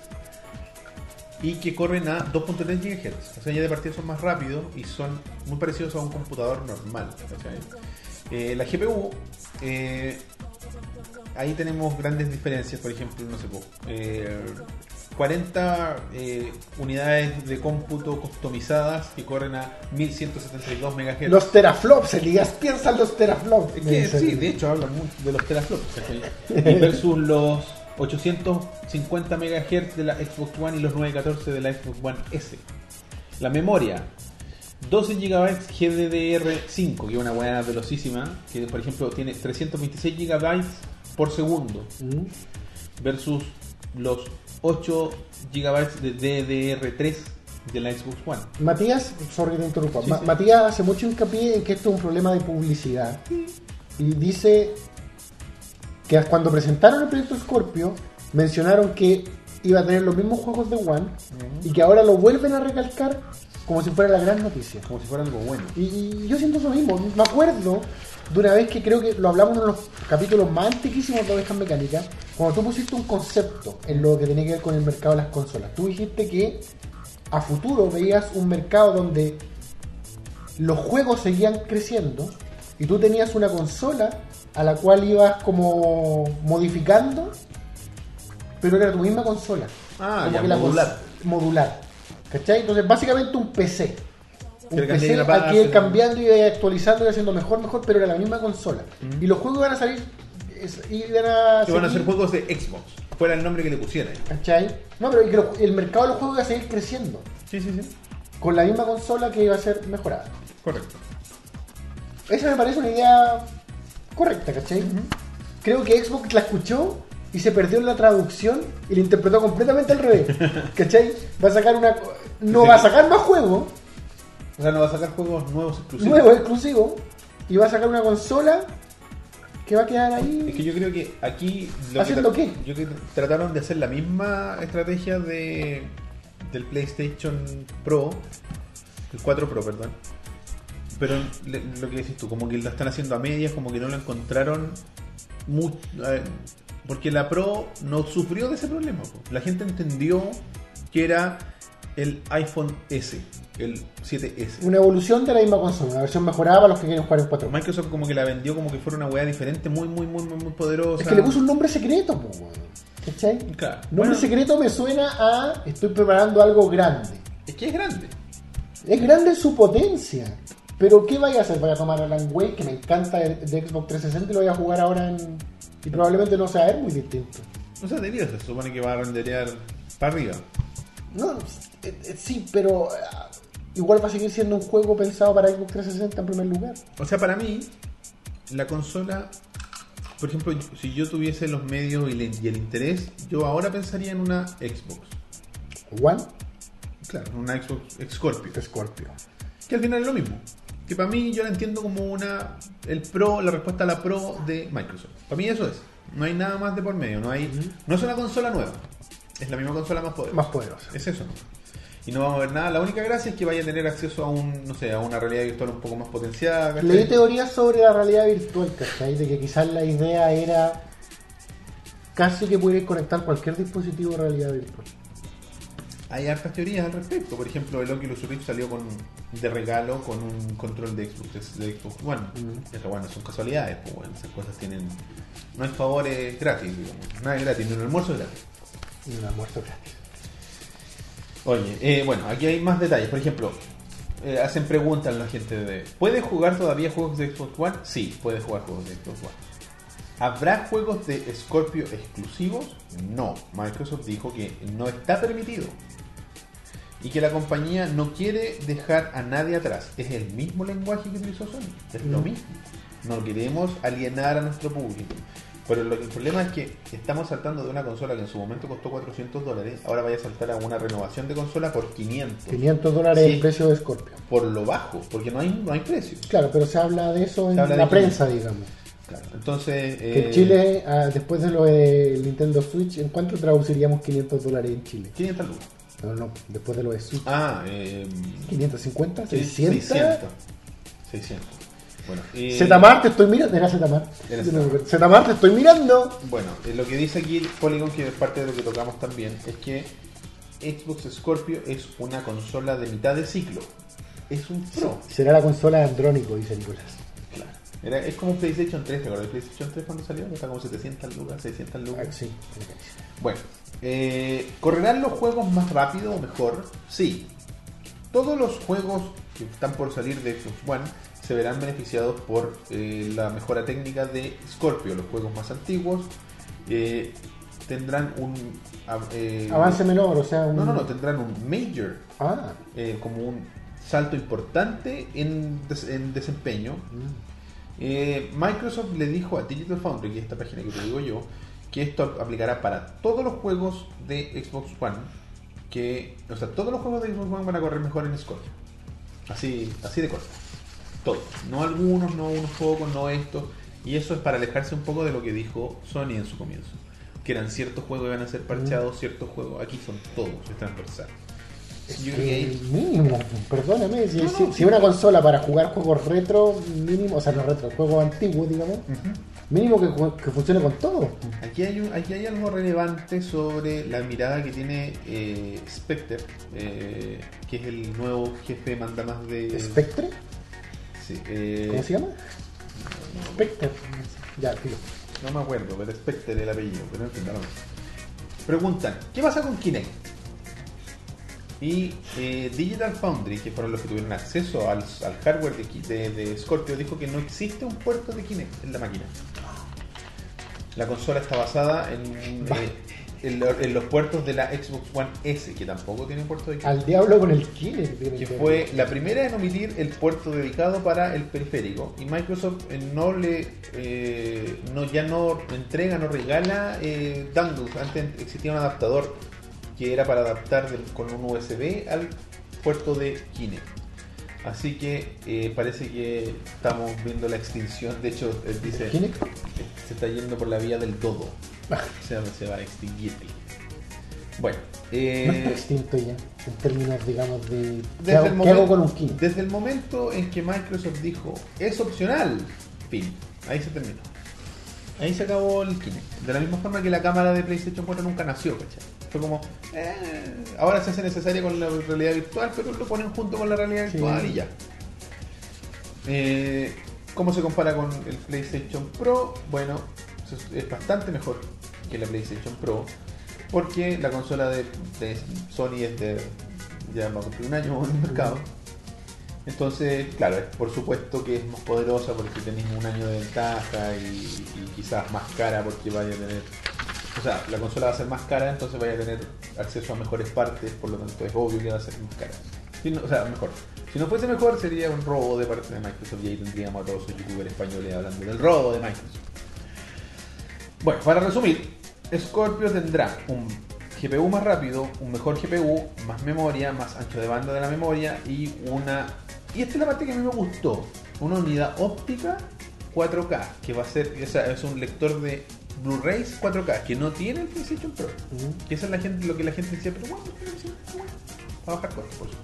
S1: y que corren a 2.3 GHz. O sea, ya de partida son más rápidos y son muy parecidos a un computador normal. ¿cachai? Eh, la GPU, eh, ahí tenemos grandes diferencias, por ejemplo, no sé, po, eh, 40 eh, unidades de cómputo customizadas que corren a 1172 MHz.
S2: Los teraflops, Elías, piensa en los teraflops.
S1: Es
S2: me
S1: que
S2: dice.
S1: sí, de hecho hablan mucho de los teraflops. ¿cachai? Y versus los 850 MHz de la Xbox One y los 914 de la Xbox One S. La memoria. 12 GB GDDR5, que es una buena velocísima, que por ejemplo tiene 326 GB por segundo,
S2: Mm.
S1: versus los 8 GB de DDR3 de la Xbox One.
S2: Matías, sorry que te interrumpa.
S1: Sí,
S2: Ma-
S1: sí.
S2: Matías hace mucho hincapié en que esto es un problema de publicidad. Y dice que cuando presentaron el proyecto Scorpio, mencionaron que iba a tener los mismos juegos de One y que ahora lo vuelven a recalcar como si fuera la gran noticia.
S1: Como si fuera algo bueno.
S2: Y, y yo siento eso mismo. Me acuerdo de una vez que creo que lo hablamos en uno de los capítulos más antiquísimos de Ovejas Mecánicas, cuando tú pusiste un concepto en lo que tenía que ver con el mercado de las consolas. Tú dijiste que a futuro veías un mercado donde los juegos seguían creciendo y tú tenías una consola a la cual ibas como modificando, pero era tu misma consola.
S1: Ah,
S2: Como
S1: ya,
S2: que la cons-
S1: modular.
S2: modular. ¿Cachai? Entonces, básicamente un PC. Un
S1: Que le
S2: PC
S1: cambié la barra,
S2: hay que ir
S1: pero-
S2: cambiando y actualizando y haciendo mejor, mejor, pero era la misma consola. Y los juegos iban a salir. es- iban a
S1: Que van a
S2: seguir,
S1: ser juegos de Xbox, fuera el nombre que le pusieran.
S2: ¿Cachai? No, pero y que los- el mercado de los juegos iba a seguir creciendo.
S1: Sí, sí, sí.
S2: Con la misma consola que iba a ser mejorada.
S1: Correcto.
S2: Esa me parece una idea correcta, ¿cachai? Creo que Xbox la escuchó y se perdió en la traducción y la interpretó completamente al revés. ¿Cachai? Va a sacar una. co- No va a sacar más juegos,
S1: O sea, no va a sacar juegos nuevos exclusivos.
S2: nuevos exclusivos, y va a sacar una consola que va a quedar
S1: Es que
S2: ahí.
S1: yo creo que aquí.
S2: ¿Haciendo
S1: que tra-
S2: qué?
S1: Yo creo que trataron de hacer la misma estrategia de del PlayStation Pro, el 4 Pro, perdón. Pero le- lo que decís tú, como que lo están haciendo a medias, como que no lo encontraron mu- eh, porque la Pro no sufrió de ese problema. po. La gente entendió que era el iPhone S, el 7S.
S2: Una evolución de la misma consola, una versión mejorada para los que quieren jugar en 4
S1: Microsoft como que la vendió como que fuera una weá diferente, muy, muy, muy, muy, muy poderosa.
S2: Es que le puso un nombre secreto, po, weón. ¿cachai?
S1: Claro.
S2: Nombre
S1: Bueno,
S2: secreto me suena a estoy preparando algo grande.
S1: es que es grande.
S2: Es grande su potencia. Pero ¿qué vaya a hacer? ¿Vaya a tomar Alan Wake, que me encanta de, de Xbox 360 y lo voy a jugar ahora en... Y probablemente no sea él muy distinto.
S1: No sea, debido, se supone que va a renderear para arriba.
S2: No, eh, eh, sí, pero eh, igual va a seguir siendo un juego pensado para Xbox 360 en primer lugar.
S1: O sea, para mí, la consola, por ejemplo, si yo tuviese los medios y, le- y el interés, yo ahora pensaría en una Xbox.
S2: One
S1: Claro, en una Xbox Scorpio.
S2: Scorpio.
S1: Que al final es lo mismo. Que para mí yo la entiendo como una. El pro, la respuesta a la pro de Microsoft. Para mí eso es. No hay nada más de por medio. No, hay, no es una consola nueva. Es la misma consola más poderosa.
S2: Más poderosa.
S1: Es eso. ¿no? Y no vamos a ver nada. La única gracia es que vaya a tener acceso a un, no sé, a una realidad virtual un poco más potenciada. ¿cachai?
S2: Leí teorías sobre la realidad virtual, ¿cachai? De que quizás la idea era casi que pudieras conectar cualquier dispositivo de realidad virtual.
S1: Hay hartas teorías al respecto. Por ejemplo, el Oculus Rift salió con de regalo con un control de Xbox, de Xbox One. Pero bueno, son casualidades, pues bueno, esas cosas tienen. No hay favores gratis, digamos. Nada es gratis, ni un almuerzo es gratis.
S2: Y una muerte gratis.
S1: Oye, eh, bueno, aquí hay más detalles. Por ejemplo, eh, hacen preguntas la gente de... ¿Puede jugar todavía juegos de Xbox One? Sí, puede jugar juegos de Xbox One. ¿Habrá juegos de Scorpio exclusivos? No. Microsoft dijo que no está permitido. y que la compañía no quiere dejar a nadie atrás. Es el mismo lenguaje que utilizó Sony, es lo
S2: Mm.
S1: mismo. No queremos alienar a nuestro público. Pero lo que- el problema es que estamos saltando de una consola que en su momento costó 400 dólares, ahora vaya a saltar a una renovación de consola por 500.
S2: 500 dólares
S1: Sí.
S2: el precio de Scorpio.
S1: Por lo bajo, porque no hay, no hay precio.
S2: Claro, pero se habla de eso en
S1: habla de
S2: la
S1: que-
S2: prensa, digamos.
S1: Claro, Entonces...
S2: Que en
S1: eh,
S2: Chile, ah, después de lo del Nintendo Switch, ¿en cuánto traduciríamos 500 dólares en Chile?
S1: 500 lucas.
S2: No, no, después de lo de Switch.
S1: Ah, eh,
S2: 550, 600.
S1: 600. 600. Bueno, eh,
S2: Zetamar, te estoy mirando. Era Zetamar.
S1: Era
S2: Yo no me
S1: Zetamar.
S2: acuerdo. Zetamar, te estoy mirando.
S1: Bueno, eh, lo que dice aquí Polygon, que es parte de lo que tocamos también, es que Xbox Scorpio es una consola de mitad de ciclo. Es un Pro.
S2: Será la consola de Andrónico, dice Nicolás.
S1: Claro. Era- es como un PlayStation 3, ¿te acuerdas? El PlayStation 3 cuando salió, está como 700 lucas, 600
S2: Ah,
S1: lucas.
S2: sí.
S1: Bueno, eh, ¿correrán los juegos más rápido o mejor? Sí. Todos los juegos que están por salir de Xbox One se verán beneficiados por eh, la mejora técnica de Scorpio. Los juegos más antiguos eh, tendrán un... av- eh,
S2: Avance menor, o sea. un-
S1: No, no, no, tendrán un major,
S2: Ah.
S1: eh, como un salto importante en, des- en desempeño.
S2: Mm.
S1: Eh, Microsoft le dijo a Digital Foundry, que es esta página que te digo yo, que esto aplicará para todos los juegos de Xbox One, que, o sea, todos los juegos de Xbox One van a correr mejor en Scorpio. Así, así de corto. Todos. No algunos, no unos pocos, no estos. Y eso es para alejarse un poco de lo que dijo Sony en su comienzo. Que eran ciertos juegos iban a ser parcheados, ciertos juegos. Aquí son todos, es transversal. Yo creo que
S2: Eh,
S1: ahí-
S2: mínimo, perdóname. Si,
S1: No, no,
S2: si-
S1: sí.
S2: si una consola para jugar juegos retro, mínimo, o sea, no retro, juegos antiguos, digamos,
S1: Ujú.
S2: mínimo que, ju- que funcione con todo.
S1: Aquí hay, un- aquí hay algo relevante sobre la mirada que tiene eh, Spectre, eh, que es el nuevo jefe de mandamás de...
S2: ¿Spectre?
S1: Sí, eh,
S2: ¿Cómo se llama? Spectre. Ya, tío.
S1: no me acuerdo, pero Spectre el apellido, pero en fin, da lo mismo. Preguntan, ¿qué pasa con Kinect? Y eh, Digital Foundry, que fueron los que tuvieron acceso al, al hardware de, Ki- de- de Scorpio, dijo que no existe un puerto de Kinect en la máquina. La consola está basada en, eh, en, lo- en los puertos de la Xbox One S, que tampoco tiene puerto de Kinect.
S2: Al diablo con el Kinect. tiene
S1: que
S2: que-
S1: fue la primera en omitir el puerto dedicado para el periférico y Microsoft eh, no le eh, no ya no entrega no regala eh, dongles antes existía un adaptador que era para adaptar del- con un USB al puerto de Kinect así que eh, parece que estamos viendo la extinción de hecho eh, dice
S2: Kinect.
S1: se está yendo por la vía del todo
S2: Ah.
S1: o sea se va a extinguir bueno
S2: No está
S1: eh,
S2: extinto ya, en términos, digamos, de. ¿Qué,
S1: desde
S2: hago,
S1: el,
S2: qué hago
S1: momento,
S2: con un Kinect?
S1: desde el momento en que Microsoft dijo es opcional, fin, ahí se terminó. Ahí se acabó el Kinect. De la misma forma que la cámara de PlayStation 4 nunca nació, ¿cachai? Fue como, eh, ahora se hace necesaria con la realidad virtual, pero lo ponen junto con la realidad
S2: Sí.
S1: virtual y ya. Eh, ¿Cómo se compara con el PlayStation Pro? Bueno, es- es bastante mejor que la PlayStation Pro, porque la consola de, de Sony es de ya va a cumplir un año en el mercado. Entonces, claro, es- por supuesto que es más poderosa porque tenéis un año de ventaja y, y quizás más cara porque vaya a tener... O sea, la consola va a ser más cara, entonces vaya a tener acceso a mejores partes, por lo tanto es obvio que va a ser más cara. Si no- o sea, mejor. Si no fuese mejor sería un robo de parte de Microsoft y ahí tendríamos a todos los youtubers españoles hablando del robo de Microsoft. Bueno, para resumir, Scorpio tendrá un GPU más rápido, un mejor GPU, más memoria, más ancho de banda de la memoria y una... Y esta es la parte que a mí me gustó, una unidad óptica 4K, que va a ser, o sea, es un lector de Blu-rays 4K, que no tiene el PlayStation Pro.
S2: Mm.
S1: Que eso es la gente, lo que la gente decía, pero bueno, pero sí, bueno, va a bajar costos, por supuesto.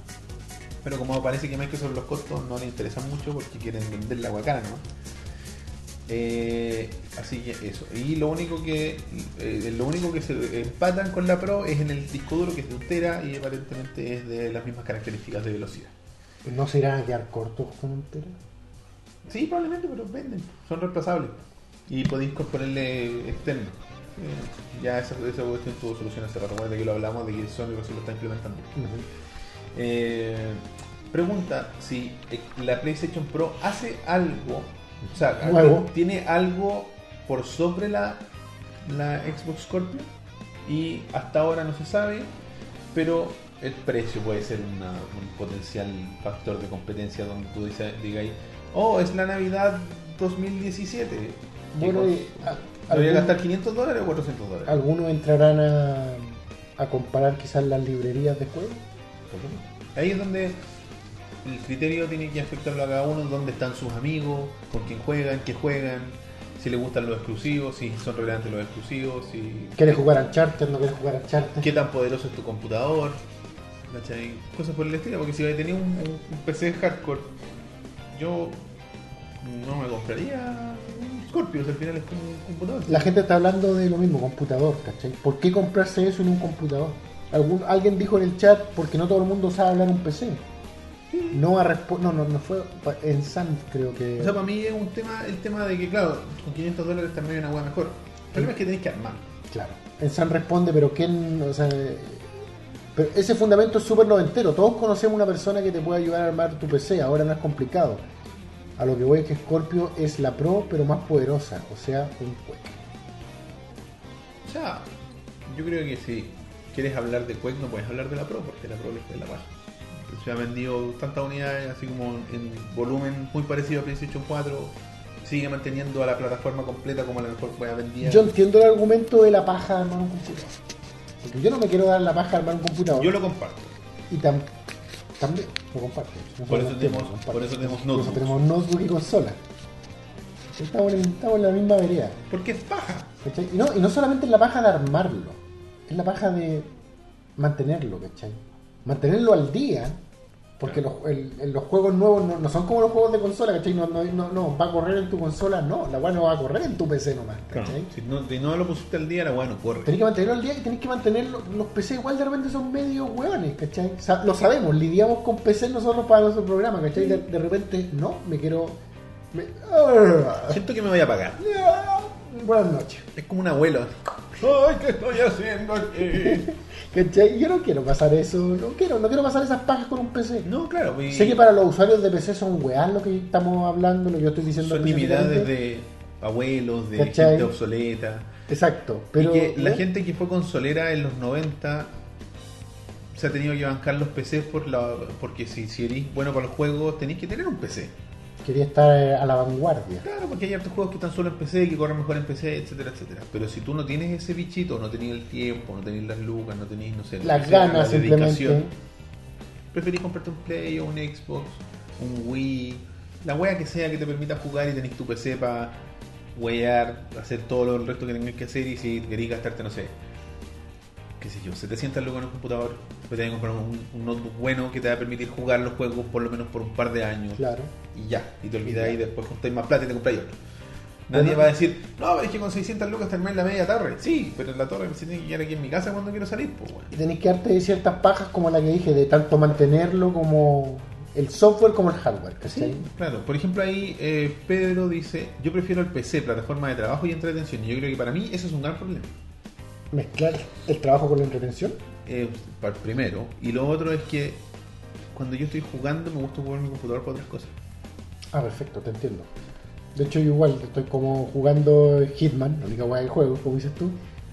S1: Pero como parece que Microsoft los costos no le interesan mucho porque quieren vender la guacana, ¿no? Eh, así que eso. Y lo único que eh, lo único que se empatan con la Pro es en el disco duro que es de un tera y aparentemente es de las mismas características de velocidad.
S2: ¿No se irán a quedar cortos con un tera?
S1: Sí, probablemente, pero venden, son reemplazables. Y podéis ponerle externo. Eh, ya esa, esa cuestión tuvo solución hace rato, recuerda que lo hablamos de que Sony recién lo está implementando.
S2: Ujú.
S1: Eh, pregunta si eh, la PlayStation Pro hace algo, o sea,
S2: Nuevo.
S1: tiene algo por sobre la, la Xbox Scorpio y hasta ahora no se sabe, pero el precio puede ser una- un potencial factor de competencia donde tú dices, digáis, oh, es la Navidad 2017.
S2: Bueno,
S1: Chicos,
S2: y a-
S1: ¿me voy a
S2: algún-
S1: gastar 500 dólares o 400 dólares?
S2: algunos entrarán a, a comparar quizás las librerías de juegos.
S1: Por supuesto. Ahí es donde el criterio tiene que afectarlo a cada uno, dónde están sus amigos, con quién juegan, qué juegan, si les gustan los exclusivos, si son relevantes los exclusivos, si
S2: ¿Quieres jugar a Uncharted? ¿No quieres jugar a Uncharted?
S1: qué tan poderoso es tu computador, ¿cachai? cosas por el estilo, porque si tenía un, un- un PC hardcore, yo no me compraría un Scorpio, si al final es como un computador.
S2: La gente está hablando de lo mismo, computador, ¿cachai? ¿Por qué comprarse eso en un computador? Algún- alguien dijo en el chat, porque no todo el mundo sabe hablar un PC. No, a respo- no, no, no fue pa- en Sam, creo que.
S1: O sea, para mí es un tema, el tema de que, claro, con 500 dólares también hay una hueá mejor. El problema es que tenéis que armar.
S2: Claro. En San responde, pero ¿quién? O sea, eh, pero ese fundamento es súper noventero. Todos conocemos una persona que te puede ayudar a armar tu PC. Ahora no es complicado. A lo que voy es que Scorpio es la pro, pero más poderosa. O sea, un cuec.
S1: O sea, yo creo que si quieres hablar de Quake no puedes hablar de la Pro, porque la Pro es de la baja. Se ha vendido tantas unidades, así como en volumen muy parecido a PlayStation 4. Sigue manteniendo a la plataforma completa como la mejor wea vendida.
S2: Yo entiendo el argumento de la paja de armar un computador. Porque yo no me quiero dar la paja de armar un computador.
S1: Yo lo comparto.
S2: Y tam- también lo comparto. No
S1: Por eso
S2: solamente
S1: tenemos-
S2: lo comparto.
S1: por eso tenemos
S2: Por eso
S1: notebooks.
S2: tenemos notebook y consola. Estamos en, estamos en la misma vereda.
S1: Porque es paja.
S2: ¿Cachai? Y no, y no solamente es la paja de armarlo, es la paja de mantenerlo, ¿cachai? Mantenerlo al día, porque los, el- el- los juegos nuevos no, no son como los juegos de consola, ¿cachai? No, no, no, no, va a correr en tu consola, no, la weá no va a correr en tu PC nomás, ¿cachai?
S1: Si no, si no lo pusiste al día, la weá no corre.
S2: Tenés que mantenerlo al día y tenés que mantenerlo. Los PC igual de repente son medio hueones, ¿cachai? Sa- lo sabemos, lidiamos con PC nosotros para nuestro programa, ¿cachai? De, de repente, no, me quiero. me-
S1: Siento que me voy a pagar.
S2: Buenas noches.
S1: Es como un abuelo. ¡Ay, qué estoy haciendo aquí!
S2: ¿Cachai? Yo no quiero pasar eso, no quiero, no quiero pasar esas pajas con un PC.
S1: No, claro, pues,
S2: Sé que para los usuarios de PC son weas lo que estamos hablando, lo que yo estoy diciendo.
S1: son nimiedades
S2: específicamente.
S1: de abuelos, de
S2: ¿Cachai?
S1: gente obsoleta.
S2: Exacto, pero... eh,
S1: y que la
S2: ¿no?
S1: gente que fue consolera en los 90 se ha tenido que bancar los PCs por la, porque si, si eres bueno para los juegos tenés que tener un PC.
S2: Quería estar eh, a la vanguardia.
S1: Claro, porque hay hartos juegos que están solo en PC, que corren mejor en PC, etcétera, etcétera. Pero si tú no tienes ese bichito, no tenés el tiempo, no tenés las lucas, no tenés, no sé, la
S2: Las
S1: necesidad,
S2: ganas
S1: la
S2: simplemente.
S1: preferís comprarte un Play o un Xbox, un Wii, la wea que sea que te permita jugar y tenés tu PC para wear, hacer todo lo- el resto que tengas que hacer y si querés gastarte, no sé, qué sé yo, 700 lucas en un computador, pues tenés que comprar un, un notebook bueno que te va a permitir jugar los juegos por lo menos por un par de años
S2: Claro.
S1: y ya, y te olvidáis y después juntáis más plata y te compráis otro. Nadie va a decir, no, pero es que con 600 lucas terminé la media torre. Sí, pero la torre se tiene que quedar aquí en mi casa cuando quiero salir, pues, weón.
S2: Y tenés que darte de ciertas pajas como la que dije, de tanto mantenerlo como el software como el hardware, ¿cachai?
S1: Sí, claro. Por ejemplo, ahí eh, Pedro dice: Yo prefiero el PC, plataforma de trabajo y entretención. Y yo creo que para mí eso es un gran problema.
S2: Mezclar el trabajo con la entretención.
S1: Eh, pa- primero. Y lo otro es que cuando yo estoy jugando, me gusta jugar en mi computador para otras cosas.
S2: Ah, perfecto, te entiendo. De hecho, yo igual estoy como jugando Hitman, la única weá del juego, como dices tú.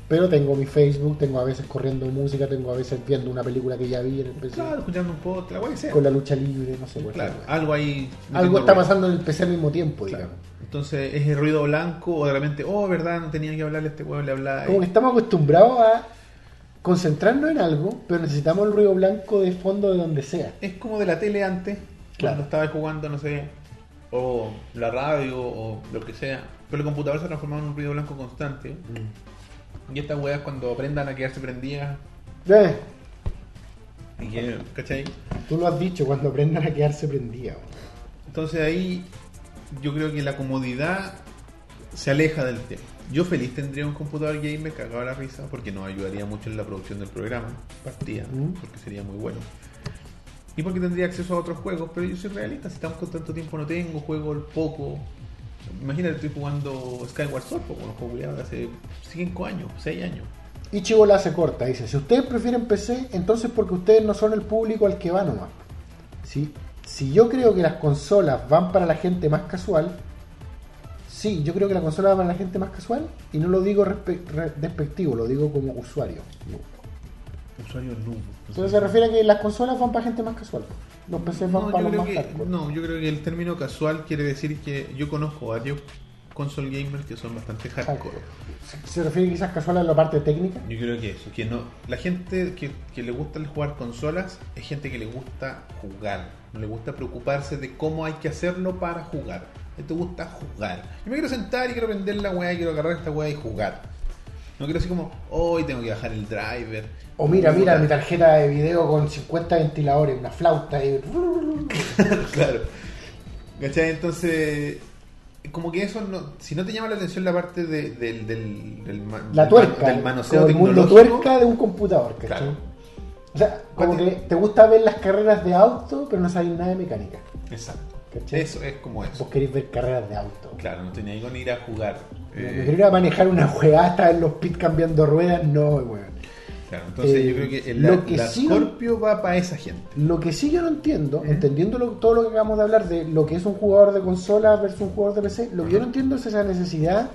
S2: Pero tengo mi Facebook, tengo a veces corriendo música, tengo a veces viendo una película que ya vi en el PC.
S1: Claro, escuchando un podcast, la wea que sea.
S2: Con la lucha libre, no sé.
S1: Claro, Ah,
S2: cualquier weá.
S1: algo ahí.
S2: Algo
S1: metiendo
S2: está
S1: ruido.
S2: pasando en el PC al mismo tiempo,
S1: Claro.
S2: digamos.
S1: Entonces es el ruido blanco, o de repente, oh, verdad, no tenía que hablarle a este weón, le hablaba.
S2: Como que estamos acostumbrados a concentrarnos en algo, pero necesitamos el ruido blanco de fondo de donde sea.
S1: es como de la tele antes,
S2: Claro.
S1: cuando estaba jugando, no sé, o la radio o lo que sea. Pero el computador se transformaba en un ruido blanco constante. Y estas weas cuando aprendan a quedarse prendidas,
S2: Eh,
S1: y que, ¿cachai?
S2: tú lo has dicho, cuando aprendan a quedarse prendida.
S1: Entonces ahí yo creo que la comodidad se aleja del tema. Yo feliz tendría un computador gamer cagado a la risa porque nos ayudaría mucho en la producción del programa, partida,
S2: Mm.
S1: porque sería muy bueno. Y porque tendría acceso a otros juegos, pero yo soy realista, si estamos con tanto tiempo no tengo, juego el poco. Imagínate, estoy jugando Skyward Sword, como lo jugué ahora hace 5 años, 6 años.
S2: Ichigo la hace corta, dice, si ustedes prefieren PC, entonces porque ustedes no son el público al que va nomás. Si, si yo creo que las consolas van para la gente más casual, sí, yo creo que la consola va para la gente más casual, y no lo digo respe- re- despectivo, lo digo como usuario.
S3: usuario nuevo.
S2: Pero se refiere a que las consolas van para gente más casual. Los PCs van
S1: No, yo
S2: para los
S1: creo
S2: más
S1: que,
S2: hardcore.
S1: no, yo creo que el término casual quiere decir que yo conozco varios console gamers que son bastante hardcore.
S2: Hardcore. Se refiere quizás casual a la parte técnica.
S1: Yo creo que eso, que no, la gente que, que le gusta el jugar consolas es gente que le gusta jugar, no le gusta preocuparse de cómo hay que hacerlo para jugar. A ti te gusta jugar. Yo me quiero sentar y quiero prender la weá y quiero agarrar esta weá y jugar. No quiero así como, hoy tengo que bajar el driver.
S2: O mira, mira mi
S1: Puta,
S2: tarjeta de video con 50 ventiladores, una flauta y...
S1: Claro. ¿Cachai? Entonces, como que eso, no, si no te llama la atención la parte de- del, del, del ma-
S2: La
S1: del ma-
S2: tuerca.
S1: del manoseo
S2: como el mundo
S1: tecnológico,
S2: tuerca de un computador, ¿cachai?
S1: Claro.
S2: O sea, como
S1: Pati-
S2: que te gusta ver las carreras de auto, pero no sabes nada de mecánica.
S1: Exacto.
S2: ¿Cachai?
S1: Eso es como eso.
S2: Vos querés ver carreras de auto.
S1: Claro, no tenía con ir a jugar.
S2: Yo
S1: Eh,
S2: quiero ir a manejar una weá, estar en los pits cambiando ruedas, no, weón.
S1: Claro, entonces
S2: Eh,
S1: yo creo que el,
S2: lo que
S1: la
S2: sí-
S1: Scorpio va para esa gente.
S2: Lo que sí yo no entiendo, entendiendo lo- todo lo que acabamos de hablar de lo que es un jugador de consola versus un jugador de PC, lo que yo no entiendo es esa necesidad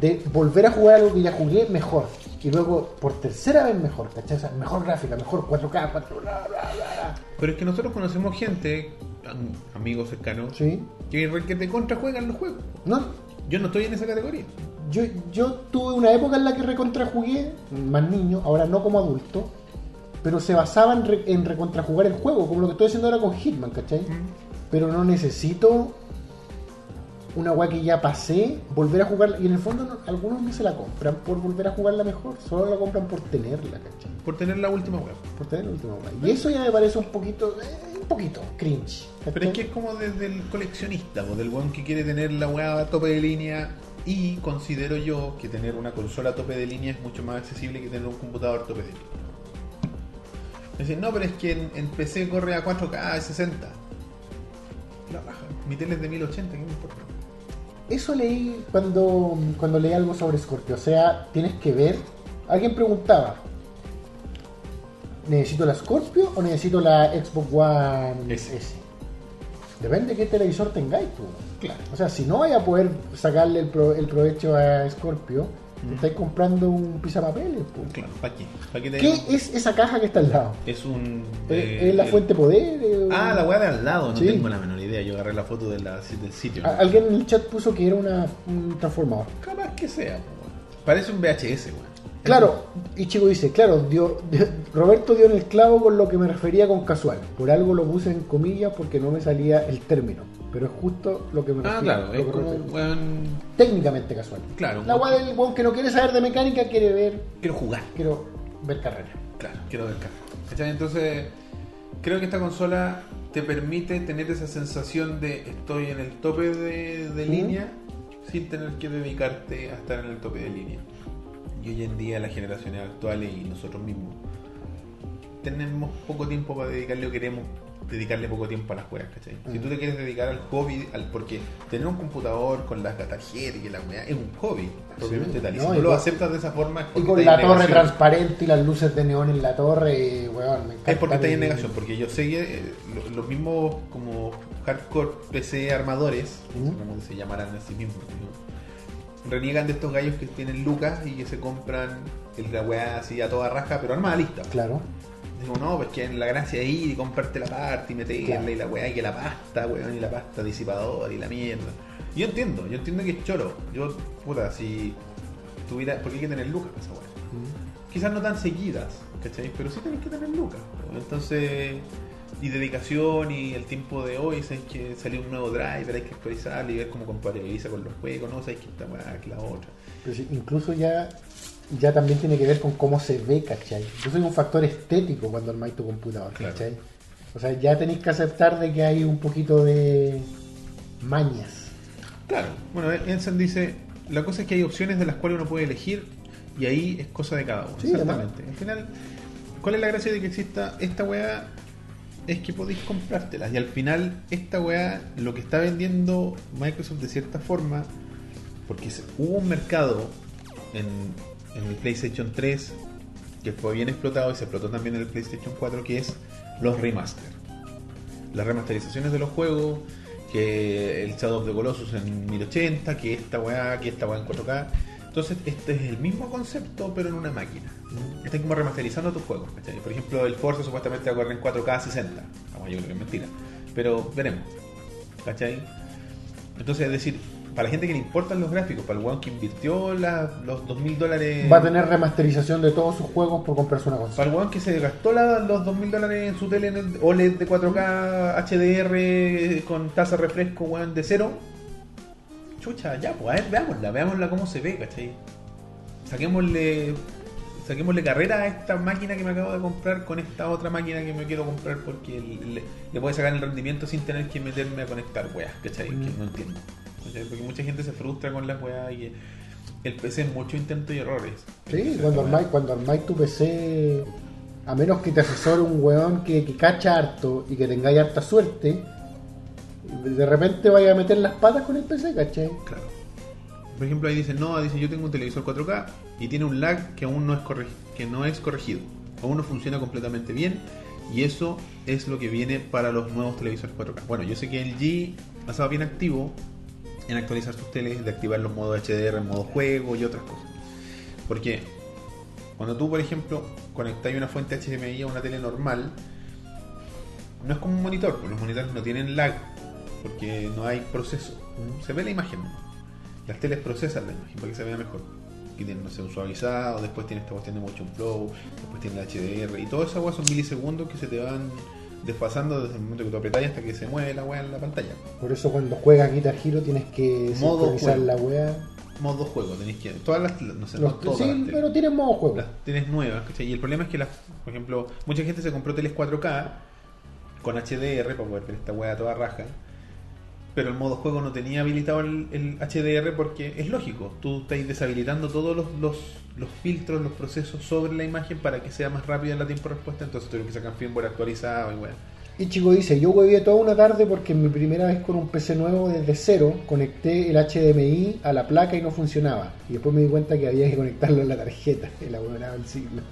S2: de volver a jugar algo que ya jugué mejor y luego por tercera vez mejor, ¿cachai? O sea, mejor gráfica, mejor 4K, 4K, bla, bla, bla.
S1: Pero es que nosotros conocemos gente, am- amigos cercanos,
S2: Sí.
S1: que, re- que te contrajuegan los juegos.
S2: No,
S1: Yo no estoy en esa categoría.
S2: yo, yo tuve una época en la que recontrajugué, más niño, ahora no como adulto, pero se basaba en, re- en recontrajugar el juego, como lo que estoy haciendo ahora con Hitman, ¿cachai? Pero no necesito una weá que ya pasé, volver a jugarla. Y en el fondo no- algunos no se la compran por volver a jugarla mejor, solo la compran por tenerla, ¿cachai?
S1: Por tener la última web.
S2: Por tener la última weá. Y eso ya me parece un poquito, eh, un poquito cringe. ¿cachai?
S1: Pero es que es como desde el coleccionista, o del weón que quiere tener la weá a tope de línea. Y considero yo que tener una consola a tope de línea es mucho más accesible que tener un computador a tope de línea. Dicen, no, pero es que en, en PC corre a 4K, a 60. La baja. Mi tele es de 1080, ¿qué me importa?
S2: Eso leí cuando, cuando leí algo sobre Scorpio. O sea, tienes que ver. Alguien preguntaba: ¿Necesito la Scorpio o necesito la Xbox One
S1: S.
S2: S? Depende de qué televisor tengáis tú.
S1: Claro.
S2: O sea, si no vaya a poder sacarle el, pro- el provecho a Scorpio, te estáis comprando un pisapapeles. po.
S1: Mm. Claro, ¿para qué? ¿Pa' qué te-
S2: ¿Qué es esa caja que está al lado?
S1: Es un.
S2: ¿Es
S1: eh,
S2: es la
S1: el-
S2: fuente poder? eh,
S1: Ah, la weá de al lado, no
S2: Sí.
S1: tengo la menor idea. Yo agarré la foto de la, del sitio.
S2: A- Alguien en el chat puso que era una, un transformador.
S1: Capaz que sea, po, weón. Parece un VHS, weón.
S2: Claro, y Chico dice, claro, dio, Roberto dio en el clavo con lo que me refería con casual. Por algo lo puse en comillas porque no me salía el término. Pero es justo lo que me
S1: Ah,
S2: refería.
S1: claro,
S2: lo
S1: es
S2: que
S1: como
S2: refería.
S1: weón.
S2: Técnicamente casual.
S1: Claro,
S2: La guay del weón que no quiere saber de mecánica quiere ver,
S1: quiero jugar.
S2: quiero ver carrera.
S1: Claro, quiero ver carro. ¿Cachai? Entonces, creo que esta consola te permite tener esa sensación de estoy en el tope de, de
S2: Sí.
S1: línea sin tener que dedicarte a estar en el tope de línea. Y hoy en día las generaciones actuales y nosotros mismos tenemos poco tiempo para dedicarle o queremos dedicarle poco tiempo a las juegas, ¿cachai? Si tú te quieres dedicar al hobby, al porque tener un computador con las tarjetas y la weá es un hobby, obviamente tal. Y si
S2: no,
S1: no,
S2: y
S1: lo
S2: con-
S1: aceptas de esa forma es
S2: Y
S1: porque
S2: con
S1: estás
S2: la
S1: en
S2: torre
S1: negación.
S2: transparente y las luces de neón en la torre, eh, weón, me encanta.
S1: Es porque está en
S2: que-
S1: negación, porque yo sé que eh, lo- los mismos como hardcore PC armadores,
S2: Ujú.
S1: como se llamarán a sí mismos, ¿no? reniegan de estos gallos que tienen lucas y que se compran el, la weá así a toda raja, pero armada lista.
S2: Claro.
S1: Digo, no, pues que la gracia es ir y comprarte la parte y meterla
S2: Claro.
S1: y la weá y que la pasta, weón, y la pasta disipadora y la mierda. Yo entiendo, yo entiendo que es choro. Yo, puta, si tuviera, porque hay que tener lucas para esa weá quizás no tan seguidas, ¿cachai? Pero sí tenés que tener lucas. ¿no? Entonces, y dedicación y el tiempo de hoy, sabes que salió un nuevo driver, hay que actualizarlo y ver cómo compatibiliza con los juegos, no sabes que esta weá, que la otra.
S2: Pero sí, incluso ya, ya también tiene que ver con cómo se ve, ¿cachai? Incluso hay un factor estético cuando armáis tu computador,
S1: Claro.
S2: ¿cachai? O sea, ya tenéis que aceptar de que hay un poquito de mañas.
S1: Claro, bueno, Ensen dice, la cosa es que hay opciones de las cuales uno puede elegir y ahí es cosa de cada uno.
S2: Sí,
S1: exactamente. Al final, ¿cuál es la gracia de que exista esta weá? Es que podéis comprártelas y al final esta weá, lo que está vendiendo Microsoft de cierta forma, porque se- hubo un mercado en, en el PlayStation 3 que fue bien explotado y se explotó también en el PlayStation 4, que es los remaster las remasterizaciones de los juegos, que el Shadow of the Colossus en 1080, que esta weá, que esta weá en 4K. Entonces, este es el mismo concepto, pero en una máquina. Están como remasterizando tus juegos. ¿cachai? Por ejemplo, el Forza supuestamente va a correr en 4K 60. Vamos, yo creo que es mentira. Pero veremos. ¿Cachai? Entonces, es decir, para la gente que le importan los gráficos, para el weón que invirtió la- los 2.000 dólares...
S2: Va a tener remasterización de todos sus juegos por comprarse una consola.
S1: Para el weón que se gastó la- los 2.000 dólares en su tele en el OLED de 4K HDR con tasa de refresco, weón, de cero. Chucha, ya, pues, a ver, veámosla, veámosla cómo se ve, ¿cachai? Saquémosle, saquémosle carrera a esta máquina que me acabo de comprar con esta otra máquina que me quiero comprar porque le, le puede sacar el rendimiento sin tener que meterme a conectar weas, ¿cachai? Que
S2: Mm.
S1: no entiendo. ¿cachai? Porque mucha gente se frustra con las weas y el PC es mucho intento y errores.
S2: Sí,
S1: Entonces,
S2: cuando
S1: la-
S2: armáis, cuando armáis tu PC, a menos que te asesore un weón que, que cacha harto y que tengáis harta suerte, de repente vaya a meter las patas con el PC, ¿cachai?
S1: Claro. Por ejemplo, ahí dicen, no, dice, yo tengo un televisor 4K y tiene un lag que aún no es, corregi- que no es corregido. Aún no funciona completamente bien y eso es lo que viene para los nuevos televisores 4K. Bueno, yo sé que el G ha estado bien activo en actualizar sus teles, de activar los modos HDR, modo juego y otras cosas. Porque cuando tú, por ejemplo, conectáis una fuente HDMI a una tele normal, no es como un monitor, porque los monitores no tienen lag, porque no hay proceso. Se ve la imagen. ¿no? Las teles procesan la imagen para que se vea mejor. Que tienen, no sé, un suavizado, después tiene esta cuestión de motion flow, después tiene el HDR, y toda esa weá son milisegundos que se te van desfasando desde el momento que tú apretáis hasta que se mueve la weá en la pantalla.
S2: Por eso cuando juegas Guitar Hero tienes que
S1: Modo
S2: sincronizar
S1: juego.
S2: la weá.
S1: Modo juego, tenéis que. Todas las. No sé, no
S2: Los-
S1: todas las
S2: sí,
S1: teles.
S2: pero tienes modo juego.
S1: las teles nuevas, ¿cachai? Y el problema es que, las, por ejemplo, mucha gente se compró teles 4K con HDR para poder ver esta weá toda raja, pero el modo juego no tenía habilitado el, el HDR porque es lógico, tú estás deshabilitando todos los, los, los filtros, los procesos sobre la imagen para que sea más rápida la tiempo de respuesta, entonces tuvieron que sacar firmware actualizado y weá.
S2: Y chico dice, yo huevié toda una tarde porque en mi primera vez con un PC nuevo desde cero conecté el HDMI a la placa y no funcionaba. Y después me di cuenta que había que conectarlo a la tarjeta, el abonado del siglo.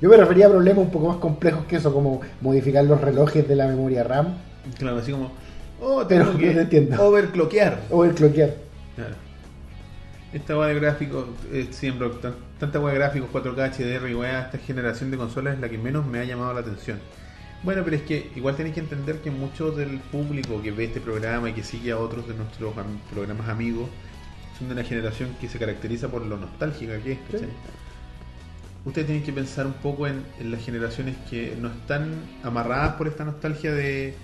S2: Yo me refería a problemas un poco más complejos que eso, como modificar los relojes de la memoria RAM
S1: Claro, así como, oh,
S2: Pero
S1: tengo
S2: no
S1: que
S2: te entiendo.
S1: overclockear.
S2: o el cloquear.
S1: Claro. Esta weá de gráficos, eh, siempre, tan- tanta weá de gráficos, 4K, HDR y weá, esta generación de consolas es la que menos me ha llamado la atención. Bueno, pero es que igual tenéis que entender que mucho del público que ve este programa y que sigue a otros de nuestros am- programas amigos son de una generación que se caracteriza por lo nostálgica que es. ¿cachai?
S2: Sí.
S1: Ustedes tienen que pensar un poco en, en las generaciones que no están amarradas por esta nostalgia de,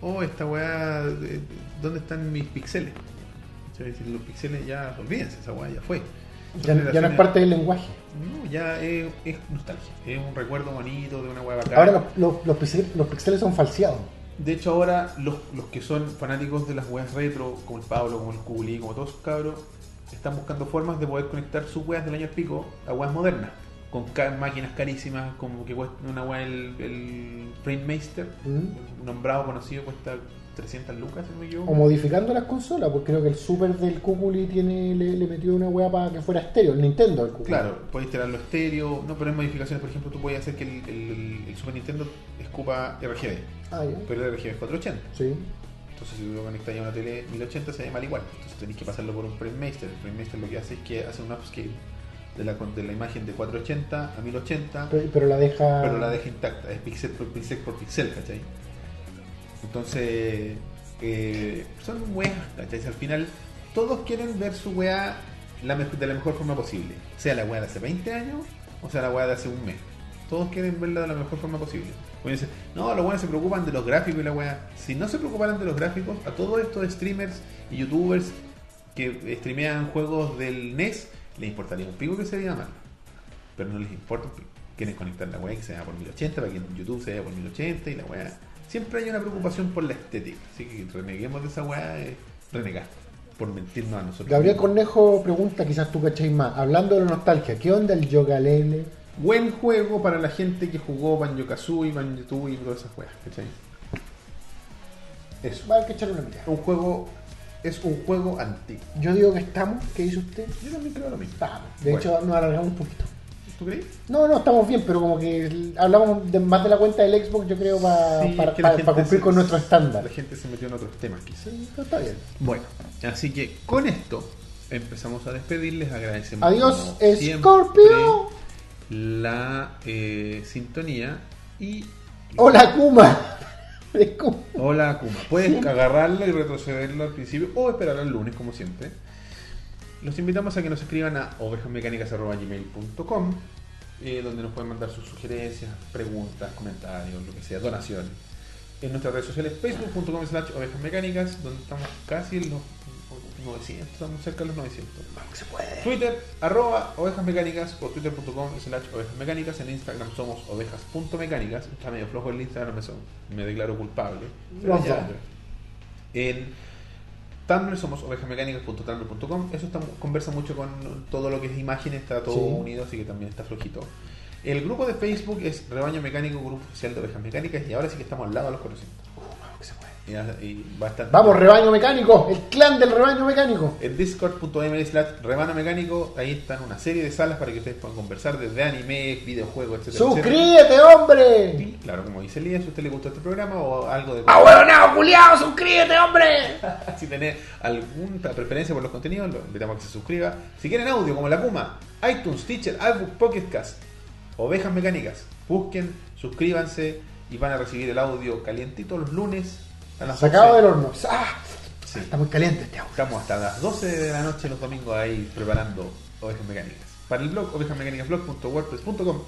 S1: oh, esta weá, de- ¿dónde están mis pixeles? ¿Cachai? Es decir, los pixeles ya, olvídense, esa weá ya fue. Son
S2: Ya, ya no es
S1: generaciones-
S2: parte del lenguaje.
S1: No, ya es, es nostalgia, es un recuerdo bonito de una weá bacana.
S2: Ahora los, los- los pixeles, los pixeles son falseados.
S1: De hecho, ahora los, los que son fanáticos de las weas retro, como el Pablo, como el Culi, como todos esos cabros, están buscando formas de poder conectar sus weas del año al pico a weas modernas. Con ca- máquinas carísimas, como que cuesta una wea el, el Printmaster,
S2: ¿Mm?
S1: nombrado, conocido, cuesta 300 lucas, si no me equivoco.
S2: O modificando las consolas, porque creo que el Super del Cuculi tiene, le, le metió una weá para que fuera estéreo, el Nintendo del Cuculi.
S1: Claro, podéis tirarlo estéreo, no, pero hay modificaciones, por ejemplo, tú podías hacer que el, el- el Super Nintendo escupa RGB,
S2: Ah, ya.
S1: pero el RGB es 480.
S2: Sí.
S1: Entonces si tú lo conectas a una tele 1080 se ve mal igual. Entonces tenés que pasarlo por un printmaster. El printmaster lo que hace es que hace un upscale de la, de la imagen de 480 a 1080, pero,
S2: Pero, pero la deja.
S1: la deja intacta. Es pixel por pixel por pixel, ¿cachai? Entonces eh, son weas, ¿cachai? Al final todos quieren ver su wea la mej- de la mejor forma posible. Sea la wea de hace 20 años o sea la wea de hace un mes. Todos quieren verla de la mejor forma posible. Bueno, dicen, no, los buenos se preocupan de los gráficos y la weá. Si no se preocuparan de los gráficos, a todos estos streamers y youtubers que streamean juegos del NES, les importaría un pico que se vea mal. Pero no les importa un pico. Quieren conectar la weá que se vea por 1080, para que en YouTube se vea por 1080 y la weá. Siempre hay una preocupación por la estética. Así que reneguemos de esa weá, es renegar. Por mentirnos a nosotros.
S2: Gabriel
S1: mismos.
S2: Cornejo pregunta, quizás tú cachéis más. Hablando de la nostalgia, ¿qué onda el Yogalele?
S1: Buen juego para la gente que jugó Banjo Kazooie, Banjo y todas esas weas, ¿cachai? Eso.
S2: Va a haber que echarle una mirada.
S1: un juego es un juego antiguo.
S2: Yo digo que estamos, ¿qué dice usted?
S1: Yo también creo lo mismo.
S2: Estamos. Ah, De
S1: Bueno.
S2: hecho, nos alargamos un poquito.
S1: ¿Tú crees?
S2: No, no, estamos bien, pero como que hablamos de, más de la cuenta del Xbox, yo creo, para
S1: Sí,
S2: ah, para-
S1: que la
S2: para-
S1: gente
S2: para cumplir
S1: se-
S2: con nuestro estándar.
S1: La gente se metió en otros temas quizás.
S2: Sí, pero está bien.
S1: Bueno, así que con esto empezamos a despedirles, agradecemos.
S2: Adiós,
S1: como siempre
S2: Scorpio.
S1: la eh, sintonía y...
S2: ¡Hola, Kuma! Es Kuma.
S1: Hola Akuma. Puedes agarrarlo y retrocederlo al principio o esperar al lunes, como siempre. Los invitamos a que nos escriban a ovejasmecánicas.gmail.com eh, donde nos pueden mandar sus sugerencias, preguntas, comentarios, lo que sea, donaciones. En nuestras redes sociales, facebook.com slash ovejasmecánicas, donde estamos casi en los 900, estamos cerca de los 900.
S2: No se puede.
S1: Twitter, arroba ovejas mecánicas o twitter.com slash ovejas mecánicas. En Instagram somos ovejas.mecánicas. Está medio flojo el Instagram, eso me declaro culpable. Pero
S2: Los
S1: ya.
S2: dos.
S1: En Tumblr somos ovejasmecánicas.tumblr.com. Eso está- conversa mucho con todo lo que es imagen, está todo
S2: Sí.
S1: unido, así que también está flojito. El grupo de Facebook es Rebaño Mecánico, Grupo Oficial de Ovejas Mecánicas, y ahora sí que estamos al lado de los 400. Y, y bastante-
S2: Vamos, rebaño mecánico. El clan del rebaño mecánico.
S1: en discord.m slash rebano mecánico, ahí están una serie de salas para que ustedes puedan conversar desde anime, videojuegos, etc.
S2: ¡Suscríbete, hombre!
S1: Claro, como dice Elías, si a usted le gustó este programa o algo de...
S2: ¡Ah, ¡Abuelonado, culiao! ¡Suscríbete, hombre!
S1: Si tenés alguna preferencia por los contenidos, lo invitamos a que se suscriba. Si quieren audio, como la Kuma, iTunes, Teacher, iBook, Pocket Cast, Ovejas Mecánicas, busquen, suscríbanse y van a recibir el audio calientito los lunes a las
S2: Sacado
S1: 12.
S2: del horno. ¡Ah!
S1: Sí.
S2: Está muy caliente este agua.
S1: Estamos hasta las 12 de la noche los domingos ahí preparando Ovejas Mecánicas. Para el blog, ovejasmecánicasblog.wordpress.com,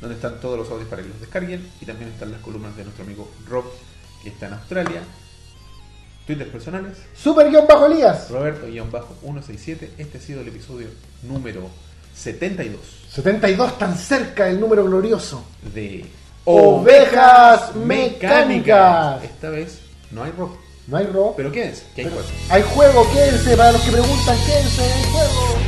S1: donde están todos los audios para que los descarguen y también están las columnas de nuestro amigo Rob, que está en Australia. Twitter personales,
S2: Super guión bajo Elías.
S1: Roberto-167. Este ha sido el episodio número 72
S2: 72 tan cerca del número glorioso.
S1: de
S2: Ovejas Mecánicas.
S1: Esta vez no hay rock,
S2: No hay rock.
S1: pero quédense, que hay
S2: Pero
S1: cosas.
S2: Hay juego, quédense. Para los que preguntan, quédense. Hay juego.